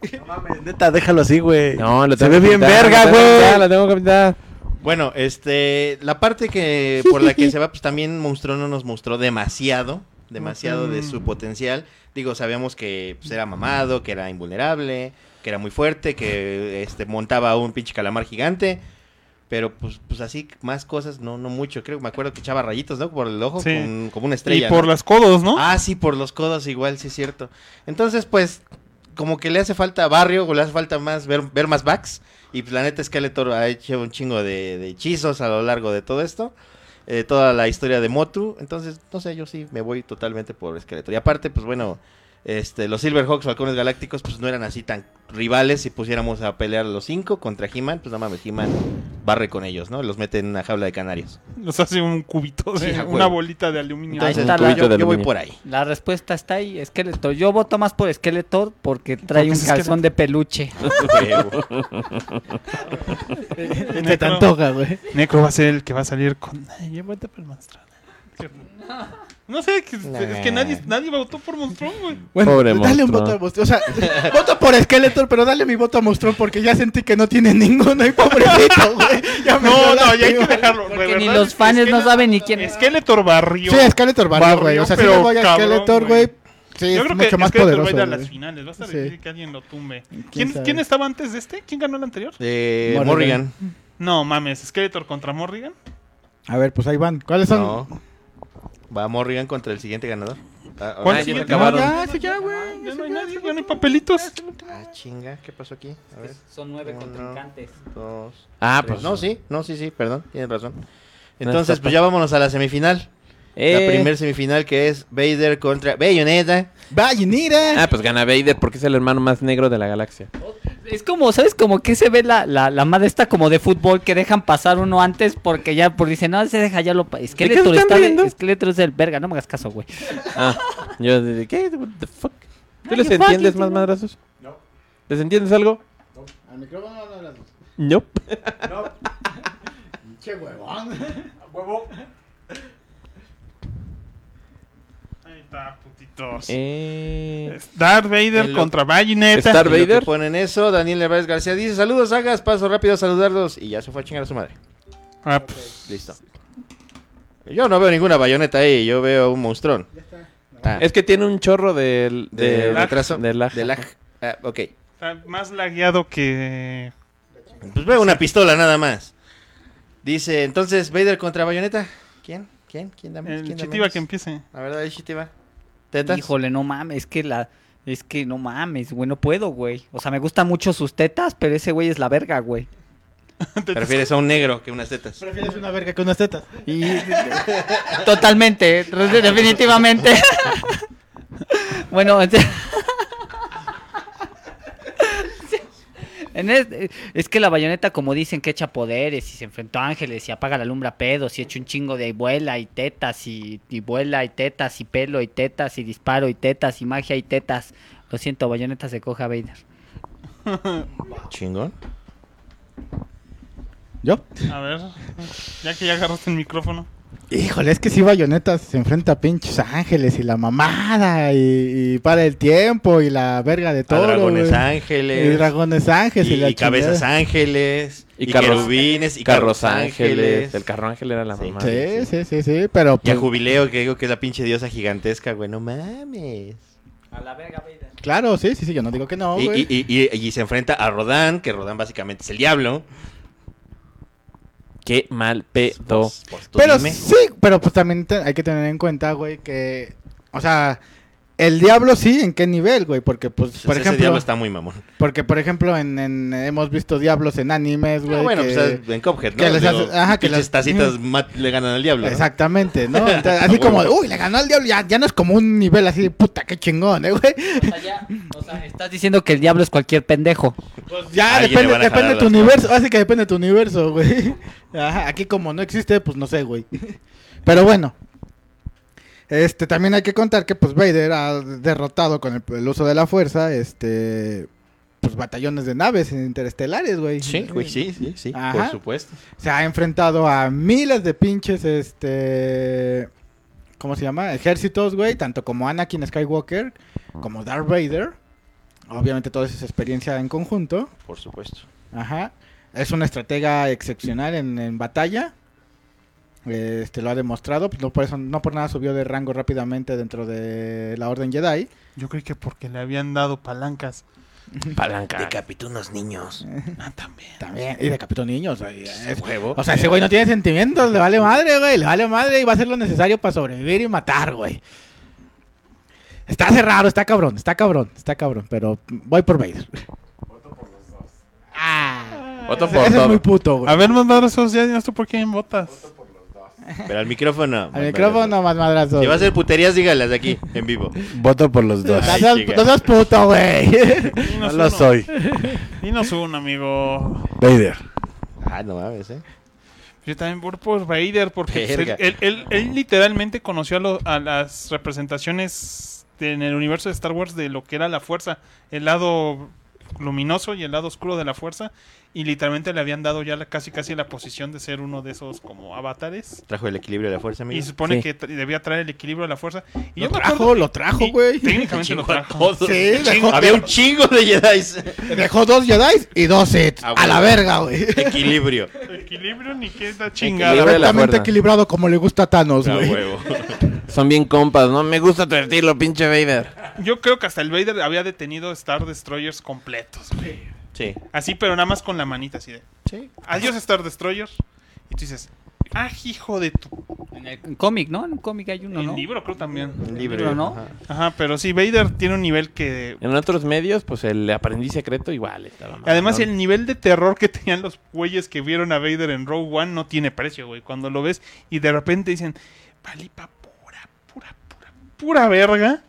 [SPEAKER 7] Neta, déjalo así, güey.
[SPEAKER 4] No, lo
[SPEAKER 7] Se
[SPEAKER 4] tengo
[SPEAKER 7] ve
[SPEAKER 4] que
[SPEAKER 7] bien
[SPEAKER 4] pintar,
[SPEAKER 7] verga,
[SPEAKER 4] lo tengo que
[SPEAKER 7] güey.
[SPEAKER 4] pintar, Lo tengo que pintar.
[SPEAKER 2] Bueno, este, la parte que por la que se va, pues también Monstruo no nos mostró demasiado, demasiado de su potencial. Digo, sabíamos que pues, era mamado, que era invulnerable, que era muy fuerte, que este montaba un pinche calamar gigante. Pero pues, pues así más cosas, no, no mucho. Creo que me acuerdo que echaba rayitos, ¿no? Por el ojo,
[SPEAKER 3] Sí.
[SPEAKER 2] con- como una estrella.
[SPEAKER 3] y por
[SPEAKER 2] ¿no?
[SPEAKER 3] las codos, ¿no?
[SPEAKER 2] Ah, sí, por los codos igual, sí es cierto. Entonces, pues, como que le hace falta barrio, o le hace falta más ver, ver más backs. Y pues, la neta Skeletor ha hecho un chingo de, de hechizos a lo largo de todo esto. eh, toda la historia de Motu. Entonces, no sé, yo sí me voy totalmente por Skeletor. Y aparte, pues bueno, este, los Silverhawks, Falcones Galácticos, pues no eran así tan rivales. Si pusiéramos a pelear los cinco contra He-Man, pues no mames, He-Man barre con ellos, ¿no? Los mete en una jaula de canarios.
[SPEAKER 3] Nos hace un cubito, de,
[SPEAKER 2] Sí, a
[SPEAKER 3] una
[SPEAKER 2] huevo.
[SPEAKER 3] bolita de aluminio.
[SPEAKER 2] Entonces,
[SPEAKER 8] está
[SPEAKER 2] tú-
[SPEAKER 8] la-
[SPEAKER 2] yo- yo voy
[SPEAKER 4] aluminio.
[SPEAKER 2] por
[SPEAKER 8] (laughs)
[SPEAKER 2] ahí.
[SPEAKER 8] La respuesta está ahí, Skeletor. Yo voto más por Skeletor porque trae
[SPEAKER 3] Porque
[SPEAKER 8] un
[SPEAKER 3] es
[SPEAKER 8] calzón de peluche.
[SPEAKER 6] Se te antoja, güey.
[SPEAKER 3] Necro va a ser el que va a salir con. Ay, ya vete por el (laughs) Monstrón. No sé, que- es que nadie, nadie votó por Monstrón, güey.
[SPEAKER 6] Bueno, pues
[SPEAKER 4] Pobre
[SPEAKER 6] dale un
[SPEAKER 4] monstruo.
[SPEAKER 6] voto a Monstruo. O sea, (laughs) voto por Skeletor, pero dale mi voto a Monstruo porque ya sentí que no tiene ninguno. Y pobrecito, güey. Ya me
[SPEAKER 3] No,
[SPEAKER 6] dio
[SPEAKER 3] no, ya hay que
[SPEAKER 6] lástima.
[SPEAKER 3] dejarlo. de
[SPEAKER 8] Porque ni
[SPEAKER 3] verdad,
[SPEAKER 8] los fans no
[SPEAKER 3] Skeletor-
[SPEAKER 8] saben ni quién es.
[SPEAKER 3] Skeletor barrió.
[SPEAKER 6] Sí, Skeletor barrio,
[SPEAKER 3] Barrio,
[SPEAKER 6] güey. O sea, si
[SPEAKER 3] pero
[SPEAKER 6] le voy a
[SPEAKER 3] cabrón,
[SPEAKER 6] Skeletor,
[SPEAKER 3] güey.
[SPEAKER 6] güey.
[SPEAKER 3] Yo
[SPEAKER 6] Sí, es
[SPEAKER 3] creo
[SPEAKER 6] mucho
[SPEAKER 3] que
[SPEAKER 6] más
[SPEAKER 3] Skeletor
[SPEAKER 6] poderoso.
[SPEAKER 3] va a ir a las
[SPEAKER 6] güey.
[SPEAKER 3] finales. Vas a
[SPEAKER 6] Sí.
[SPEAKER 3] decir que alguien lo tumbe. ¿Quién,
[SPEAKER 6] sabe?
[SPEAKER 3] quién estaba antes de este? ¿Quién ganó el anterior?
[SPEAKER 2] Eh, Morrigan.
[SPEAKER 6] Morrigan.
[SPEAKER 3] No mames, Skeletor contra Morrigan.
[SPEAKER 6] A ver, pues ahí van. ¿Cuáles son?
[SPEAKER 2] No. Va Morrigan contra el siguiente ganador. Ah,
[SPEAKER 3] ¿Cuál
[SPEAKER 2] ah,
[SPEAKER 4] ya
[SPEAKER 3] siguiente?
[SPEAKER 4] me acabaron.
[SPEAKER 6] Ya, sí, ya, güey.
[SPEAKER 3] Ya no hay nadie, ya no hay papelitos.
[SPEAKER 2] Ah, chinga, ¿qué pasó aquí? A ver,
[SPEAKER 5] Son nueve
[SPEAKER 2] Uno.
[SPEAKER 5] contrincantes.
[SPEAKER 2] dos.
[SPEAKER 4] Ah,
[SPEAKER 2] tres.
[SPEAKER 4] pues
[SPEAKER 2] No, sí, no, sí, sí, perdón, tienes razón.
[SPEAKER 4] No
[SPEAKER 2] Entonces,
[SPEAKER 4] está
[SPEAKER 2] pues ya vámonos a la semifinal. La
[SPEAKER 4] Eh,
[SPEAKER 2] primer semifinal que es Vader contra Bayonetta.
[SPEAKER 6] Bayonetta.
[SPEAKER 4] Ah, pues gana Vader porque es el hermano más negro de la galaxia.
[SPEAKER 8] Es como, ¿sabes? Como que se ve la, la, la madre esta como de fútbol que dejan pasar uno antes porque ya, por dicen, no, se deja ya lo... pa-
[SPEAKER 4] qué
[SPEAKER 8] Esqueleto
[SPEAKER 4] se están
[SPEAKER 8] está de-
[SPEAKER 4] riendo?
[SPEAKER 8] Esqueleto es del verga, no me hagas caso, güey.
[SPEAKER 4] Ah, yo de ¿qué? What the fuck? ¿Tú
[SPEAKER 9] Ay,
[SPEAKER 4] les
[SPEAKER 9] you
[SPEAKER 4] entiendes
[SPEAKER 9] fucking
[SPEAKER 4] más
[SPEAKER 9] idiot.
[SPEAKER 4] madrazos?
[SPEAKER 7] No.
[SPEAKER 4] ¿Les entiendes algo?
[SPEAKER 6] Al micrófono no hablas.
[SPEAKER 4] Nope.
[SPEAKER 7] No,
[SPEAKER 6] Che huevón.
[SPEAKER 7] huevo.
[SPEAKER 3] Ahí está, putitos.
[SPEAKER 4] Eh,
[SPEAKER 3] Es Darth Vader
[SPEAKER 2] El-
[SPEAKER 3] contra Bayonetta.
[SPEAKER 4] Star
[SPEAKER 2] Y lo que
[SPEAKER 4] Eh, Vader.
[SPEAKER 2] Ponen eso, Daniel Álvarez García dice, saludos, hagas, paso rápido a saludarlos. Y ya se fue a chingar a su madre.
[SPEAKER 3] Ah, pues,
[SPEAKER 2] Listo. Yo no veo ninguna bayoneta ahí, yo veo un monstrón. Ah,
[SPEAKER 4] Es que tiene un chorro de...
[SPEAKER 2] de,
[SPEAKER 4] de-
[SPEAKER 3] lag.
[SPEAKER 2] retraso.
[SPEAKER 4] de lag.
[SPEAKER 2] Ah, ok.
[SPEAKER 3] está más lagueado que...
[SPEAKER 2] Pues veo una pistola nada más. Dice, entonces, Vader contra bayoneta. ¿Quién? ¿Quién? ¿Quién da más?
[SPEAKER 3] El
[SPEAKER 2] ¿Quién da
[SPEAKER 3] Chitiba
[SPEAKER 2] menos?
[SPEAKER 3] que em- empiece.
[SPEAKER 2] La verdad, el Chitiba. ¿Tetas?
[SPEAKER 8] Híjole, no mames, es que la... Es que no mames, güey, no puedo, güey. O sea, me gustan mucho sus tetas, pero ese güey es la verga, güey.
[SPEAKER 2] Te refieres a un negro que unas tetas.
[SPEAKER 6] Prefieres una verga que unas tetas.
[SPEAKER 8] Y... Totalmente, (laughs) definitivamente. (laughs) bueno, (laughs) o sea- En es, es que la bayoneta, como dicen, que echa poderes y se enfrentó a ángeles y apaga la lumbre a pedos y echa un chingo de vuela y tetas y, y vuela y tetas y pelo y tetas y disparo y tetas y magia y tetas. Lo siento, bayoneta se coja a Vader.
[SPEAKER 2] Chingón.
[SPEAKER 6] ¿Yo?
[SPEAKER 3] A ver, ya que ya agarraste el micrófono.
[SPEAKER 6] Híjole, es que si Bayonetta se enfrenta a pinches ángeles y la mamada y, y para el tiempo y la verga de
[SPEAKER 2] A
[SPEAKER 6] todo.
[SPEAKER 2] dragones
[SPEAKER 6] güey.
[SPEAKER 2] ángeles.
[SPEAKER 6] Y dragones ángeles y,
[SPEAKER 2] y,
[SPEAKER 6] la
[SPEAKER 2] y cabezas
[SPEAKER 6] chingada.
[SPEAKER 2] ángeles.
[SPEAKER 4] Y carros-
[SPEAKER 2] querubines, Y
[SPEAKER 4] Carros Ángeles. El
[SPEAKER 2] carro.
[SPEAKER 4] Carro Ángel era la
[SPEAKER 2] Sí.
[SPEAKER 4] mamá.
[SPEAKER 6] Sí, sí, sí, sí, pero
[SPEAKER 2] Y a
[SPEAKER 6] pues,
[SPEAKER 2] jubileo, que digo que es la pinche diosa gigantesca, güey. No mames.
[SPEAKER 5] A la verga, Vader.
[SPEAKER 6] claro, sí, sí, sí, yo no digo que no,
[SPEAKER 2] Y,
[SPEAKER 6] güey.
[SPEAKER 2] y- y- y- y se enfrenta a Rodán, que Rodán básicamente es el diablo.
[SPEAKER 4] Qué mal pedo.
[SPEAKER 2] Pues- pues tú
[SPEAKER 6] Pero
[SPEAKER 2] dime.
[SPEAKER 6] sí, pero pues también te- hay que tener en cuenta, güey, que, o sea, el diablo sí, ¿en qué nivel, güey? Porque, pues,
[SPEAKER 2] Pues
[SPEAKER 6] por
[SPEAKER 2] ese diablo
[SPEAKER 6] ejemplo,
[SPEAKER 2] está muy mamón.
[SPEAKER 6] porque, por ejemplo, en, en- hemos visto diablos en animes, güey.
[SPEAKER 2] Ah, bueno,
[SPEAKER 6] que-
[SPEAKER 2] pues ah, en Cophead, ¿no?
[SPEAKER 6] que les
[SPEAKER 2] Digo,
[SPEAKER 6] hace- ajá, que
[SPEAKER 2] pinches
[SPEAKER 6] las-
[SPEAKER 2] tacitas mat- le ganan al diablo. ¿no?
[SPEAKER 6] Exactamente, ¿no? Entonces,
[SPEAKER 2] (laughs) A
[SPEAKER 6] así
[SPEAKER 2] huevo.
[SPEAKER 6] como, de, uy, le ganó al diablo, ya, ya no es como un nivel así de puta, qué chingón, ¿eh, güey?
[SPEAKER 5] O sea, ya, o sea,
[SPEAKER 8] Estás diciendo que el diablo es cualquier pendejo.
[SPEAKER 6] Ya,
[SPEAKER 2] Alguien le
[SPEAKER 6] depende,
[SPEAKER 2] van a
[SPEAKER 6] depende
[SPEAKER 2] jalar
[SPEAKER 6] de tu
[SPEAKER 2] las
[SPEAKER 6] universo, así que depende de tu universo, güey. (laughs) Ajá, aquí como no existe, pues no sé, güey. Pero bueno. Este, también hay que contar que pues Vader ha derrotado con el, el uso de la fuerza, este, pues batallones de naves interestelares, güey.
[SPEAKER 2] Sí, güey, sí, sí, sí. Por
[SPEAKER 6] Ajá.
[SPEAKER 2] supuesto.
[SPEAKER 6] Se ha enfrentado a miles de pinches, este, ¿cómo se llama? Ejércitos, güey, tanto como Anakin Skywalker, como Darth Vader. Obviamente toda esa es experiencia en conjunto.
[SPEAKER 2] Por supuesto.
[SPEAKER 6] Ajá. Es una estratega excepcional en, en batalla. Este lo ha demostrado. pues, no, por eso, no por nada subió de rango rápidamente dentro de la Orden Jedi.
[SPEAKER 3] Yo creí que porque le habían dado palancas.
[SPEAKER 4] Palanca.
[SPEAKER 2] Decapitó unos niños.
[SPEAKER 3] Ah, también.
[SPEAKER 6] También. Y decapitó niños. güey. Es-
[SPEAKER 2] Huevo.
[SPEAKER 6] o sea, ese güey no tiene sentimientos. Le vale madre, güey. Le vale madre y va a hacer lo necesario para sobrevivir y matar, güey. Está cerrado, está cabrón, está cabrón, está cabrón. Pero voy por Vader.
[SPEAKER 4] Voto
[SPEAKER 6] Ese-
[SPEAKER 4] por
[SPEAKER 6] ese
[SPEAKER 4] (laughs)
[SPEAKER 6] es muy
[SPEAKER 4] todo.
[SPEAKER 6] puto, güey.
[SPEAKER 3] A ver, mandar esos ya, ya sé por qué botas.
[SPEAKER 2] Pero al micrófono.
[SPEAKER 6] Al micrófono más madrazo.
[SPEAKER 2] Si va a hacer puterías, dígalas de aquí, en
[SPEAKER 4] (laughs)
[SPEAKER 2] vivo.
[SPEAKER 7] (laughs) Voto por los dos.
[SPEAKER 6] No
[SPEAKER 2] Ay,
[SPEAKER 6] seas,
[SPEAKER 2] chica.
[SPEAKER 6] no seas puto, (laughs) güey.
[SPEAKER 7] No
[SPEAKER 3] Dinos
[SPEAKER 7] lo
[SPEAKER 3] uno.
[SPEAKER 7] soy.
[SPEAKER 3] Dinos uno, amigo.
[SPEAKER 7] Vader.
[SPEAKER 2] Ah, no mames, eh.
[SPEAKER 3] Pues Yo también voy por Vader porque pues,
[SPEAKER 2] Verga.
[SPEAKER 3] él, él- él- él literalmente conoció a, lo- a las representaciones de- en el universo de Star Wars de lo que era la fuerza, el lado luminoso y el lado oscuro de la fuerza y literalmente le habían dado ya la- casi casi la posición de ser uno de esos como avatares
[SPEAKER 2] Trajo el equilibrio de la fuerza,
[SPEAKER 3] y se
[SPEAKER 2] amigo.
[SPEAKER 3] supone
[SPEAKER 4] Sí.
[SPEAKER 3] que tra- debía traer el equilibrio de la fuerza y
[SPEAKER 6] Lo
[SPEAKER 3] yo me
[SPEAKER 6] trajo,
[SPEAKER 3] acuerdo-
[SPEAKER 6] lo trajo,
[SPEAKER 3] y
[SPEAKER 6] güey.
[SPEAKER 3] técnicamente
[SPEAKER 2] Chingó
[SPEAKER 3] lo
[SPEAKER 2] a
[SPEAKER 3] trajo
[SPEAKER 2] todos.
[SPEAKER 4] (laughs)
[SPEAKER 6] Sí, dejó,
[SPEAKER 2] Había un chingo de Jedi.
[SPEAKER 6] (laughs) dejó dos Jedi y dos Sith.
[SPEAKER 2] Ah,
[SPEAKER 6] a
[SPEAKER 2] güey.
[SPEAKER 6] la verga, güey. (laughs)
[SPEAKER 4] (laughs)
[SPEAKER 2] Equilibrio.
[SPEAKER 3] equilibrio ni que está
[SPEAKER 4] Equilibrio.
[SPEAKER 3] chingada
[SPEAKER 4] la
[SPEAKER 6] Perfectamente
[SPEAKER 4] cuerda.
[SPEAKER 6] equilibrado como le gusta a Thanos,
[SPEAKER 2] Ah,
[SPEAKER 6] güey.
[SPEAKER 2] huevo.
[SPEAKER 4] (laughs) Son bien compas, ¿no? Me gusta tu estilo, pinche Vader.
[SPEAKER 3] yo creo que hasta el Vader había detenido Star Destroyers completos güey.
[SPEAKER 2] Sí.
[SPEAKER 3] así pero nada más con la manita así de
[SPEAKER 2] Sí.
[SPEAKER 3] Adiós Star Destroyer. Y tú dices, Ah, hijo de tu.
[SPEAKER 8] En el en cómic, ¿no? En cómic hay uno,
[SPEAKER 3] el
[SPEAKER 8] ¿no?
[SPEAKER 3] libro, creo también.
[SPEAKER 2] Un
[SPEAKER 8] Libro, ¿no?
[SPEAKER 2] ajá.
[SPEAKER 3] Ajá, pero sí, Vader tiene un nivel que.
[SPEAKER 4] En otros medios, pues el aprendiz secreto igual estaba mal,
[SPEAKER 3] Además,
[SPEAKER 4] ¿no?
[SPEAKER 3] el nivel de terror que tenían los güeyes que vieron a Vader en Rogue One no tiene precio, güey. Cuando lo ves y de repente dicen, palipa pura, pura, pura, pura verga.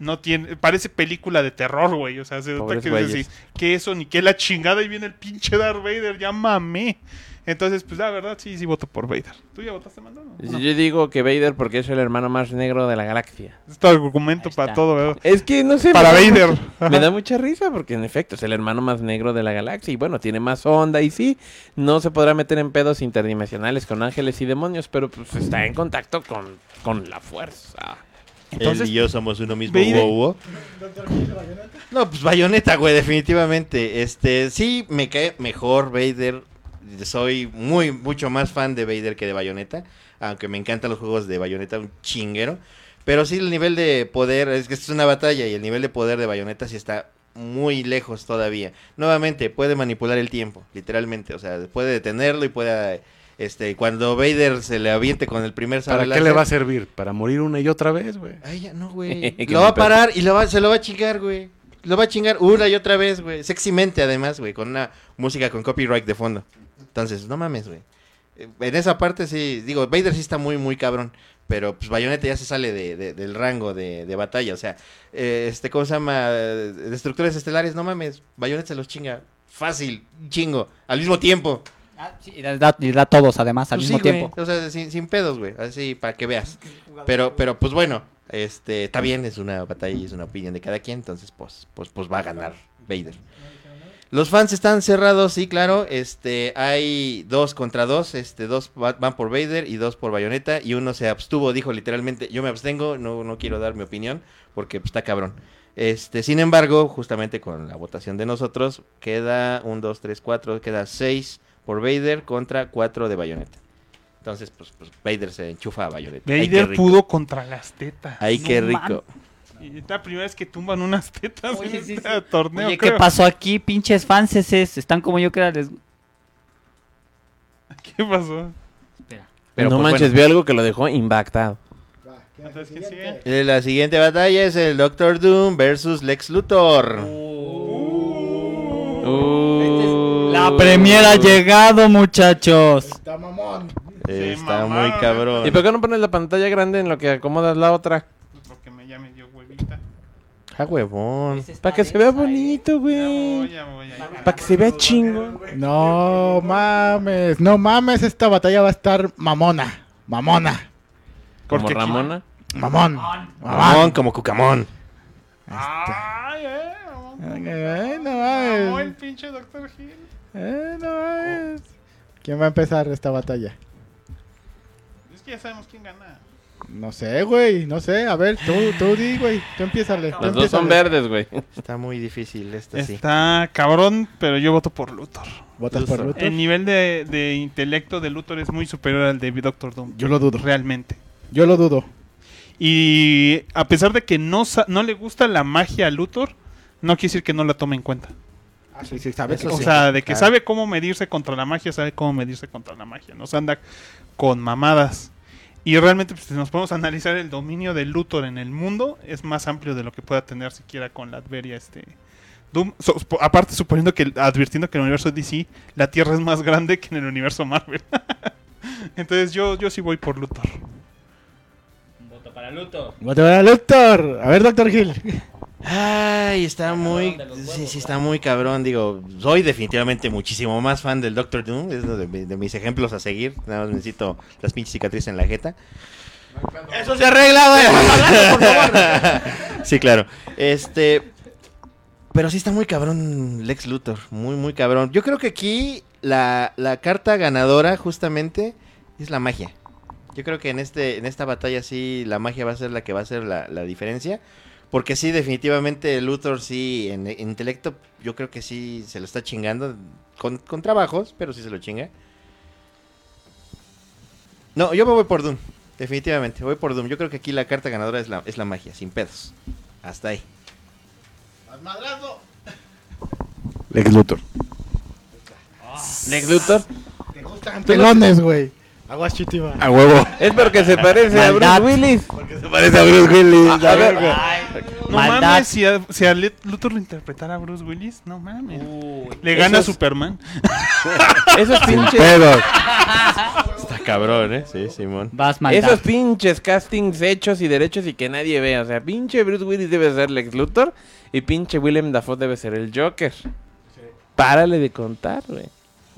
[SPEAKER 3] No tiene, parece película de terror, güey. O sea, se nota
[SPEAKER 4] Pobres
[SPEAKER 3] que dices,
[SPEAKER 4] güeyes.
[SPEAKER 3] sí, que eso ni que la chingada y viene el pinche Darth Vader, ya mamé. Entonces, pues la verdad, sí, sí voto por Vader. ¿Tú ya votaste, Mando? No.
[SPEAKER 4] Yo digo que Vader porque es el hermano más negro de la galaxia.
[SPEAKER 3] Es tu argumento
[SPEAKER 8] Ahí
[SPEAKER 3] para
[SPEAKER 8] está.
[SPEAKER 3] todo, ¿verdad?
[SPEAKER 4] Es que no sé.
[SPEAKER 3] Para
[SPEAKER 4] me da
[SPEAKER 3] Vader.
[SPEAKER 4] mucha-
[SPEAKER 3] Ajá.
[SPEAKER 4] me da mucha risa porque en efecto es el hermano más negro de la galaxia y bueno, tiene más onda y sí, no se podrá meter en pedos interdimensionales con ángeles y demonios, pero pues está en contacto con, con la fuerza.
[SPEAKER 3] Entonces-
[SPEAKER 2] Él y yo somos uno mismo.
[SPEAKER 3] Vader-
[SPEAKER 2] wow, wow. No, pues Bayonetta, güey, definitivamente. Este, sí, me cae mejor Vader. Soy muy, mucho más fan de Vader que de Bayonetta. Aunque me encantan los juegos de Bayonetta, un chinguero. Pero sí, el nivel de poder, es que esto es una batalla y el nivel de poder de Bayonetta sí está muy lejos todavía. Nuevamente, puede manipular el tiempo, literalmente. O sea, puede detenerlo y puede. Este, cuando Vader se le aviente con el primer
[SPEAKER 7] ¿Para
[SPEAKER 2] sable
[SPEAKER 7] qué le
[SPEAKER 2] láser,
[SPEAKER 7] va a servir? ¿Para morir una y otra vez, güey?
[SPEAKER 2] Ay, ya no, güey.
[SPEAKER 4] Qué
[SPEAKER 2] lo va
[SPEAKER 4] mal
[SPEAKER 2] a
[SPEAKER 4] pedo.
[SPEAKER 2] parar y lo va, se lo va a chingar, güey. Lo va a chingar una y otra vez, güey. Sexymente, además, güey. Con una música con copyright de fondo. Entonces, no mames, güey. Eh, En esa parte sí, digo, Vader sí está muy, muy cabrón. Pero pues Bayonetta ya se sale de- de- del rango de, de batalla. O sea, eh, este, ¿cómo se llama? Eh, Destructores estelares, no mames. Bayonetta se los chinga. Fácil, chingo. Al mismo tiempo.
[SPEAKER 8] Ah, sí, y da, y da todos, además, al
[SPEAKER 2] Pues
[SPEAKER 8] mismo
[SPEAKER 2] sí, güey.
[SPEAKER 8] tiempo.
[SPEAKER 2] O sea, sin, sin pedos, güey. Así para que veas. Pero, pero, pues bueno, este, está bien, es una batalla y es una opinión de cada quien, entonces pues, pues, pues va a ganar Vader. Los fans están cerrados, sí, claro. Este, hay dos contra dos, este, dos va- van por Vader y dos por Bayonetta, y uno se abstuvo, dijo literalmente, yo me abstengo, no, no quiero dar mi opinión, porque pues, está cabrón. Este, sin embargo, justamente con la votación de nosotros, queda un, dos, tres, cuatro, queda seis por Vader contra cuatro de Bayonetta. Entonces, pues, pues Vader se enchufa a Bayonetta. Ay, qué
[SPEAKER 3] Vader
[SPEAKER 2] rico.
[SPEAKER 3] pudo contra las tetas.
[SPEAKER 2] Ay,
[SPEAKER 8] No
[SPEAKER 2] qué
[SPEAKER 8] mames.
[SPEAKER 2] rico.
[SPEAKER 3] Y es la primera vez que tumban unas tetas
[SPEAKER 8] Oye,
[SPEAKER 3] en
[SPEAKER 8] sí,
[SPEAKER 3] este
[SPEAKER 8] sí.
[SPEAKER 3] torneo.
[SPEAKER 8] Oye, ¿qué
[SPEAKER 3] creo.
[SPEAKER 8] pasó aquí, pinches fanses? Están como yo que era les...
[SPEAKER 3] ¿Qué pasó?
[SPEAKER 2] Pero,
[SPEAKER 4] no
[SPEAKER 2] pues,
[SPEAKER 4] manches,
[SPEAKER 2] bueno.
[SPEAKER 4] vio algo que lo dejó impactado.
[SPEAKER 3] Entonces, ¿qué sigue?
[SPEAKER 2] Eh, La siguiente batalla es el Doctor Doom versus Lex Luthor.
[SPEAKER 4] Uh.
[SPEAKER 8] La premiera ha llegado, muchachos.
[SPEAKER 6] Está mamón.
[SPEAKER 2] Eh,
[SPEAKER 3] Se
[SPEAKER 2] está
[SPEAKER 3] mamaron,
[SPEAKER 2] muy
[SPEAKER 4] ¿Y
[SPEAKER 2] cabrón.
[SPEAKER 4] por qué no pones la pantalla grande en lo que acomodas la otra?
[SPEAKER 3] Porque pues, me, ya me dio huevita.
[SPEAKER 2] Ah, huevón.
[SPEAKER 4] Para que se vea bonito,
[SPEAKER 3] Ya voy,
[SPEAKER 4] güey.
[SPEAKER 3] ya voy. ya voy.
[SPEAKER 4] Para que se vea chingo.
[SPEAKER 6] No mames, no mames, esta batalla va a estar mamona, mamona,
[SPEAKER 4] Como
[SPEAKER 3] Porque aquí-
[SPEAKER 4] Ramona.
[SPEAKER 6] mamón,
[SPEAKER 2] Mamón
[SPEAKER 6] mamón.
[SPEAKER 2] como cucamón.
[SPEAKER 3] Ay, eh. mamón.
[SPEAKER 6] Eh, no
[SPEAKER 3] Mamó el
[SPEAKER 6] mames,
[SPEAKER 3] pinche Dr. Hill.
[SPEAKER 6] eh, no mames. ¿Quién va a empezar esta batalla?
[SPEAKER 3] Es que ya sabemos quién gana.
[SPEAKER 6] No sé, güey, no sé. A ver, tú, tú di, güey, tú empiezale. tú
[SPEAKER 4] Los dos son
[SPEAKER 6] empiézale.
[SPEAKER 4] verdes, güey.
[SPEAKER 2] Está muy difícil este sí.
[SPEAKER 3] Está cabrón, pero yo voto por Luthor.
[SPEAKER 6] ¿Votas por
[SPEAKER 2] Luthor.
[SPEAKER 6] Luthor?
[SPEAKER 3] El nivel de, de intelecto de Luthor es muy superior al de Doctor Doom.
[SPEAKER 6] Yo lo dudo,
[SPEAKER 3] Realmente.
[SPEAKER 6] yo lo dudo.
[SPEAKER 3] Y a pesar de que no, sa- no le gusta la magia a Luthor, no quiere decir que no la tome en cuenta.
[SPEAKER 6] Ah, Sí, sí, sabes.
[SPEAKER 2] Eso
[SPEAKER 3] o
[SPEAKER 2] sí.
[SPEAKER 3] sea, de que
[SPEAKER 2] Claro.
[SPEAKER 3] sabe cómo medirse contra la magia, sabe cómo medirse contra la magia. Nos anda con mamadas. Y realmente, pues, si nos podemos analizar el dominio de Luthor en el mundo, es más amplio de lo que pueda tener siquiera con la Adveria este. Doom. So- spo- aparte, suponiendo que, advirtiendo que en el universo DC, la Tierra es más grande que en el universo Marvel. (laughs) Entonces, yo, yo sí voy por Luthor.
[SPEAKER 5] Voto para Luto.
[SPEAKER 6] Voto por Luthor. A ver, Doctor Hill.
[SPEAKER 2] Ay, está muy.
[SPEAKER 5] de los
[SPEAKER 2] Sí,
[SPEAKER 5] huevos,
[SPEAKER 2] sí,
[SPEAKER 5] ¿no?
[SPEAKER 2] está muy cabrón. Digo, soy definitivamente muchísimo más fan del Doctor Doom. Es uno de, mi- de mis ejemplos a seguir. Nada más necesito las pinches cicatrices en la jeta. Eso se arregla, güey. (laughs) sí, claro. Este. Pero sí está muy cabrón Lex Luthor. Muy, muy cabrón. Yo creo que aquí la, la carta ganadora, justamente, es la magia. Yo creo que en, este, en esta batalla sí la magia va a ser la que va a hacer la, la diferencia. Porque sí, definitivamente Luthor sí, en, en intelecto, yo creo que sí se lo está chingando. Con, con trabajos, pero sí se lo chinga. No, yo me voy por Doom. Definitivamente, voy por Doom. Yo creo que aquí la carta ganadora es la, es la magia, sin pedos. Hasta ahí.
[SPEAKER 7] Lex Luthor.
[SPEAKER 4] Lex Luthor.
[SPEAKER 6] Pelones, güey. Aguas Chitiba.
[SPEAKER 10] A huevo.
[SPEAKER 4] Es porque se parece a Bruce
[SPEAKER 8] Maldad.
[SPEAKER 4] Willis.
[SPEAKER 10] Porque se parece a Bruce Willis.
[SPEAKER 4] A ver,
[SPEAKER 3] No
[SPEAKER 8] Maldad.
[SPEAKER 3] mames, si a, si a Let- Luthor lo interpretara a Bruce Willis, no mames. Le gana
[SPEAKER 4] Esos-
[SPEAKER 3] Superman.
[SPEAKER 4] esos
[SPEAKER 10] Sin
[SPEAKER 4] pinches,
[SPEAKER 10] pedos.
[SPEAKER 2] Está cabrón, ¿eh? Sí, Simón.
[SPEAKER 8] Vas maldad.
[SPEAKER 4] esos pinches castings hechos y derechos y que nadie vea. O sea, pinche Bruce Willis debe ser Lex Luthor y pinche Willem Dafoe debe ser el Joker. Párale de contar, güey.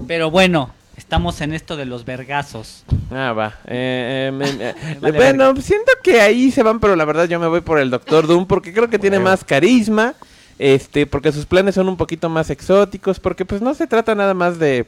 [SPEAKER 8] Pero bueno, estamos en esto de los vergazos.
[SPEAKER 4] Ah, va. Eh, eh, me- me-
[SPEAKER 8] (laughs) Vale,
[SPEAKER 4] bueno, siento que ahí se van, pero la verdad yo me voy por el Doctor Doom porque creo que tiene más carisma, este, porque sus planes son un poquito más exóticos, porque pues no se trata nada más de,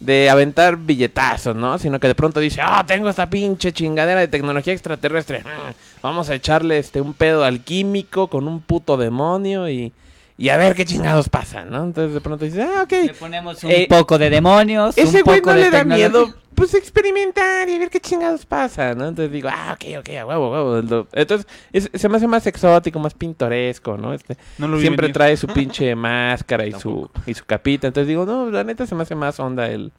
[SPEAKER 4] de aventar billetazos, ¿no? Sino que de pronto dice, ah, tengo esta pinche chingadera de tecnología extraterrestre, Mm, vamos a echarle este un pedo alquímico con un puto demonio y, y a ver qué chingados pasa, ¿no? Entonces de pronto dice, ah,
[SPEAKER 8] Le
[SPEAKER 4] ok,
[SPEAKER 8] pones un
[SPEAKER 4] Eh,
[SPEAKER 8] poco de demonios.
[SPEAKER 4] ese
[SPEAKER 8] un
[SPEAKER 4] güey
[SPEAKER 8] poco
[SPEAKER 4] no
[SPEAKER 8] de
[SPEAKER 4] le da
[SPEAKER 8] tecnología.
[SPEAKER 4] miedo, pues experimentar y ver qué chingados pasa, ¿no? Entonces digo, ah, ok, ok, a huevo, a huevo. lo- Entonces es- se me hace más exótico, más pintoresco, ¿no? Este,
[SPEAKER 3] No lo vi
[SPEAKER 4] siempre
[SPEAKER 3] venir. (laughs)
[SPEAKER 4] trae su pinche máscara y su, y su capita. Entonces digo, no, la neta se me hace más onda el,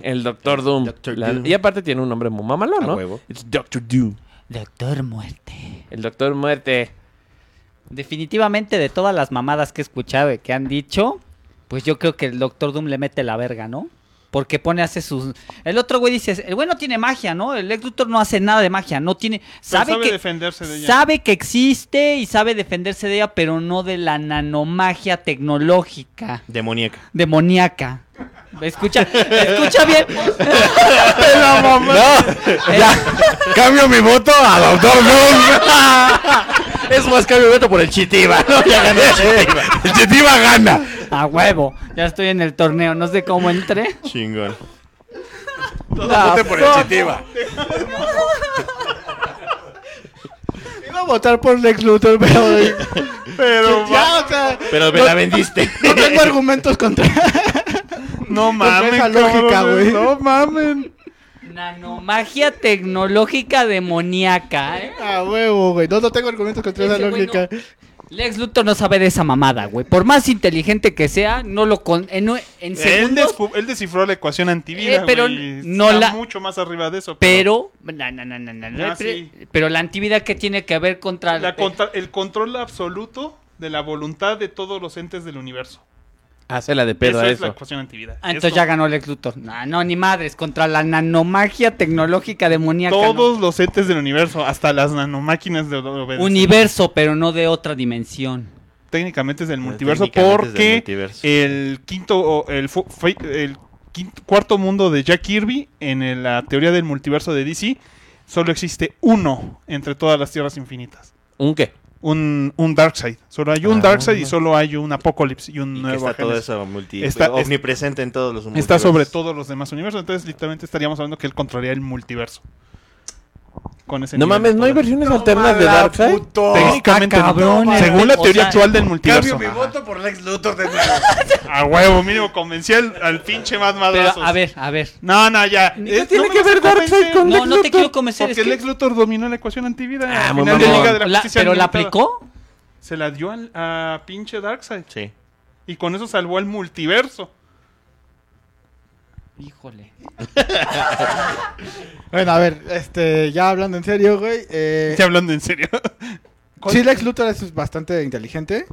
[SPEAKER 4] el Doctor Doom.
[SPEAKER 2] Doctor
[SPEAKER 4] La-
[SPEAKER 2] Doom.
[SPEAKER 4] Y aparte tiene un nombre muy mamalón,
[SPEAKER 2] A
[SPEAKER 4] ¿no?
[SPEAKER 2] huevo.
[SPEAKER 4] It's Doctor Doom.
[SPEAKER 8] Doctor Muerte.
[SPEAKER 4] El Doctor Muerte.
[SPEAKER 8] Definitivamente de todas las mamadas que he escuchado y que han dicho, pues yo creo que el Doctor Doom le mete la verga, ¿no? Porque pone, hace sus... El otro güey dice, el güey no tiene magia, ¿no? El Lex Luthor no hace nada de magia, no tiene...
[SPEAKER 3] Pero
[SPEAKER 8] Sabe,
[SPEAKER 3] sabe
[SPEAKER 8] que...
[SPEAKER 3] defenderse de ella.
[SPEAKER 8] Sabe que existe y sabe defenderse de ella, pero no de la nanomagia tecnológica
[SPEAKER 2] Demoníaca.
[SPEAKER 8] demoníaca. Escucha, escucha
[SPEAKER 10] (laughs)
[SPEAKER 8] bien. Te la mamá.
[SPEAKER 10] Cambio mi voto a Doctor Doom. es más, cambio mi voto por el Chitiba. ¿no? Ya gané el Chitiba. El Chitiba gana.
[SPEAKER 8] (laughs) A huevo. Ya estoy en el torneo, no sé cómo entré.
[SPEAKER 2] Chingón.
[SPEAKER 10] Vote por el Chitiba.
[SPEAKER 6] Iba a votar por Lex Luthor, pero.
[SPEAKER 3] Pero va-
[SPEAKER 6] ya, o sea,
[SPEAKER 2] Pero me la vendiste.
[SPEAKER 6] no tengo argumentos contra.
[SPEAKER 3] no mames.
[SPEAKER 6] esa lógica,
[SPEAKER 3] cabrones,
[SPEAKER 6] güey.
[SPEAKER 3] No mamen.
[SPEAKER 8] Nanomagia tecnológica demoníaca. ¿eh?
[SPEAKER 6] A huevo, güey. No, no tengo argumentos contra esa
[SPEAKER 8] Ese güey
[SPEAKER 6] lógica.
[SPEAKER 8] no- Lex Luthor no sabe de esa mamada, güey. Por más inteligente que sea, no lo con en, un- en
[SPEAKER 3] Él,
[SPEAKER 8] segundos,
[SPEAKER 3] descu- él descifró la ecuación antivida,
[SPEAKER 8] Eh, pero
[SPEAKER 3] güey, y
[SPEAKER 8] no
[SPEAKER 3] está
[SPEAKER 8] la-
[SPEAKER 3] mucho más arriba de eso.
[SPEAKER 8] pero na, na, na, na, na, na,
[SPEAKER 3] Ah,
[SPEAKER 8] pero,
[SPEAKER 3] sí.
[SPEAKER 8] pero la antividad que tiene que ver contra eh,
[SPEAKER 3] La contra- el control absoluto de la voluntad de todos los entes del universo.
[SPEAKER 4] Hace la de pedo
[SPEAKER 3] eso
[SPEAKER 4] a
[SPEAKER 3] es la
[SPEAKER 4] eso.
[SPEAKER 3] ecuación antivida.
[SPEAKER 8] Ah, entonces
[SPEAKER 3] Esto-
[SPEAKER 8] ya ganó Lex Luthor. No, no, ni madres. Contra la nanomagia tecnológica demoníaca. no.
[SPEAKER 3] Todos los entes del universo, hasta las nanomáquinas de obedecen.
[SPEAKER 8] Universo, pero no de otra dimensión.
[SPEAKER 3] Técnicamente es del multiverso
[SPEAKER 2] Pues Técnicamente es del
[SPEAKER 3] porque
[SPEAKER 2] multiverso.
[SPEAKER 3] el quinto o el, fu- fe- el quinto- cuarto mundo de Jack Kirby en el- la teoría del multiverso de DC solo existe uno entre todas las tierras infinitas.
[SPEAKER 4] ¿Un qué?
[SPEAKER 3] Un, un Darkseid. Solo hay un
[SPEAKER 4] Ah.
[SPEAKER 3] Darkseid y solo hay un Apocalipsis y un
[SPEAKER 2] Y que
[SPEAKER 3] nuevo
[SPEAKER 2] está todo
[SPEAKER 3] Génesis.
[SPEAKER 2] eso multi... pues,
[SPEAKER 3] Está-
[SPEAKER 2] omnipresente en todos los
[SPEAKER 3] Está
[SPEAKER 2] multiversos.
[SPEAKER 3] sobre todos los demás universos. Entonces, literalmente estaríamos hablando que él controlaría el multiverso. Con ese
[SPEAKER 4] No
[SPEAKER 3] nivel de
[SPEAKER 4] mames, ¿no hay
[SPEAKER 3] poder.
[SPEAKER 4] versiones alternas de Darkseid?
[SPEAKER 10] Puto.
[SPEAKER 3] Técnicamente,
[SPEAKER 8] Ah, cabrón,
[SPEAKER 3] no.
[SPEAKER 8] eh.
[SPEAKER 3] según la
[SPEAKER 8] O
[SPEAKER 3] teoría
[SPEAKER 8] sea,
[SPEAKER 3] actual del
[SPEAKER 10] Cambio
[SPEAKER 3] multiverso.
[SPEAKER 10] mi
[SPEAKER 3] Ajá.
[SPEAKER 10] voto por Lex Luthor de nuevo.
[SPEAKER 3] A huevo, mínimo convencí al, al pinche más
[SPEAKER 8] Pero,
[SPEAKER 3] madrazos.
[SPEAKER 8] a ver, a ver.
[SPEAKER 3] No, no, ya.
[SPEAKER 4] ¿Qué
[SPEAKER 3] Es-
[SPEAKER 4] tiene
[SPEAKER 3] no me
[SPEAKER 4] que
[SPEAKER 3] vas a
[SPEAKER 4] ver Darkseid
[SPEAKER 3] convencer.
[SPEAKER 4] con
[SPEAKER 8] No,
[SPEAKER 4] Lex
[SPEAKER 8] no te
[SPEAKER 4] Luthor?
[SPEAKER 8] quiero convencer.
[SPEAKER 3] Porque
[SPEAKER 8] es que-
[SPEAKER 3] Lex Luthor dominó la ecuación antivida.
[SPEAKER 4] Ah,
[SPEAKER 3] al
[SPEAKER 4] muy
[SPEAKER 3] final de
[SPEAKER 4] mamón.
[SPEAKER 3] Liga de la
[SPEAKER 8] La-
[SPEAKER 3] Justicia
[SPEAKER 8] ¿Pero la
[SPEAKER 3] Limitada.
[SPEAKER 8] aplicó?
[SPEAKER 3] Se la dio al, a pinche Darkseid.
[SPEAKER 2] Sí.
[SPEAKER 3] Y con eso salvó al multiverso.
[SPEAKER 8] Híjole.
[SPEAKER 6] Bueno, a ver, este, ya hablando en serio, güey. Eh,
[SPEAKER 3] Estoy hablando en serio.
[SPEAKER 6] sí, Lex Luthor es bastante inteligente,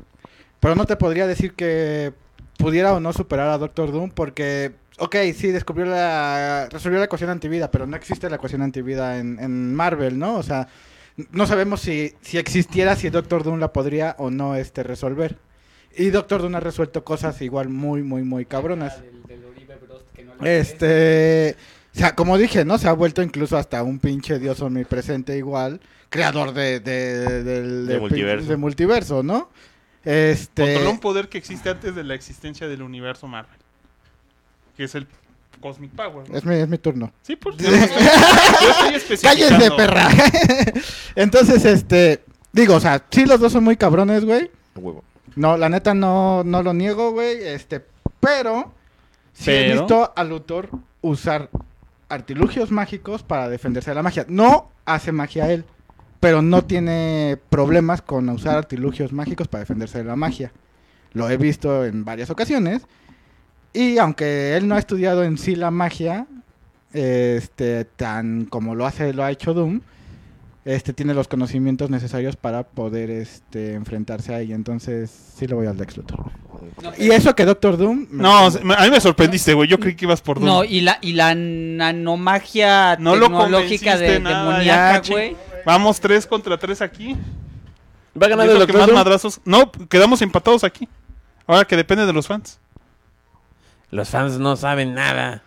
[SPEAKER 6] pero no te podría decir que pudiera o no superar a Doctor Doom porque, ok, sí, descubrió la, resolvió la ecuación antivida, pero no existe la ecuación antivida en, en Marvel, ¿no? O sea, no sabemos si, si existiera, si Doctor Doom la podría o no este, resolver. Y Doctor Doom ha resuelto cosas igual muy, muy, muy cabronas. Este, o sea, como dije, ¿no? Se ha vuelto incluso hasta un pinche dios omnipresente igual, creador de, de, del- del-
[SPEAKER 2] De
[SPEAKER 6] pin-
[SPEAKER 2] multiverso.
[SPEAKER 6] de multiverso, ¿no? Este,
[SPEAKER 3] Controló un poder que existe antes de la existencia del universo Marvel. Que es el Cosmic Power. ¿no?
[SPEAKER 6] es mi, es mi turno.
[SPEAKER 3] Sí,
[SPEAKER 6] (laughs)
[SPEAKER 3] por yo estoy especificando.
[SPEAKER 6] ¡Cállense, perra! (laughs) Entonces, este, digo, o sea, sí los dos son muy cabrones, güey.
[SPEAKER 2] A huevo.
[SPEAKER 6] No, la neta no, no lo niego, güey, este, pero sí he
[SPEAKER 8] Pero.
[SPEAKER 6] visto al autor usar artilugios mágicos para defenderse de la magia. No hace magia él, pero no tiene problemas con usar artilugios mágicos para defenderse de la magia. Lo he visto en varias ocasiones. Y aunque él no ha estudiado en sí la magia, este, tan como lo hace, lo ha hecho Doom, este tiene los conocimientos necesarios para poder este, enfrentarse a ella. Entonces, sí le voy al Lex Luthor. y eso que Doctor Doom.
[SPEAKER 3] No, o sea, me- a mí me sorprendiste, güey. Yo creí que ibas por Doom.
[SPEAKER 8] No, y la, y la nanomagia
[SPEAKER 3] No lo
[SPEAKER 8] tecnológica
[SPEAKER 3] convenciste
[SPEAKER 8] de
[SPEAKER 3] nada, ya,
[SPEAKER 8] demoníaca,
[SPEAKER 3] chi-
[SPEAKER 8] güey.
[SPEAKER 3] Vamos tres contra tres aquí.
[SPEAKER 4] Va
[SPEAKER 3] Yo
[SPEAKER 4] ganando el
[SPEAKER 3] creo que
[SPEAKER 4] Doctor
[SPEAKER 3] más
[SPEAKER 4] Doom.
[SPEAKER 3] madrazos. No, quedamos empatados aquí. Ahora que depende de los fans.
[SPEAKER 4] Los fans no saben nada.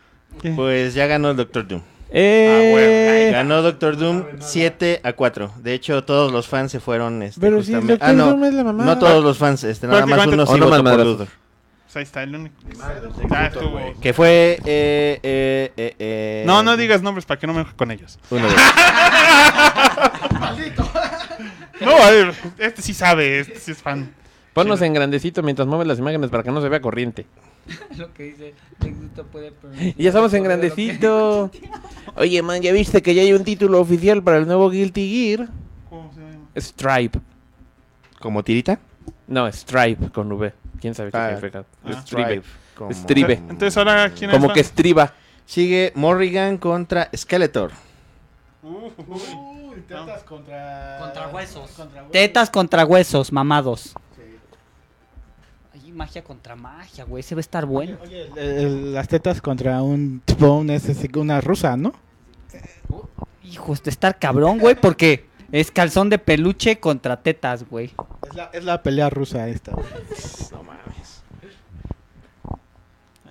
[SPEAKER 2] Pues ya ganó el Doctor Doom.
[SPEAKER 4] Eh,
[SPEAKER 2] Ganó Doctor Doom 7 a 4. De hecho, todos los fans se fueron. Este,
[SPEAKER 4] Pero si el
[SPEAKER 2] justamente-
[SPEAKER 4] Doctor Doom es la mamá. Oh,
[SPEAKER 2] No todos los fans, este, nada más
[SPEAKER 3] Prácticamente
[SPEAKER 2] uno sí
[SPEAKER 10] o no
[SPEAKER 2] votó
[SPEAKER 10] más
[SPEAKER 2] por
[SPEAKER 10] madrazos.
[SPEAKER 2] Luthor.
[SPEAKER 3] Pues ahí está el único. Ya estuvo.
[SPEAKER 2] Que fue. eh, eh, eh, eh,
[SPEAKER 3] No, no digas nombres para que no me enoje con ellos.
[SPEAKER 2] uno de-
[SPEAKER 3] (laughs) No, a ver, este sí sabe, este sí es fan.
[SPEAKER 4] Ponnos
[SPEAKER 3] Sí.
[SPEAKER 4] en grandecito mientras mueves las imágenes para que no se vea (laughs) corriente.
[SPEAKER 5] Lo que dice, Lex Luthor puede permitir-
[SPEAKER 4] Y ya estamos en grandecito. (laughs) Oye, man, ¿ya viste que ya hay un título oficial para el nuevo Guilty Gear?
[SPEAKER 3] ¿Cómo se llama?
[SPEAKER 4] Stripe.
[SPEAKER 2] ¿Como tirita?
[SPEAKER 4] No, Stripe con V. ¿Quién sabe qué
[SPEAKER 2] Ah,
[SPEAKER 4] significa?
[SPEAKER 3] ah,
[SPEAKER 4] Stripe.
[SPEAKER 2] Como-
[SPEAKER 4] Stripe.
[SPEAKER 3] Entonces ahora quién es
[SPEAKER 4] Como
[SPEAKER 3] fan?
[SPEAKER 4] que estriba.
[SPEAKER 2] Sigue Morrigan contra Skeletor.
[SPEAKER 3] Uh, uy. tetas
[SPEAKER 6] contra.
[SPEAKER 5] Contra huesos.
[SPEAKER 8] Tetas contra huesos, mamados. Ay, magia contra magia, güey. Ese va a estar bueno.
[SPEAKER 6] Oye, el- el- las tetas contra un T-Bone es así, una rusa, ¿no?
[SPEAKER 8] Hijos de estar cabrón, güey, porque es calzón de peluche contra tetas, güey.
[SPEAKER 6] Es la, es la pelea rusa esta. güey.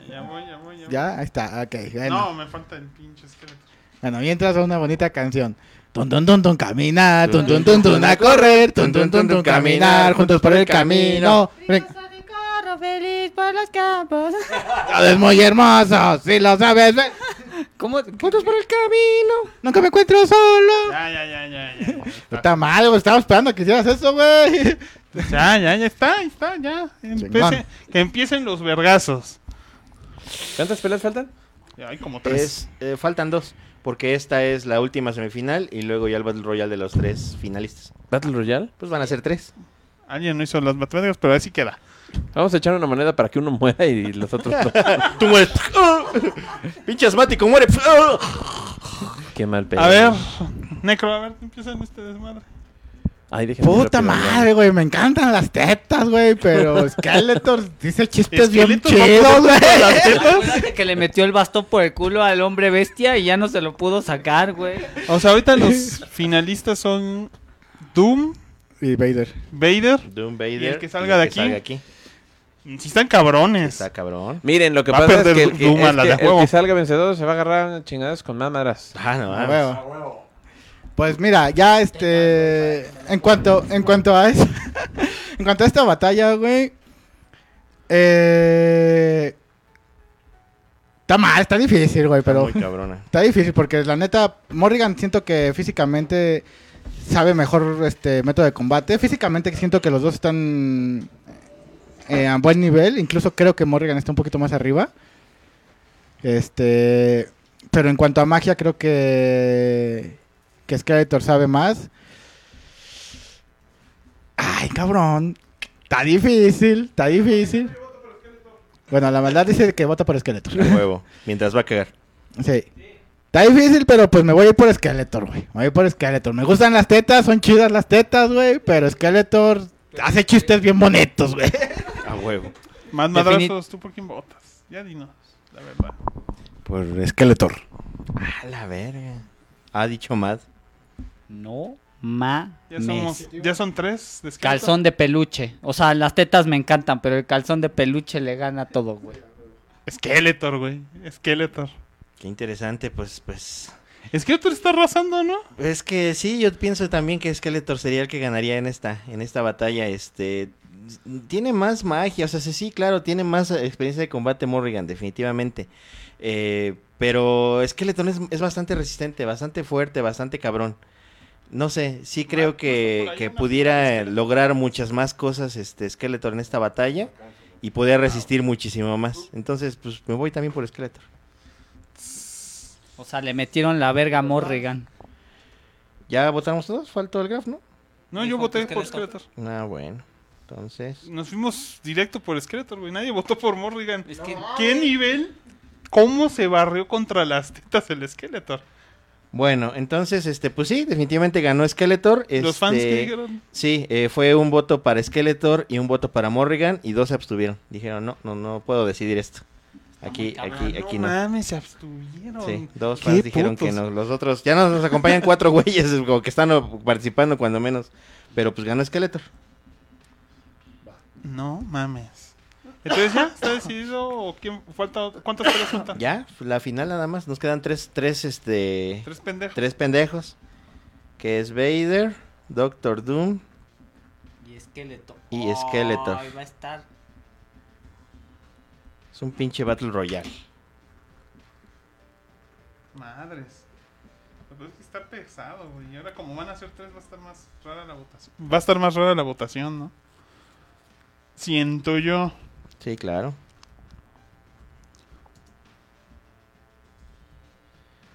[SPEAKER 3] Ya voy, ya voy, ya voy.
[SPEAKER 6] Ya, ahí está, ok. Bueno,
[SPEAKER 3] No, me falta el pinche esqueleto.
[SPEAKER 6] bueno mientras una bonita canción. Tun, tun, tun, tun, camina, tun, tun, tun, tun, a correr, tun, tun, tun, tun, caminar, juntos por el camino. Ven,
[SPEAKER 9] Casa de carro feliz por los campos.
[SPEAKER 6] (laughs) Todo es muy hermoso, si lo sabes. ven.
[SPEAKER 8] ¿Cómo?
[SPEAKER 6] Juntos por el camino, nunca me encuentro solo.
[SPEAKER 3] Ya, ya, ya, ya, ya. ya.
[SPEAKER 6] Está mal, güey, estaba esperando que hicieras eso, güey.
[SPEAKER 3] Ya, ya, ya está, ahí está, ya. Empiece- que empiecen los vergazos.
[SPEAKER 4] ¿Cuántas peleas faltan?
[SPEAKER 3] Hay como tres.
[SPEAKER 2] Es, eh, faltan dos, porque esta es la última semifinal y luego ya el Battle Royale de los tres finalistas.
[SPEAKER 4] Battle Royale.
[SPEAKER 2] Pues van a ser tres.
[SPEAKER 3] Alguien no hizo las matemáticas, pero así queda.
[SPEAKER 4] Vamos a echar una moneda para que uno muera y los otros no.
[SPEAKER 3] (laughs)
[SPEAKER 2] Tú mueres. (laughs) Pinche asmático, muere.
[SPEAKER 4] Qué mal
[SPEAKER 2] Eh.
[SPEAKER 4] pedo.
[SPEAKER 3] A ver, Necro, a ver, empiezan este desmadre.
[SPEAKER 4] Ay, déjenme
[SPEAKER 6] Puta
[SPEAKER 4] rápido,
[SPEAKER 6] madre, güey, me encantan las tetas, güey, pero Skeletor dice chistes bien
[SPEAKER 3] Skeletor va
[SPEAKER 6] chidos, güey.
[SPEAKER 8] Acuérdate que le metió el bastón por el culo al hombre bestia y ya no se lo pudo sacar, güey.
[SPEAKER 3] O sea, ahorita los finalistas son Doom,
[SPEAKER 6] Y Vader.
[SPEAKER 3] Vader.
[SPEAKER 2] Doom Vader.
[SPEAKER 3] Y el que salga
[SPEAKER 2] y el
[SPEAKER 3] de
[SPEAKER 2] que
[SPEAKER 3] aquí.
[SPEAKER 2] salga aquí.
[SPEAKER 3] Si Mm, están cabrones.
[SPEAKER 2] Está cabrón.
[SPEAKER 4] Miren, lo que
[SPEAKER 3] Va a
[SPEAKER 4] pasa es
[SPEAKER 3] perder
[SPEAKER 4] que, el que,
[SPEAKER 3] Doom a
[SPEAKER 4] es
[SPEAKER 3] la
[SPEAKER 4] que
[SPEAKER 3] de
[SPEAKER 4] el
[SPEAKER 3] huevo.
[SPEAKER 4] que salga vencedor se va a agarrar unas chingadas con más madras.
[SPEAKER 2] Ah, no,
[SPEAKER 6] A
[SPEAKER 2] mames.
[SPEAKER 6] huevo. Pues mira, ya este. En cuanto, en cuanto a eso. (laughs) en cuanto a esta batalla, güey. Eh. Está mal, está difícil, güey,
[SPEAKER 2] Está
[SPEAKER 6] pero.
[SPEAKER 2] Muy cabrona.
[SPEAKER 6] Está difícil porque la neta, Morrigan siento que físicamente sabe mejor este método de combate. Físicamente siento que los dos están eh, a buen nivel. Incluso creo que Morrigan está un poquito más arriba. Este, pero en cuanto a magia creo que que Skeletor sabe más. Ay, cabrón. Está difícil, está difícil. Bueno, la maldad dice que vota por
[SPEAKER 2] (laughs)
[SPEAKER 6] Skeletor.
[SPEAKER 2] A huevo. Mientras va a cagar.
[SPEAKER 6] Sí. Está difícil, pero pues me voy a ir por Skeletor, güey. Me voy a ir por Skeletor. Me gustan las tetas, son chidas las tetas, güey. Pero Skeletor hace chistes bien bonitos, güey.
[SPEAKER 2] A huevo.
[SPEAKER 3] Más
[SPEAKER 8] Defini-
[SPEAKER 3] madrazos, ¿tú por quién votas? Ya dinos, la verdad.
[SPEAKER 7] Por Skeletor.
[SPEAKER 2] A la verga. Ha dicho Mad.
[SPEAKER 8] No mames.
[SPEAKER 3] Ya, somos, ya son tres. de esqueleto.
[SPEAKER 8] Calzón de peluche. O sea, las tetas me encantan, pero el calzón de peluche le gana todo, güey.
[SPEAKER 3] Skeletor, güey. Skeletor.
[SPEAKER 2] Qué interesante, pues, pues.
[SPEAKER 3] Skeletor está arrasando, ¿no?
[SPEAKER 2] Es que sí, yo pienso también que Skeletor sería el que ganaría en esta, en esta batalla. Este tiene más magia, o sea, sí, sí, claro, tiene más eh, experiencia de combate Morrigan, definitivamente. Eh, pero Skeletor es, es bastante resistente, bastante fuerte, bastante cabrón. No sé, sí creo que,
[SPEAKER 3] Ah, por ahí
[SPEAKER 2] que
[SPEAKER 3] una
[SPEAKER 2] pudiera lograr muchas más cosas este Skeletor en esta batalla y podría resistir muchísimo más. Entonces, pues me voy también por Skeletor.
[SPEAKER 8] O sea, le metieron la verga a Morrigan.
[SPEAKER 2] ¿Ya votamos todos? ¿Faltó el graf, no?
[SPEAKER 3] No,
[SPEAKER 8] Dijo
[SPEAKER 3] yo voté
[SPEAKER 8] que
[SPEAKER 3] por
[SPEAKER 8] Skeletor.
[SPEAKER 3] Skeletor.
[SPEAKER 2] Ah, bueno. Entonces...
[SPEAKER 3] Nos fuimos directo por Skeletor, güey. Nadie votó por Morrigan.
[SPEAKER 8] Es que-
[SPEAKER 3] ¿Qué nivel? cómo se barrió contra las tetas el Skeletor.
[SPEAKER 2] Bueno, entonces, este, pues sí, definitivamente ganó Skeletor.
[SPEAKER 3] Los fans
[SPEAKER 2] este,
[SPEAKER 3] que dijeron.
[SPEAKER 2] Sí, eh, fue un voto para Skeletor y un voto para Morrigan y dos se abstuvieron. Dijeron, no, no, no puedo decidir esto. Aquí, aquí, aquí no.
[SPEAKER 3] Ah, mames, se abstuvieron.
[SPEAKER 2] Sí, dos
[SPEAKER 3] Qué
[SPEAKER 2] fans dijeron
[SPEAKER 3] putos.
[SPEAKER 2] que no. Los otros, ya nos, nos acompañan
[SPEAKER 3] (laughs)
[SPEAKER 2] cuatro güeyes como que están o, participando cuando menos. Pero pues ganó Skeletor.
[SPEAKER 3] No mames. Entonces ya está decidido o quién falta otro? cuántas
[SPEAKER 2] (laughs)
[SPEAKER 3] pelas faltan.
[SPEAKER 2] Ya, la final nada más. Nos quedan tres, tres, este...
[SPEAKER 3] Tres pendejos.
[SPEAKER 2] Tres pendejos. Que es Vader, Doctor Doom.
[SPEAKER 5] Y esqueleto.
[SPEAKER 2] Y Skeletor.
[SPEAKER 5] Ay, va a estar.
[SPEAKER 2] Es un pinche Battle Royale.
[SPEAKER 3] Madres. Pero Pues es que está pesado, güey. Y ahora como van a ser tres va a estar más rara la votación. Va a estar más rara la votación, ¿no? Siento yo.
[SPEAKER 2] Sí, claro.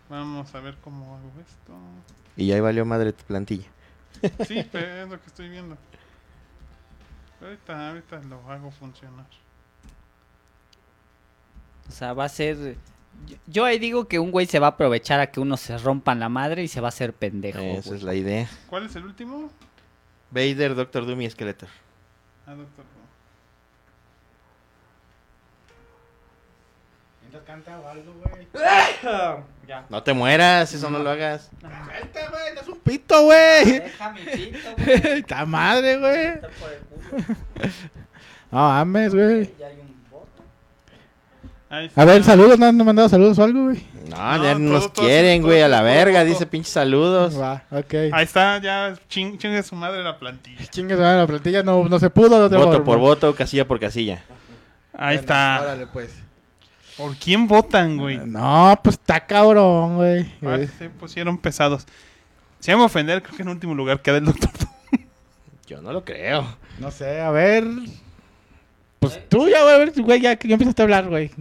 [SPEAKER 3] Vamos a ver cómo hago (laughs) esto.
[SPEAKER 2] Y ya ahí valió madre tu plantilla.
[SPEAKER 3] Sí, pero es lo que estoy viendo. Ahorita, ahorita lo hago funcionar.
[SPEAKER 8] O sea, va a ser. yo- Yo ahí digo que un güey se va a aprovechar a que uno se rompan la madre y se va a hacer pendejo.
[SPEAKER 2] Esa
[SPEAKER 8] güey.
[SPEAKER 2] es la idea.
[SPEAKER 3] ¿Cuál es el último?
[SPEAKER 2] Vader, Doctor Doom y Skeletor.
[SPEAKER 3] Ah, doctor.
[SPEAKER 6] canta o algo, güey?
[SPEAKER 5] Ya.
[SPEAKER 2] No te mueras, eso no lo hagas.
[SPEAKER 6] ¡Suelta, güey! ¡No es un pito, güey!
[SPEAKER 5] (laughs) Deja mi pito, güey.
[SPEAKER 6] ¡Ta madre, güey!
[SPEAKER 5] Está por el culo.
[SPEAKER 6] No mames, güey.
[SPEAKER 5] Ya hay un voto.
[SPEAKER 3] Ahí
[SPEAKER 6] A ver,
[SPEAKER 3] está.
[SPEAKER 6] saludos, no han mandado saludos o algo, güey.
[SPEAKER 2] No,
[SPEAKER 3] No,
[SPEAKER 2] ya no nos
[SPEAKER 3] todo- todo-
[SPEAKER 2] quieren,
[SPEAKER 3] todo-
[SPEAKER 2] güey, a
[SPEAKER 3] todo-
[SPEAKER 2] la
[SPEAKER 3] todo-
[SPEAKER 2] verga.
[SPEAKER 3] todo.
[SPEAKER 2] Dice pinches saludos.
[SPEAKER 6] Va, ok.
[SPEAKER 3] Ahí está, ya ching, chingue su madre la plantilla.
[SPEAKER 6] Chingues, va, la plantilla no, no se pudo. No te
[SPEAKER 2] Voto por voto, casilla por casilla.
[SPEAKER 3] Ahí está.
[SPEAKER 6] Órale, pues.
[SPEAKER 3] ¿Por quién votan, güey?
[SPEAKER 6] No, pues está cabrón, güey.
[SPEAKER 3] Ah, se pusieron pesados. Si me a ofender, creo que en último lugar queda el doctor. Doom.
[SPEAKER 2] Yo no lo creo.
[SPEAKER 6] No sé, a ver. Pues tú ya, güey, a ver, güey, ya, ya empezaste a hablar, güey.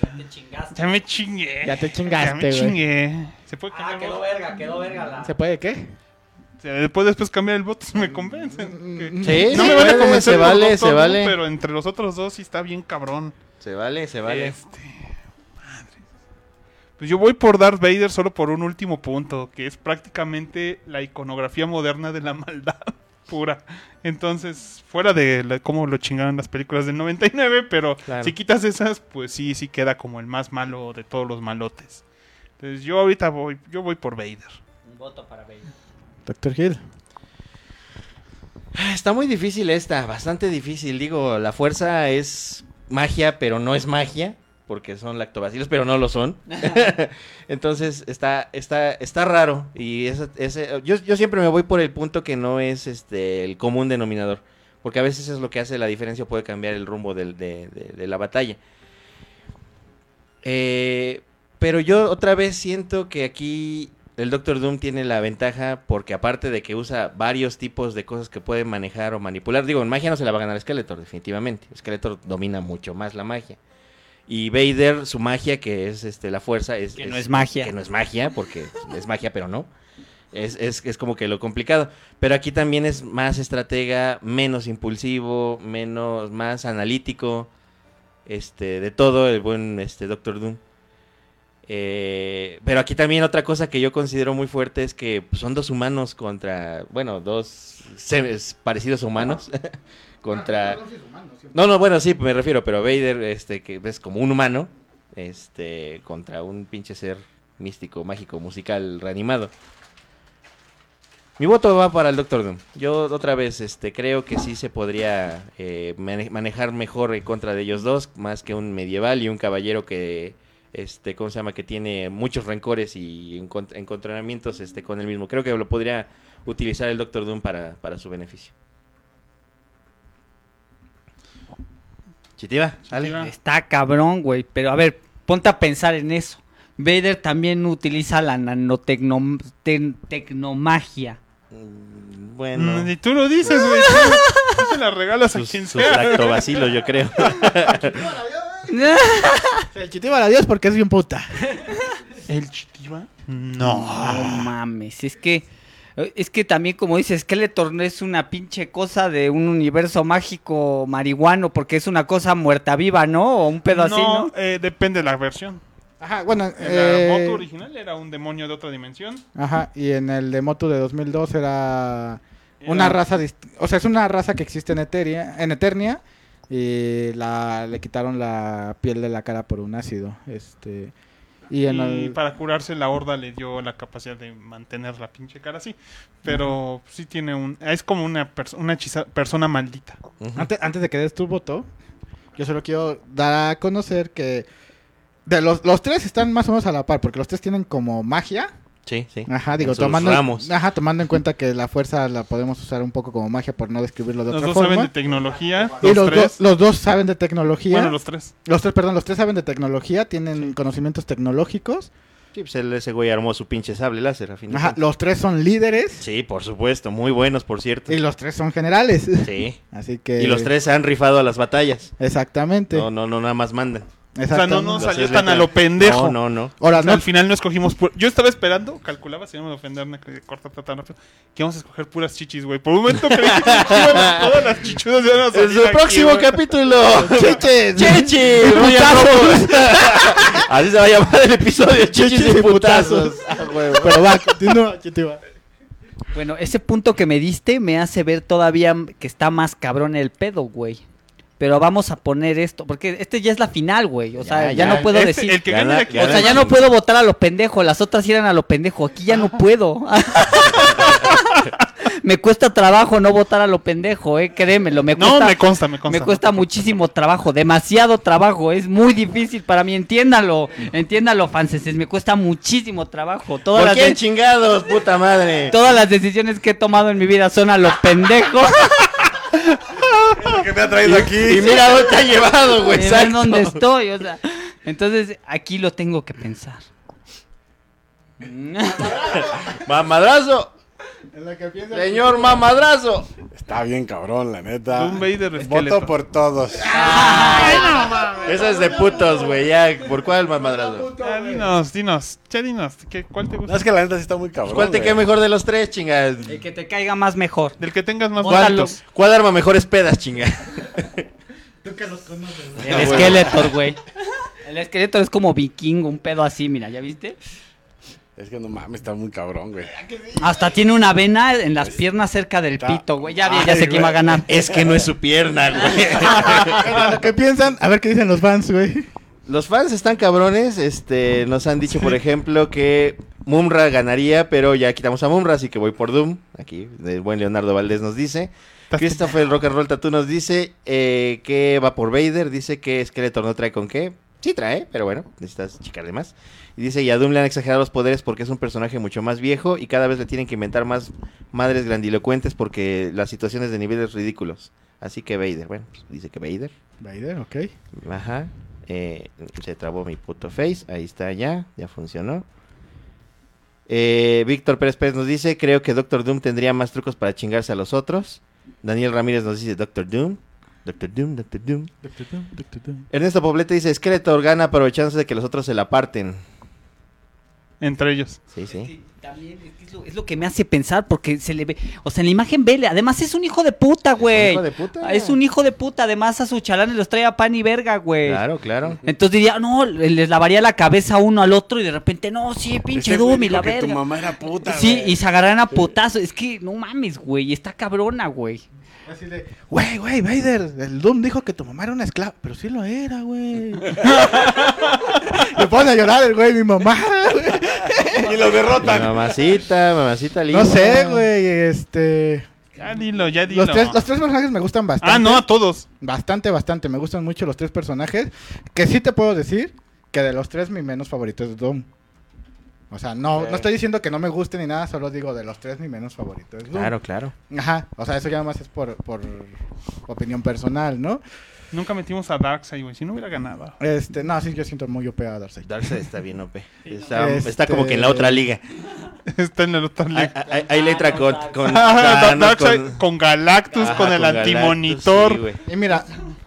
[SPEAKER 5] Ya
[SPEAKER 8] (laughs)
[SPEAKER 5] te chingaste.
[SPEAKER 3] (laughs) Ya me chingué.
[SPEAKER 6] Ya te chingaste,
[SPEAKER 3] Ya me
[SPEAKER 6] güey.
[SPEAKER 3] chingué. ¿Se puede
[SPEAKER 5] Ah,
[SPEAKER 3] cambiar el
[SPEAKER 5] quedó
[SPEAKER 3] voto?
[SPEAKER 5] verga, quedó verga la.
[SPEAKER 6] ¿Se puede qué?
[SPEAKER 3] Se- Después, después cambiar el voto si me convencen. Que-
[SPEAKER 2] Sí,
[SPEAKER 3] no
[SPEAKER 2] se
[SPEAKER 3] me van a
[SPEAKER 2] puede,
[SPEAKER 3] convencer
[SPEAKER 2] se
[SPEAKER 3] por
[SPEAKER 2] vale,
[SPEAKER 3] Doctor
[SPEAKER 2] se
[SPEAKER 3] Doom,
[SPEAKER 2] vale.
[SPEAKER 3] Pero entre los otros dos sí está bien cabrón.
[SPEAKER 2] Se vale, se vale.
[SPEAKER 3] Este, madre. Pues yo voy por Darth Vader solo por un último punto, que es prácticamente la iconografía moderna de la (laughs) maldad pura. Entonces, fuera de la- cómo lo chingaban las películas del 99, pero
[SPEAKER 4] Claro.
[SPEAKER 3] si quitas esas, pues sí, sí queda como el más malo de todos los malotes. Entonces, yo ahorita voy, yo voy por Vader.
[SPEAKER 5] Un voto para Baby.
[SPEAKER 6] Doctor Hill.
[SPEAKER 2] Ah, Está muy difícil esta, bastante difícil. Digo, la fuerza es magia, pero no es magia, porque son lactobacilos, pero no lo son. (laughs) Entonces, está, está, está raro. Y ese, ese- yo, yo siempre me voy por el punto que no es este el común denominador. Porque a veces es lo que hace la diferencia, puede cambiar el rumbo del- de, de- de la batalla. Eh, pero yo otra vez siento que aquí el Doctor Doom tiene la ventaja porque aparte de que usa varios tipos de cosas que puede manejar o manipular, digo, en magia no se la va a ganar Skeletor, definitivamente. Skeletor domina mucho más la magia. Y Vader, su magia, que es este, la fuerza, es...
[SPEAKER 8] Que no es magia.
[SPEAKER 2] Que no es magia, porque (laughs) es magia, pero no. Es, es, es como que lo complicado. Pero aquí también es más estratega, menos impulsivo, menos, más analítico. Este, de todo el buen este, Doctor Doom. Eh, pero aquí también otra cosa que yo considero muy fuerte es que pues, son dos humanos contra, bueno, dos seres parecidos a humanos (laughs) contra... Ah, No, no, bueno, sí, me refiero, pero Vader, este, que es como un humano, este, contra un pinche ser místico, mágico, musical, reanimado. Mi voto va para el Doctor Doom. Yo otra vez, este, creo que sí se podría eh, mane- manejar mejor en contra de ellos dos, más que un medieval y un caballero que, este, ¿cómo se llama? Que tiene muchos rencores y encont- encontronamientos, este, con él mismo. Creo que lo podría utilizar el Doctor Doom para, para su beneficio. Chitiva, dale.
[SPEAKER 3] Chitiva.
[SPEAKER 8] Está cabrón, güey. Pero a ver, ponte a pensar en eso. Vader también utiliza la nanotecnomagia.
[SPEAKER 2] Mm,
[SPEAKER 3] Mm,
[SPEAKER 2] Bueno, Pues,
[SPEAKER 3] Y tú lo dices, güey. tú- tú se la regalas a
[SPEAKER 2] sus,
[SPEAKER 3] quien
[SPEAKER 2] sus
[SPEAKER 3] sea.
[SPEAKER 2] lactobacilos, yo creo.
[SPEAKER 6] El chitiba la Dios porque es bien puta.
[SPEAKER 3] ¿El Chitiva?
[SPEAKER 8] No mames, es que Eh, Es que también, como dice, Skeletor no es una pinche cosa de un universo mágico marihuano, porque es una cosa muerta viva, ¿no? O un pedo así, ¿no?
[SPEAKER 3] eh, depende de la versión.
[SPEAKER 6] Ajá, bueno,
[SPEAKER 3] En
[SPEAKER 6] eh,
[SPEAKER 3] la moto original era un demonio de otra dimensión.
[SPEAKER 6] Ajá, y en el de Motu de 2002 era una
[SPEAKER 3] Era-
[SPEAKER 6] raza, dist- o sea, es una raza que existe en Eteria, en Eternia y la le quitaron la piel de la cara por un ácido, este y
[SPEAKER 3] Y,
[SPEAKER 6] en el
[SPEAKER 3] para curarse la horda le dio la capacidad de mantener la pinche cara así. Pero sí tiene un... Es como una, perso- una hechiza- persona maldita.
[SPEAKER 6] Antes, antes de que des tu voto, yo solo quiero dar a conocer que de los, los tres están más o menos a la par, porque los tres tienen como magia.
[SPEAKER 2] Sí, sí.
[SPEAKER 6] Ajá, digo,
[SPEAKER 2] En sus
[SPEAKER 6] tomando, Ah.
[SPEAKER 2] ramos.
[SPEAKER 6] ajá, tomando en cuenta que la fuerza la podemos usar un poco como magia por no describirlo de
[SPEAKER 3] Los
[SPEAKER 6] otra
[SPEAKER 3] dos
[SPEAKER 6] forma.
[SPEAKER 3] saben de tecnología.
[SPEAKER 6] y
[SPEAKER 3] Los
[SPEAKER 6] los,
[SPEAKER 3] tres.
[SPEAKER 6] dos- los dos saben de tecnología.
[SPEAKER 3] Bueno, los tres.
[SPEAKER 6] Los tres, perdón, los tres saben de tecnología, tienen conocimientos tecnológicos.
[SPEAKER 2] Sí, pues él- ese güey armó su pinche sable láser, a fin de
[SPEAKER 6] Ajá,
[SPEAKER 2] cuentas.
[SPEAKER 6] los tres son líderes
[SPEAKER 2] Sí, por supuesto, muy buenos, por cierto.
[SPEAKER 6] y los tres son generales.
[SPEAKER 2] Sí.
[SPEAKER 6] (laughs) Así que...
[SPEAKER 2] Y los tres se han rifado a las batallas.
[SPEAKER 6] Exactamente.
[SPEAKER 2] No, no, no, nada más mandan.
[SPEAKER 3] O sea, no
[SPEAKER 6] exactamente.
[SPEAKER 3] nos
[SPEAKER 2] Los
[SPEAKER 3] salió
[SPEAKER 2] es
[SPEAKER 3] tan a
[SPEAKER 2] literal.
[SPEAKER 3] lo pendejo.
[SPEAKER 2] No, no, no.
[SPEAKER 6] Ahora,
[SPEAKER 3] O sea,
[SPEAKER 6] no-
[SPEAKER 3] Al final no escogimos... pu- Yo estaba esperando, calculaba, si no me ofenderme, que corta tan rápido, que íbamos a escoger puras chichis, güey. Por un momento creí que íbamos- todas las chichudas iban a salir
[SPEAKER 2] En su
[SPEAKER 3] aquí,
[SPEAKER 2] próximo
[SPEAKER 3] güey.
[SPEAKER 2] capítulo.
[SPEAKER 6] ¡Cheches!
[SPEAKER 2] ¡Chichis! ¡Putazos! (laughs) Así se va a llamar el episodio, chichis y putazos.
[SPEAKER 6] Ah, Pero va, continúa, Chitiba.
[SPEAKER 8] Bueno, ese punto que me diste me hace ver todavía m- que está más cabrón el pedo, güey. Pero vamos a poner esto, porque este ya es la final, güey. O sea, ya, no puedo
[SPEAKER 3] Este-
[SPEAKER 8] decir.
[SPEAKER 3] El que gane
[SPEAKER 2] Gana-
[SPEAKER 3] de aquí.
[SPEAKER 8] O sea, ya no puedo votar a lo pendejo. Las otras eran a lo pendejo. Aquí
[SPEAKER 3] (laughs)
[SPEAKER 8] ya no puedo. (laughs) me cuesta trabajo no votar a lo pendejo, eh. Créemelo. Me
[SPEAKER 3] No,
[SPEAKER 8] cuesta,
[SPEAKER 3] me consta, me consta.
[SPEAKER 8] me cuesta muchísimo trabajo. Demasiado trabajo. Es muy difícil para mí. Entiéndalo. Entiéndalo, fanses. Me cuesta muchísimo trabajo. Todas
[SPEAKER 2] ¿Por
[SPEAKER 8] las
[SPEAKER 2] quién
[SPEAKER 8] de-
[SPEAKER 2] chingados, puta madre?
[SPEAKER 8] Todas las decisiones que he tomado en mi vida son a lo
[SPEAKER 2] (laughs)
[SPEAKER 8] pendejo.
[SPEAKER 7] que me ha traído aquí.
[SPEAKER 2] Y mira dónde te ha llevado, güey.
[SPEAKER 8] (laughs) Y ver
[SPEAKER 2] exacto.
[SPEAKER 8] dónde estoy, o sea. Entonces, aquí lo tengo que
[SPEAKER 2] (laughs)
[SPEAKER 8] pensar.
[SPEAKER 2] Mamadrazo. Señor mamadrazo.
[SPEAKER 7] Está bien cabrón, la neta.
[SPEAKER 3] Doom Vader esqueleto.
[SPEAKER 7] Voto por todos.
[SPEAKER 2] Esa es de putos, güey. Ya, ¿por cuál mamadrazo?
[SPEAKER 3] Ya, dinos, dinos. Ya, dinos. ¿qué- ¿Cuál te
[SPEAKER 7] No,
[SPEAKER 3] gusta?
[SPEAKER 7] es que la neta sí está muy cabrón.
[SPEAKER 2] Pues, ¿Cuál te
[SPEAKER 7] güey.
[SPEAKER 2] queda mejor de los tres, chinga?
[SPEAKER 8] El que te caiga más mejor.
[SPEAKER 3] Del que tengas más
[SPEAKER 8] Bótalo.
[SPEAKER 3] votos.
[SPEAKER 2] ¿Cuál arma mejores pedas, chinga? Ah,
[SPEAKER 8] El esqueleto, güey. El esqueleto es como vikingo, un pedo así, mira, ¿ya viste?
[SPEAKER 7] Es que no mames, está muy cabrón, güey.
[SPEAKER 8] Hasta tiene una vena en las
[SPEAKER 2] Pues,
[SPEAKER 8] piernas cerca del pito, güey. Ya, vi, ya
[SPEAKER 7] Ay,
[SPEAKER 8] sé quién va a
[SPEAKER 7] güey.
[SPEAKER 8] ganar.
[SPEAKER 2] Es que no es su pierna, (laughs) güey.
[SPEAKER 6] Bueno, ¿Qué Ah, piensan? A ver qué dicen los fans, güey.
[SPEAKER 2] Los fans están cabrones, este, nos han dicho, por ejemplo, que Mumra ganaría, pero ya quitamos a Mumra, así que voy por Doom. Aquí, el buen Leonardo Valdés nos dice. Christopher el Rock and Roll Tattoo nos dice eh, que va por Vader, dice que Skeletor no trae con qué. Sí trae, pero bueno, necesitas checarle más. Y dice, y a Doom le han exagerado los poderes porque es un personaje mucho más viejo y cada vez le tienen que inventar más madres grandilocuentes porque las situaciones de niveles ridículos. Así que Vader, bueno, pues, dice que Vader.
[SPEAKER 6] Vader, ok.
[SPEAKER 2] Ajá. Eh, se trabó mi puto face. Ahí está ya. Ya funcionó. Eh, Víctor Pérez Pérez nos dice, creo que Doctor Doom tendría más trucos para chingarse a los otros. Daniel Ramírez nos dice Doctor Doom. Doctor Doom, Doctor Doom. Ernesto Poblete dice, Skeletor gana aprovechándose de que los otros se la parten.
[SPEAKER 3] Entre ellos.
[SPEAKER 2] Sí, sí.
[SPEAKER 8] Sí, también, es que es lo- Es lo que me hace pensar porque se le ve, o sea, en la imagen vele, además es un hijo de puta, güey. ah,
[SPEAKER 2] hijo de puta.
[SPEAKER 8] Es un hijo de puta, además a sus chalanes los trae a pan y verga, güey.
[SPEAKER 2] Claro, claro.
[SPEAKER 8] Entonces diría, no, les lavaría la cabeza uno al otro y de repente, no, sí, pinche
[SPEAKER 7] Este güey
[SPEAKER 8] Doom y
[SPEAKER 7] dijo
[SPEAKER 8] la
[SPEAKER 7] que tu
[SPEAKER 8] verga.
[SPEAKER 7] mamá era puta.
[SPEAKER 8] Sí,
[SPEAKER 7] güey.
[SPEAKER 8] y se agarran a putazos. Es que no mames, güey, está cabrona, güey.
[SPEAKER 6] Así de, güey, güey, Vader, el Doom dijo que tu mamá era una esclava, pero sí lo era, güey. Me pone a llorar el güey, mi mamá. güey.
[SPEAKER 7] (laughs) Y los derrotan.
[SPEAKER 2] Mamacita, mamacita linda.
[SPEAKER 6] No sé, güey, este...
[SPEAKER 3] Ya dilo, ya dilo.
[SPEAKER 6] Los tres, los tres personajes me gustan bastante.
[SPEAKER 3] Ah, no, a todos.
[SPEAKER 6] Bastante, bastante, me gustan mucho los tres personajes. Que sí te puedo decir que de los tres mi menos favorito es Doom. O sea, no, no estoy diciendo que no me guste ni nada, solo digo de los tres mi menos favorito es Doom.
[SPEAKER 2] Claro, claro.
[SPEAKER 6] Ajá, o sea, eso ya más es por, por opinión personal, ¿no?
[SPEAKER 3] Nunca metimos a Darkseid, güey. Si no hubiera ganado.
[SPEAKER 6] Este, no, sí, yo siento muy OP a Darkseid.
[SPEAKER 2] Darkseid está bien OP. Está,
[SPEAKER 6] Este-
[SPEAKER 2] está como que en la otra liga.
[SPEAKER 3] (laughs) Está en el otro
[SPEAKER 2] Hay,
[SPEAKER 3] (laughs) link.
[SPEAKER 2] hay- hay letra con... Ah, con,
[SPEAKER 6] (laughs)
[SPEAKER 3] Ah,
[SPEAKER 2] Thanos,
[SPEAKER 3] Darkseid
[SPEAKER 2] con-
[SPEAKER 3] con Galactus,
[SPEAKER 2] Ajá,
[SPEAKER 3] con el
[SPEAKER 2] Galactus,
[SPEAKER 3] antimonitor.
[SPEAKER 2] sí, güey.
[SPEAKER 6] Y mira,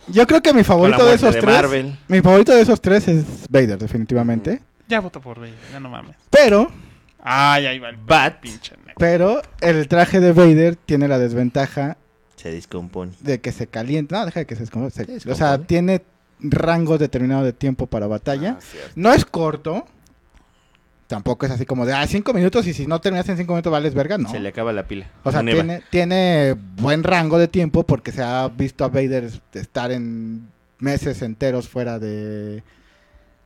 [SPEAKER 6] yo creo que mi favorito de
[SPEAKER 2] muerte
[SPEAKER 6] esos
[SPEAKER 2] de
[SPEAKER 6] tres.
[SPEAKER 2] Marvel.
[SPEAKER 6] Mi favorito de esos tres es Vader, definitivamente.
[SPEAKER 3] ya voto por Vader, ya no mames.
[SPEAKER 6] Pero
[SPEAKER 3] Ay, ahí va el
[SPEAKER 2] Bat
[SPEAKER 6] Pero el traje de Vader tiene la desventaja
[SPEAKER 2] se descompone.
[SPEAKER 6] de que se calienta. No, deja de que se descom- se- o sea, tiene rangos determinados de tiempo para
[SPEAKER 2] Ah,
[SPEAKER 6] batalla. no es corto. Tampoco es así como de, ah, cinco minutos y si no terminas en cinco minutos vales verga, no.
[SPEAKER 2] Se le acaba la pila.
[SPEAKER 6] O sea,
[SPEAKER 2] No neva.
[SPEAKER 6] tiene, tiene buen rango de tiempo porque se ha visto a Vader estar en meses enteros fuera de,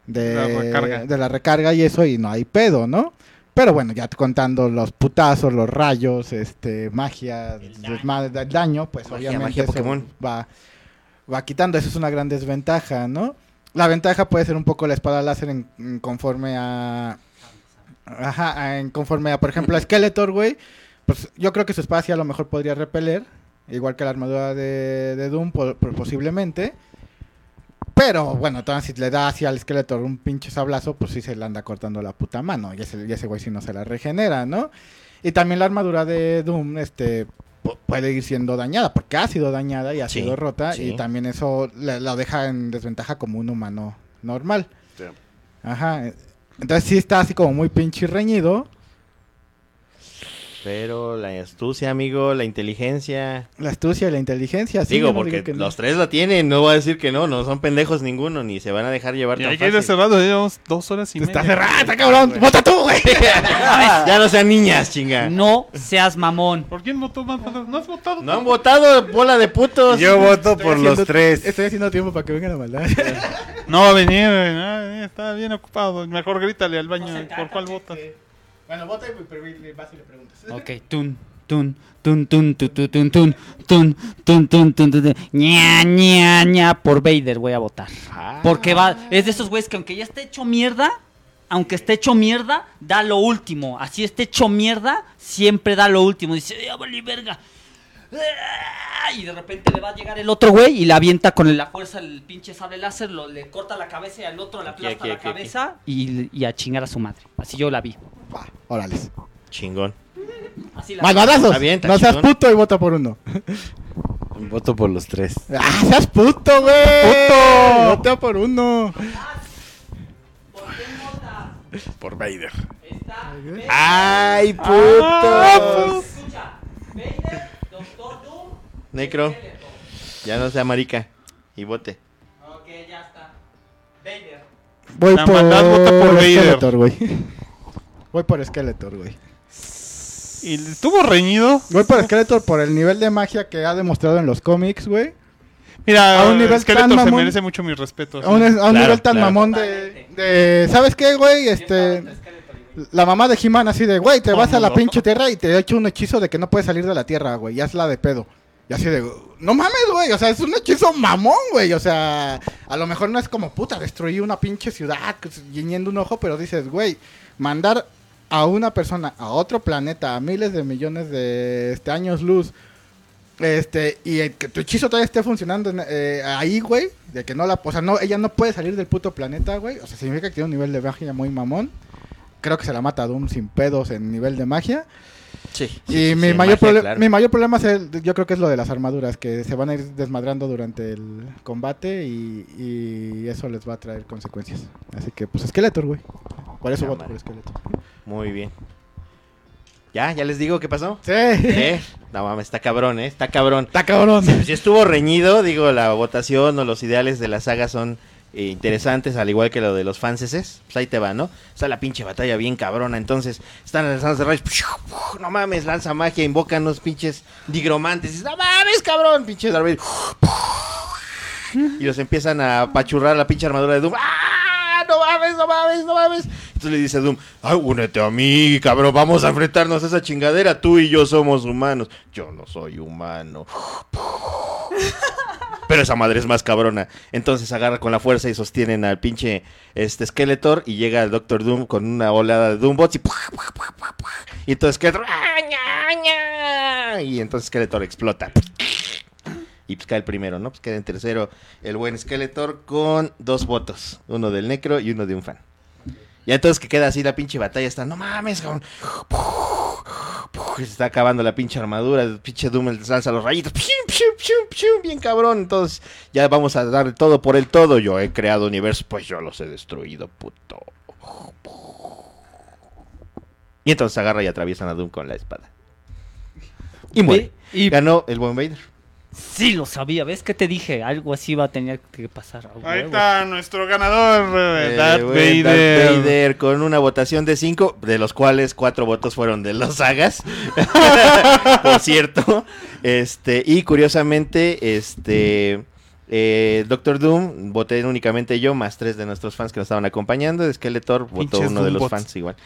[SPEAKER 6] de,
[SPEAKER 3] La recarga.
[SPEAKER 6] de la recarga y eso, y no hay pedo, ¿no? Pero bueno, ya contando los putazos, los rayos, este, magia, desmadre, el daño, pues
[SPEAKER 2] Magia,
[SPEAKER 6] obviamente
[SPEAKER 2] magia
[SPEAKER 6] eso
[SPEAKER 2] Pokémon.
[SPEAKER 6] va, va quitando. Eso es una gran desventaja, ¿no? La ventaja puede ser un poco la espada láser en- en conforme a, Ajá, a- en conforme a, por ejemplo, a Skeletor, güey. Pues yo creo que su espada sí a lo mejor podría repeler. Igual que la armadura de, de Doom, po- po- posiblemente. Pero bueno, entonces si le da así al Skeletor un pinche sablazo, pues sí se le anda cortando la puta mano. Y ese, y ese güey sí no se la regenera, ¿no? Y también la armadura de Doom, este. pu- Puede ir siendo dañada, porque ha sido dañada y ha
[SPEAKER 2] Sí,
[SPEAKER 6] sido rota,
[SPEAKER 2] sí.
[SPEAKER 6] y también eso la la deja en desventaja como un humano normal. Ajá. eh, Entonces sí está así como muy pinche reñido.
[SPEAKER 2] Pero la astucia, amigo, la inteligencia.
[SPEAKER 6] La astucia y la inteligencia. Sí,
[SPEAKER 2] Digo,
[SPEAKER 6] yo no
[SPEAKER 2] porque
[SPEAKER 6] que no.
[SPEAKER 2] los tres la tienen, no voy a decir que no, no son pendejos ninguno, ni se van a dejar llevar
[SPEAKER 3] Y
[SPEAKER 2] tan
[SPEAKER 3] hay que ir
[SPEAKER 2] fácil.
[SPEAKER 3] cerrado, ya llevamos dos horas y media.
[SPEAKER 6] Está cerrada, está (laughs) cabrón. ¡Vota tú, güey!
[SPEAKER 2] (laughs) Ya no sean niñas, chinga. No,
[SPEAKER 8] No seas mamón.
[SPEAKER 3] ¿Por quién votó? más? ¿No has votado?
[SPEAKER 2] han votado, bola de putos.
[SPEAKER 10] Yo voto por
[SPEAKER 6] Haciendo-
[SPEAKER 10] los tres.
[SPEAKER 6] Estoy haciendo tiempo para que venga la maldad.
[SPEAKER 2] (laughs)
[SPEAKER 3] No va a venir, güey, no va a venir, está bien ocupado. Mejor grítale al baño,
[SPEAKER 5] No se
[SPEAKER 3] ¿por
[SPEAKER 5] trata,
[SPEAKER 3] cuál
[SPEAKER 5] jefe.
[SPEAKER 3] votas?
[SPEAKER 6] bueno, vota y le vas y le preguntas.
[SPEAKER 8] Ok, tun, tun, tun, tun, tun, tun, tun, tun, tun, tun, tun, tun, tun, tun. ña, ña, ña, por Vader voy a votar. Porque va, es de esos güeyes que aunque ya esté hecho mierda, aunque esté hecho mierda, da lo último. Así esté hecho mierda, siempre da lo último. Dice, ya valí verga. ¡Ah! Y de repente le va a llegar el otro güey y le avienta con la fuerza el pinche sable láser, lo, le corta la cabeza y al otro le
[SPEAKER 2] Aquí,
[SPEAKER 8] aplasta
[SPEAKER 2] aquí,
[SPEAKER 8] la
[SPEAKER 2] aquí, aquí.
[SPEAKER 8] cabeza y, y a chingar a su madre. Así yo la vi.
[SPEAKER 6] Órales.
[SPEAKER 2] Chingón.
[SPEAKER 8] Así la vi.
[SPEAKER 6] ¡Malvadazos!
[SPEAKER 2] Está bien, está
[SPEAKER 6] No seas
[SPEAKER 2] chingón.
[SPEAKER 6] puto y vota por uno.
[SPEAKER 10] (laughs) Voto por los tres.
[SPEAKER 6] ¡Ah, seas puto, güey! ¡Puto! Vota por uno.
[SPEAKER 7] Por Vader.
[SPEAKER 10] ¡Ay,
[SPEAKER 6] Ah,
[SPEAKER 10] puto!
[SPEAKER 5] Escucha, Vader, Doctor Doom.
[SPEAKER 2] Necro,
[SPEAKER 5] Skeletor.
[SPEAKER 2] ya no sea marica. Y vote.
[SPEAKER 5] Ok, ya está. Vader.
[SPEAKER 6] Voy
[SPEAKER 3] La
[SPEAKER 6] por.
[SPEAKER 3] maldad vota por Vader.
[SPEAKER 6] Skeletor, güey. Voy por Skeletor, güey.
[SPEAKER 3] ¿Y estuvo reñido?
[SPEAKER 6] Voy por Skeletor por el nivel de magia que ha demostrado en los cómics, güey.
[SPEAKER 3] Mira,
[SPEAKER 6] A un nivel
[SPEAKER 3] Skeletor
[SPEAKER 6] tan
[SPEAKER 3] se
[SPEAKER 6] mamón.
[SPEAKER 3] merece mucho mis respetos.
[SPEAKER 6] A un, a un
[SPEAKER 2] Claro,
[SPEAKER 6] nivel tan
[SPEAKER 2] claro.
[SPEAKER 6] mamón de, de- ¿Sabes qué, güey? Este. La mamá de He-Man así de, güey, te vas a la
[SPEAKER 3] Vámonos.
[SPEAKER 6] pinche tierra y te echo un hechizo de que no puedes salir de la tierra, güey, y hazla de pedo. Y así de, no mames, güey, o sea, es un hechizo mamón, güey, o sea, a lo mejor no es como, puta, destruí una pinche ciudad que es- guiñando un ojo, pero dices, güey, mandar a una persona a otro planeta a miles de millones de este, años luz, este, y el que tu hechizo todavía esté funcionando en- eh, ahí, güey, de que no la, o sea, no, ella no puede salir del puto planeta, güey, o sea, significa que tiene un nivel de magia muy mamón creo que se la mata a Doom sin pedos en nivel de magia.
[SPEAKER 2] Sí.
[SPEAKER 6] y mi, mayor proble- mi mayor problema es el- yo creo que es lo de las armaduras, que se van a ir desmadrando durante el combate y, y eso les va a traer consecuencias. Así que pues Skeletor, güey. Por eso
[SPEAKER 2] Ya,
[SPEAKER 6] voto
[SPEAKER 2] madre.
[SPEAKER 6] por Skeletor.
[SPEAKER 2] Muy bien. ¿Ya? ¿Ya les digo qué pasó?
[SPEAKER 6] Sí.
[SPEAKER 2] ¿Eh? No mames, está cabrón, ¿eh? Está cabrón.
[SPEAKER 6] Está cabrón.
[SPEAKER 2] Si estuvo reñido, digo, la votación o los ideales de la saga son eh, interesantes, al igual que lo de los fanseses. Pues ahí te va, ¿no? Está la pinche batalla bien cabrona. Entonces, están lanzando rayos. No mames, lanza magia, invocan los pinches digromantes. dices, No mames, cabrón, pinche Darth Vader. Y los empiezan a pachurrar la pinche armadura de Doom. ¡Ah! No mames, no mames, no mames. Entonces le dice a Doom, ay, únete a mí, cabrón, vamos a enfrentarnos a esa chingadera. Tú y yo somos humanos. Yo no soy humano. Pero esa madre es más cabrona. Entonces agarra con la fuerza y sostienen al pinche este Skeletor y llega el Doctor Doom con una oleada de Doombots y ¡pua, pua, pua, pua, pua! y entonces Skeletor ¡ah, ña, ña! y entonces Skeletor explota. Y pues cae el primero, ¿no? Pues queda en tercero el buen Skeletor con dos votos, uno del Necro y uno de un fan. Y entonces que queda así la pinche batalla está, no mames, cabrón. Puf, Se está acabando la pinche armadura, el pinche Doom el salsa los rayitos. ¡Pium, pium, pium, pium! bien cabrón. Entonces, ya vamos a dar el todo por el todo. Yo he creado universos, pues yo los he destruido, puto. Y entonces agarra y atraviesan a Doom con la espada. Y muere. Y, ganó el buen Vader.
[SPEAKER 8] Sí, lo sabía. ¿Ves que te dije? Algo así va a tener que pasar. a
[SPEAKER 3] Ahí
[SPEAKER 8] huevo.
[SPEAKER 3] está nuestro ganador, eh, Darth
[SPEAKER 2] Eh, güey,
[SPEAKER 3] Vader.
[SPEAKER 2] Darth Vader, con una votación de 5, de los cuales cuatro votos fueron de los sagas. (laughs) Por cierto. Este, y curiosamente, este. eh, Doctor Doom, voté únicamente yo, más tres de nuestros fans que nos estaban acompañando. Skeletor votó
[SPEAKER 3] Pinches
[SPEAKER 2] uno de los
[SPEAKER 3] Doombots.
[SPEAKER 2] fans igual.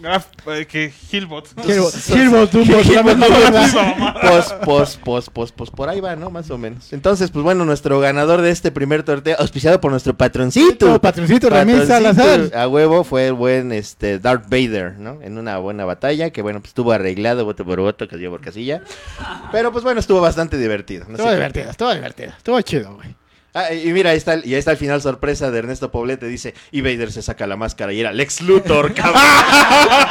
[SPEAKER 3] Graf- eh, que
[SPEAKER 2] (laughs)
[SPEAKER 3] Hillbot. (laughs)
[SPEAKER 6] Hillbot, Hillbot, Doombot, la misma mierda.
[SPEAKER 2] Pos, pos, pos, pos, pos, por ahí va, ¿no? Más o menos. Entonces, pues bueno, nuestro ganador de este primer torneo, auspiciado por nuestro patroncito. Ah,
[SPEAKER 6] Patroncito, patroncito, Ramírez Salazar.
[SPEAKER 2] A huevo fue el buen este, Darth Vader, ¿no? En una buena batalla que, bueno, pues estuvo arreglado voto por voto, casilla por casilla. Pero pues bueno, estuvo bastante divertido. ¿no?
[SPEAKER 6] Estuvo
[SPEAKER 2] Así que-
[SPEAKER 6] divertido, estuvo divertido. Estuvo chido, güey.
[SPEAKER 2] Ah, y mira, ahí está, el- y ahí está el final sorpresa de Ernesto Poblete. Dice, y Vader se saca la máscara y era Lex
[SPEAKER 6] (laughs)
[SPEAKER 2] Luthor, cabrón. (laughs)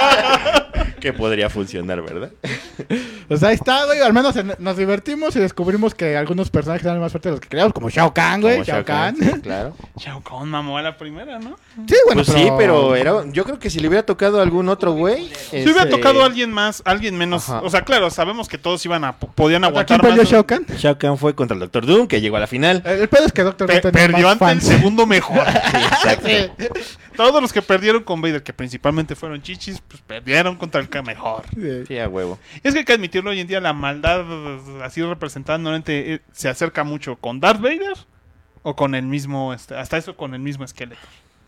[SPEAKER 2] que podría funcionar, ¿verdad?
[SPEAKER 6] Pues ahí está, güey. Al menos en- nos divertimos y descubrimos que algunos personajes eran más fuertes de los que creíamos, como Shao Kahn, güey.
[SPEAKER 2] Como
[SPEAKER 6] Shao Kahn.
[SPEAKER 2] sí, claro.
[SPEAKER 3] Shao Kahn mamó a la primera, ¿no?
[SPEAKER 6] (laughs) Sí, bueno,
[SPEAKER 2] pues sí, pero era, yo creo que si le hubiera tocado a algún otro güey. este,
[SPEAKER 3] Si hubiera tocado a alguien más, alguien menos. O sea, claro, sabemos que todos iban a, podían
[SPEAKER 6] ¿A quién
[SPEAKER 3] aguantar
[SPEAKER 6] perdió
[SPEAKER 3] más.
[SPEAKER 6] Shao Kahn?
[SPEAKER 2] Shao Kahn fue contra el Doctor Doom, que llegó a la
[SPEAKER 6] (laughs)
[SPEAKER 2] final.
[SPEAKER 6] El el pedo es que Doctor
[SPEAKER 3] Pe-
[SPEAKER 6] Who tenía
[SPEAKER 3] perdió
[SPEAKER 6] más
[SPEAKER 3] ante el (laughs)
[SPEAKER 6] fans.
[SPEAKER 3] segundo
[SPEAKER 6] (laughs)
[SPEAKER 3] mejor.
[SPEAKER 2] Exacto.
[SPEAKER 3] todos los que perdieron con Vader, que principalmente fueron chichis, pues perdieron contra el que mejor.
[SPEAKER 6] Sí.
[SPEAKER 2] Sí, a huevo.
[SPEAKER 3] Es que hay que admitirlo hoy en día, la maldad eh, así representada normalmente eh, se acerca mucho con Darth Vader o con el mismo, este, hasta eso con el mismo esqueleto.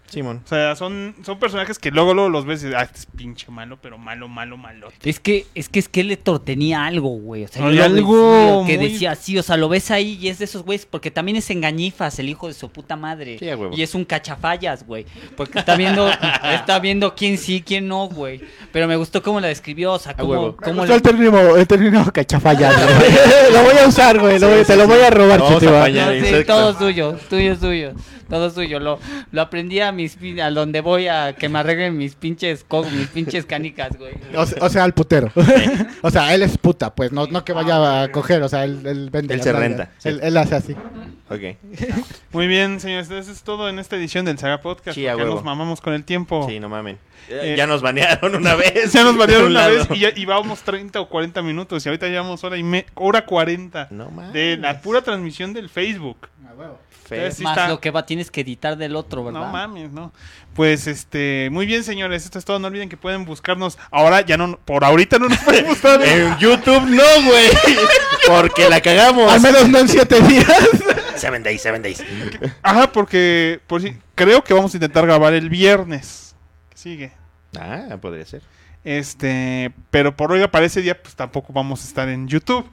[SPEAKER 2] Simón.
[SPEAKER 3] O sea, son, son personajes que luego, luego los ves y dices, ah, este es pinche malo, pero malo, malo, malo.
[SPEAKER 8] Es que, es que Skeletor tenía algo, güey. O sea,
[SPEAKER 3] Hay
[SPEAKER 8] yo lo
[SPEAKER 3] algo
[SPEAKER 8] veo que
[SPEAKER 3] muy-
[SPEAKER 8] decía así, o sea, lo ves ahí y es de esos güeyes, porque también es engañifas el hijo de su puta madre.
[SPEAKER 2] Sí, a huevo.
[SPEAKER 8] Y es un cachafallas, güey. Porque está viendo, (laughs) está viendo quién sí, quién no, güey. Pero me gustó cómo la describió, o sea,
[SPEAKER 2] huevo.
[SPEAKER 8] cómo,
[SPEAKER 6] Me
[SPEAKER 8] cómo
[SPEAKER 6] gustó
[SPEAKER 8] la-
[SPEAKER 6] el término, el término cachafalla, güey. (laughs) lo voy a usar, güey. lo voy- te lo voy a robar,
[SPEAKER 2] Lo vamos a
[SPEAKER 6] Chutiba.
[SPEAKER 2] apañar.
[SPEAKER 8] No,
[SPEAKER 2] el
[SPEAKER 8] sí,
[SPEAKER 2] insecto.
[SPEAKER 8] todo suyo, tuyo, suyo, todo suyo. Lo, lo aprendí a mis pin- a donde voy a que me arreglen mis pinches co- mis pinches canicas, güey.
[SPEAKER 6] O, se- o sea, al putero. (laughs) o sea, él es puta, pues. No, no que vaya a coger, o sea, él, él vende.
[SPEAKER 2] Él
[SPEAKER 6] las
[SPEAKER 2] se
[SPEAKER 6] nalgas.
[SPEAKER 2] renta, sí.
[SPEAKER 6] Él, él hace así.
[SPEAKER 2] Ok.
[SPEAKER 3] Muy bien, señores, eso es todo en esta edición del Saga Podcast.
[SPEAKER 2] Sí, a
[SPEAKER 3] porque
[SPEAKER 2] huevo.
[SPEAKER 3] nos mamamos con el tiempo.
[SPEAKER 2] Sí, no mamen.
[SPEAKER 3] Eh,
[SPEAKER 2] ya nos banearon una (laughs) vez.
[SPEAKER 3] Ya nos
[SPEAKER 2] De
[SPEAKER 3] variaron
[SPEAKER 2] un
[SPEAKER 3] una
[SPEAKER 2] lado.
[SPEAKER 3] vez y, ya, y vamos 30 o 40 minutos. Y ahorita llevamos hora y me, hora 40
[SPEAKER 2] No mames.
[SPEAKER 3] de la pura transmisión del Facebook.
[SPEAKER 2] Fe-
[SPEAKER 3] sí
[SPEAKER 8] Más
[SPEAKER 3] está.
[SPEAKER 8] lo que va tienes que editar del otro, ¿verdad?
[SPEAKER 3] No mames, no. Pues este, muy bien, señores, esto es todo. No olviden que pueden buscarnos. Ahora ya no, por ahorita
[SPEAKER 2] (laughs)
[SPEAKER 3] no nos pueden buscar.
[SPEAKER 2] En YouTube no, (laughs) güey. Porque la cagamos.
[SPEAKER 6] Al menos no en siete días.
[SPEAKER 2] 7 days, 7 days.
[SPEAKER 3] Ajá, porque por si, creo que vamos a intentar grabar el viernes. que Sigue.
[SPEAKER 2] Ah, podría ser.
[SPEAKER 3] Este, pero por hoy para ese día, pues tampoco vamos a estar en YouTube.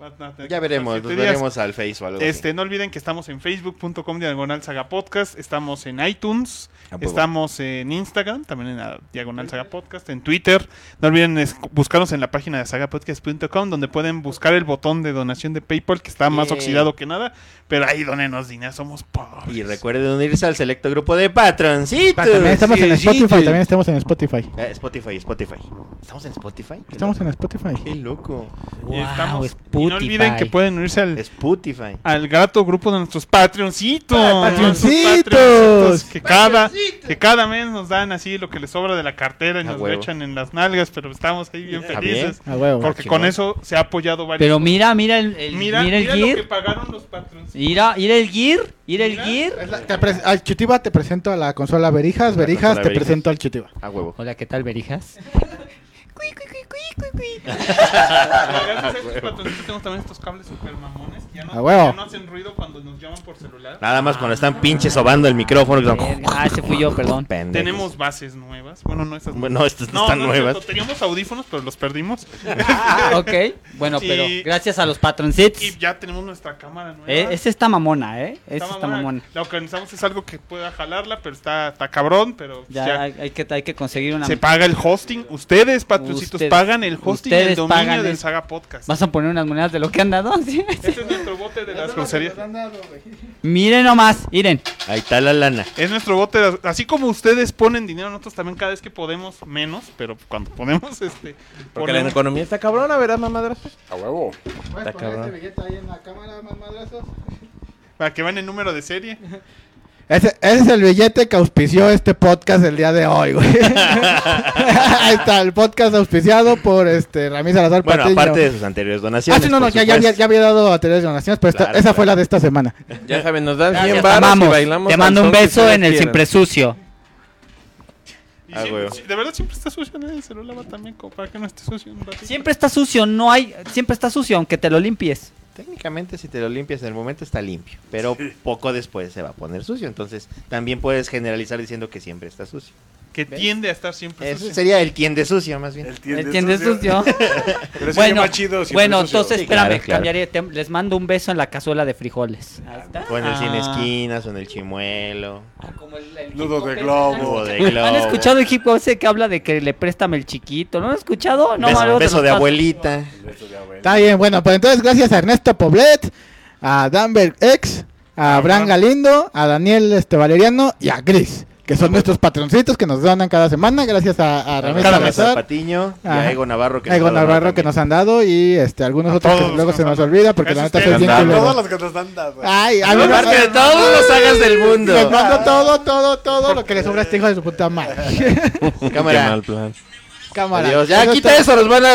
[SPEAKER 3] Van a tener que
[SPEAKER 2] Ya
[SPEAKER 3] esperar
[SPEAKER 2] veremos,
[SPEAKER 3] siete
[SPEAKER 2] nos
[SPEAKER 3] días.
[SPEAKER 2] veremos al Face o algo así.
[SPEAKER 3] Este, no olviden que estamos en facebook.com diagonal saga podcast, estamos en iTunes,
[SPEAKER 2] ¿A poco?
[SPEAKER 3] estamos en Instagram, también en la diagonal saga podcast, en Twitter. No olviden es- buscarnos en la página de sagapodcast.com donde pueden buscar el botón de donación de PayPal que está más
[SPEAKER 2] Yeah.
[SPEAKER 3] oxidado que nada, pero ahí donenos dinero, somos pobres.
[SPEAKER 2] Eh. Y recuerden unirse al selecto grupo de patroncitos.
[SPEAKER 6] También estamos en
[SPEAKER 2] Este, Sí, sí,
[SPEAKER 6] Spotify,
[SPEAKER 2] sí.
[SPEAKER 6] también estamos en Spotify.
[SPEAKER 2] Eh, Spotify, Spotify. ¿Estamos en Spotify? Qué
[SPEAKER 6] Estamos
[SPEAKER 2] loco.
[SPEAKER 6] en Spotify.
[SPEAKER 2] Qué loco.
[SPEAKER 3] Y
[SPEAKER 8] Wow,
[SPEAKER 3] estamos- y
[SPEAKER 8] Spotify.
[SPEAKER 3] no olviden que pueden unirse al,
[SPEAKER 2] Spotify.
[SPEAKER 3] al grato grupo de nuestros patreoncitos.
[SPEAKER 6] Patreoncitos.
[SPEAKER 3] Nuestros patreoncitos Que cada, que cada mes nos dan así lo que les sobra de la cartera y
[SPEAKER 2] A
[SPEAKER 3] nos lo
[SPEAKER 2] huevo.
[SPEAKER 3] echan en las nalgas, pero estamos ahí bien
[SPEAKER 2] Está bien.
[SPEAKER 3] felices.
[SPEAKER 6] A Ah, huevo.
[SPEAKER 3] Porque
[SPEAKER 2] chingón.
[SPEAKER 3] con eso se ha apoyado varios.
[SPEAKER 8] Pero mira, mira el, el-
[SPEAKER 3] mira,
[SPEAKER 8] mira, el
[SPEAKER 3] mira lo que
[SPEAKER 8] gear.
[SPEAKER 3] pagaron los patroncitos.
[SPEAKER 8] (laughs) Mira, mira el gear, mira el
[SPEAKER 3] Mira.
[SPEAKER 8] gear.
[SPEAKER 6] Es la- te pres- al Chutiba te presento a la consola Berijas, Berijas
[SPEAKER 2] consola
[SPEAKER 6] te
[SPEAKER 2] Berijas.
[SPEAKER 6] presento al Chutiba.
[SPEAKER 2] A huevo.
[SPEAKER 8] Hola, ¿qué tal, Berijas?
[SPEAKER 3] Gracias a estos patroncitos tenemos también estos cables super mamones. que Ya no,
[SPEAKER 6] A huevo.
[SPEAKER 3] ya no hacen ruido cuando nos llaman por celular.
[SPEAKER 2] Nada más cuando están pinches sobando el micrófono. que son-
[SPEAKER 8] Ah, ese fui yo, perdón.
[SPEAKER 2] Pendejos.
[SPEAKER 3] Tenemos bases nuevas. Bueno, no estas.
[SPEAKER 2] Bueno, estas
[SPEAKER 3] No,
[SPEAKER 2] están
[SPEAKER 3] no es
[SPEAKER 2] nuevas.
[SPEAKER 3] cierto, Teníamos audífonos, pero
[SPEAKER 2] (laughs)
[SPEAKER 3] los perdimos. (laughs)
[SPEAKER 8] ok, bueno,
[SPEAKER 3] Y-
[SPEAKER 8] pero gracias a los patroncits.
[SPEAKER 3] Y ya tenemos nuestra cámara nueva.
[SPEAKER 8] Eh, esa está mamona, ¿eh? Esa
[SPEAKER 3] Está
[SPEAKER 8] está mamona.
[SPEAKER 3] Lo que necesitamos es algo que pueda jalarla, pero está, está cabrón, pero
[SPEAKER 8] Ya,
[SPEAKER 3] ya
[SPEAKER 8] Hay, hay que, hay que conseguir una...
[SPEAKER 3] se paga el hosting. Ustedes, patrocitos,
[SPEAKER 8] Ustedes-
[SPEAKER 3] pagan el hosting
[SPEAKER 8] ustedes
[SPEAKER 3] del dominio
[SPEAKER 8] pagan
[SPEAKER 3] del
[SPEAKER 8] el-
[SPEAKER 3] Saga Podcast.
[SPEAKER 8] ¿Vas a poner unas monedas de lo que han dado? (laughs) Sí.
[SPEAKER 3] Este es nuestro bote de las groserías.
[SPEAKER 8] Miren nomás, miren.
[SPEAKER 2] Ahí está la lana.
[SPEAKER 3] Es nuestro bote, de- así como ustedes ponen dinero, nosotros también cada vez que podemos, menos, pero cuando ponemos, este,
[SPEAKER 2] Porque la
[SPEAKER 3] ponemos-
[SPEAKER 2] economía está cabrona, ¿verdad, mamadras?
[SPEAKER 7] A huevo.
[SPEAKER 2] Está poner cabrón. este
[SPEAKER 6] billete ahí en la cámara,
[SPEAKER 3] para que vean el número de serie.
[SPEAKER 6] Ese, ese es el billete que auspició este podcast el día de hoy, güey. (laughs) Ahí está, el podcast auspiciado por este Ramírez Salazar
[SPEAKER 2] Bueno,
[SPEAKER 6] Patiño.
[SPEAKER 2] aparte de sus anteriores
[SPEAKER 6] Ah,
[SPEAKER 2] donaciones.
[SPEAKER 6] sí, no, no,
[SPEAKER 2] por
[SPEAKER 6] ya, ya, había-
[SPEAKER 2] supuesto.
[SPEAKER 6] ya había dado anteriores donaciones, pero esta-
[SPEAKER 2] Claro,
[SPEAKER 6] esa
[SPEAKER 2] claro.
[SPEAKER 6] fue la de esta semana.
[SPEAKER 4] Ya saben, nos dan 100
[SPEAKER 8] Te
[SPEAKER 4] baros y
[SPEAKER 8] amamos.
[SPEAKER 4] bailamos.
[SPEAKER 8] Te
[SPEAKER 4] al
[SPEAKER 8] mando un
[SPEAKER 4] son que
[SPEAKER 8] beso
[SPEAKER 4] ustedes
[SPEAKER 8] en el
[SPEAKER 4] quieran.
[SPEAKER 8] siempre sucio.
[SPEAKER 3] Y
[SPEAKER 2] Ah,
[SPEAKER 3] siempre-
[SPEAKER 2] huevo.
[SPEAKER 3] sí, de verdad siempre está sucio en el celular va también como para que no esté sucio un ratito.
[SPEAKER 8] Siempre está sucio, no hay. Siempre está sucio, aunque te lo limpies.
[SPEAKER 2] Técnicamente, si te lo limpias en el momento está limpio, pero poco después se va a poner sucio. Entonces, también puedes generalizar diciendo que siempre está sucio.
[SPEAKER 3] que tiende a estar siempre
[SPEAKER 2] Eso
[SPEAKER 3] sucio.
[SPEAKER 2] sería el quien de sucio, más bien.
[SPEAKER 7] El tiende
[SPEAKER 8] ¿Entiendes sucio?
[SPEAKER 7] Pero ese
[SPEAKER 8] bueno,
[SPEAKER 7] es más chido, siempre
[SPEAKER 8] bueno
[SPEAKER 7] sucio.
[SPEAKER 8] entonces
[SPEAKER 2] Sí, claro,
[SPEAKER 8] espérame,
[SPEAKER 2] claro.
[SPEAKER 8] cambiaré de tema. Les mando un beso en la cazuela de frijoles.
[SPEAKER 5] Ahí está.
[SPEAKER 2] O en el sin
[SPEAKER 8] Ah.
[SPEAKER 2] esquinas, o en el chimuelo,
[SPEAKER 5] Ah, como el- el
[SPEAKER 7] Nudo
[SPEAKER 5] hip hop
[SPEAKER 7] de
[SPEAKER 5] ese.
[SPEAKER 2] o
[SPEAKER 7] globo.
[SPEAKER 2] de
[SPEAKER 8] ¿Han
[SPEAKER 2] globo.
[SPEAKER 8] escuchado el hip hop ese que habla de que le préstame el chiquito? ¿No lo han escuchado? No,
[SPEAKER 2] beso,
[SPEAKER 8] malo, te
[SPEAKER 2] beso
[SPEAKER 8] los
[SPEAKER 2] de
[SPEAKER 8] paso.
[SPEAKER 2] abuelita.
[SPEAKER 7] Eso ya, güey.
[SPEAKER 6] Está bien, bueno, pues entonces gracias a Ernesto Poblet, a Danberg X, a Abraham Galindo, a Daniel este, Valeriano y a Gris, que son nuestros patroncitos que nos donan cada semana. Gracias a, a Ramírez
[SPEAKER 2] Cada vez
[SPEAKER 6] Salazar,
[SPEAKER 2] Patiño y
[SPEAKER 6] Ajá.
[SPEAKER 2] a Ego Navarro que
[SPEAKER 6] a Ego
[SPEAKER 2] nos ha donado
[SPEAKER 6] Navarro que nos
[SPEAKER 2] también.
[SPEAKER 6] han dado y este, algunos otros que
[SPEAKER 3] todos
[SPEAKER 6] luego
[SPEAKER 3] nos
[SPEAKER 6] se nos
[SPEAKER 3] han-
[SPEAKER 6] olvida porque la
[SPEAKER 3] Esos
[SPEAKER 6] neta
[SPEAKER 3] que
[SPEAKER 6] soy
[SPEAKER 3] nos
[SPEAKER 6] bien
[SPEAKER 7] Todos
[SPEAKER 10] han
[SPEAKER 6] culero.
[SPEAKER 7] los que nos dan dadas, güey.
[SPEAKER 8] Ah,
[SPEAKER 6] Ay, a mí me-
[SPEAKER 10] Más que todos los hagas del mundo.
[SPEAKER 6] les mando todo, todo, todo lo que les sobra a este hijo de su puta madre.
[SPEAKER 2] Cámara.
[SPEAKER 6] Cámara.
[SPEAKER 10] Adiós. Ya
[SPEAKER 6] Eso
[SPEAKER 10] quita
[SPEAKER 6] está-
[SPEAKER 10] eso, nos van a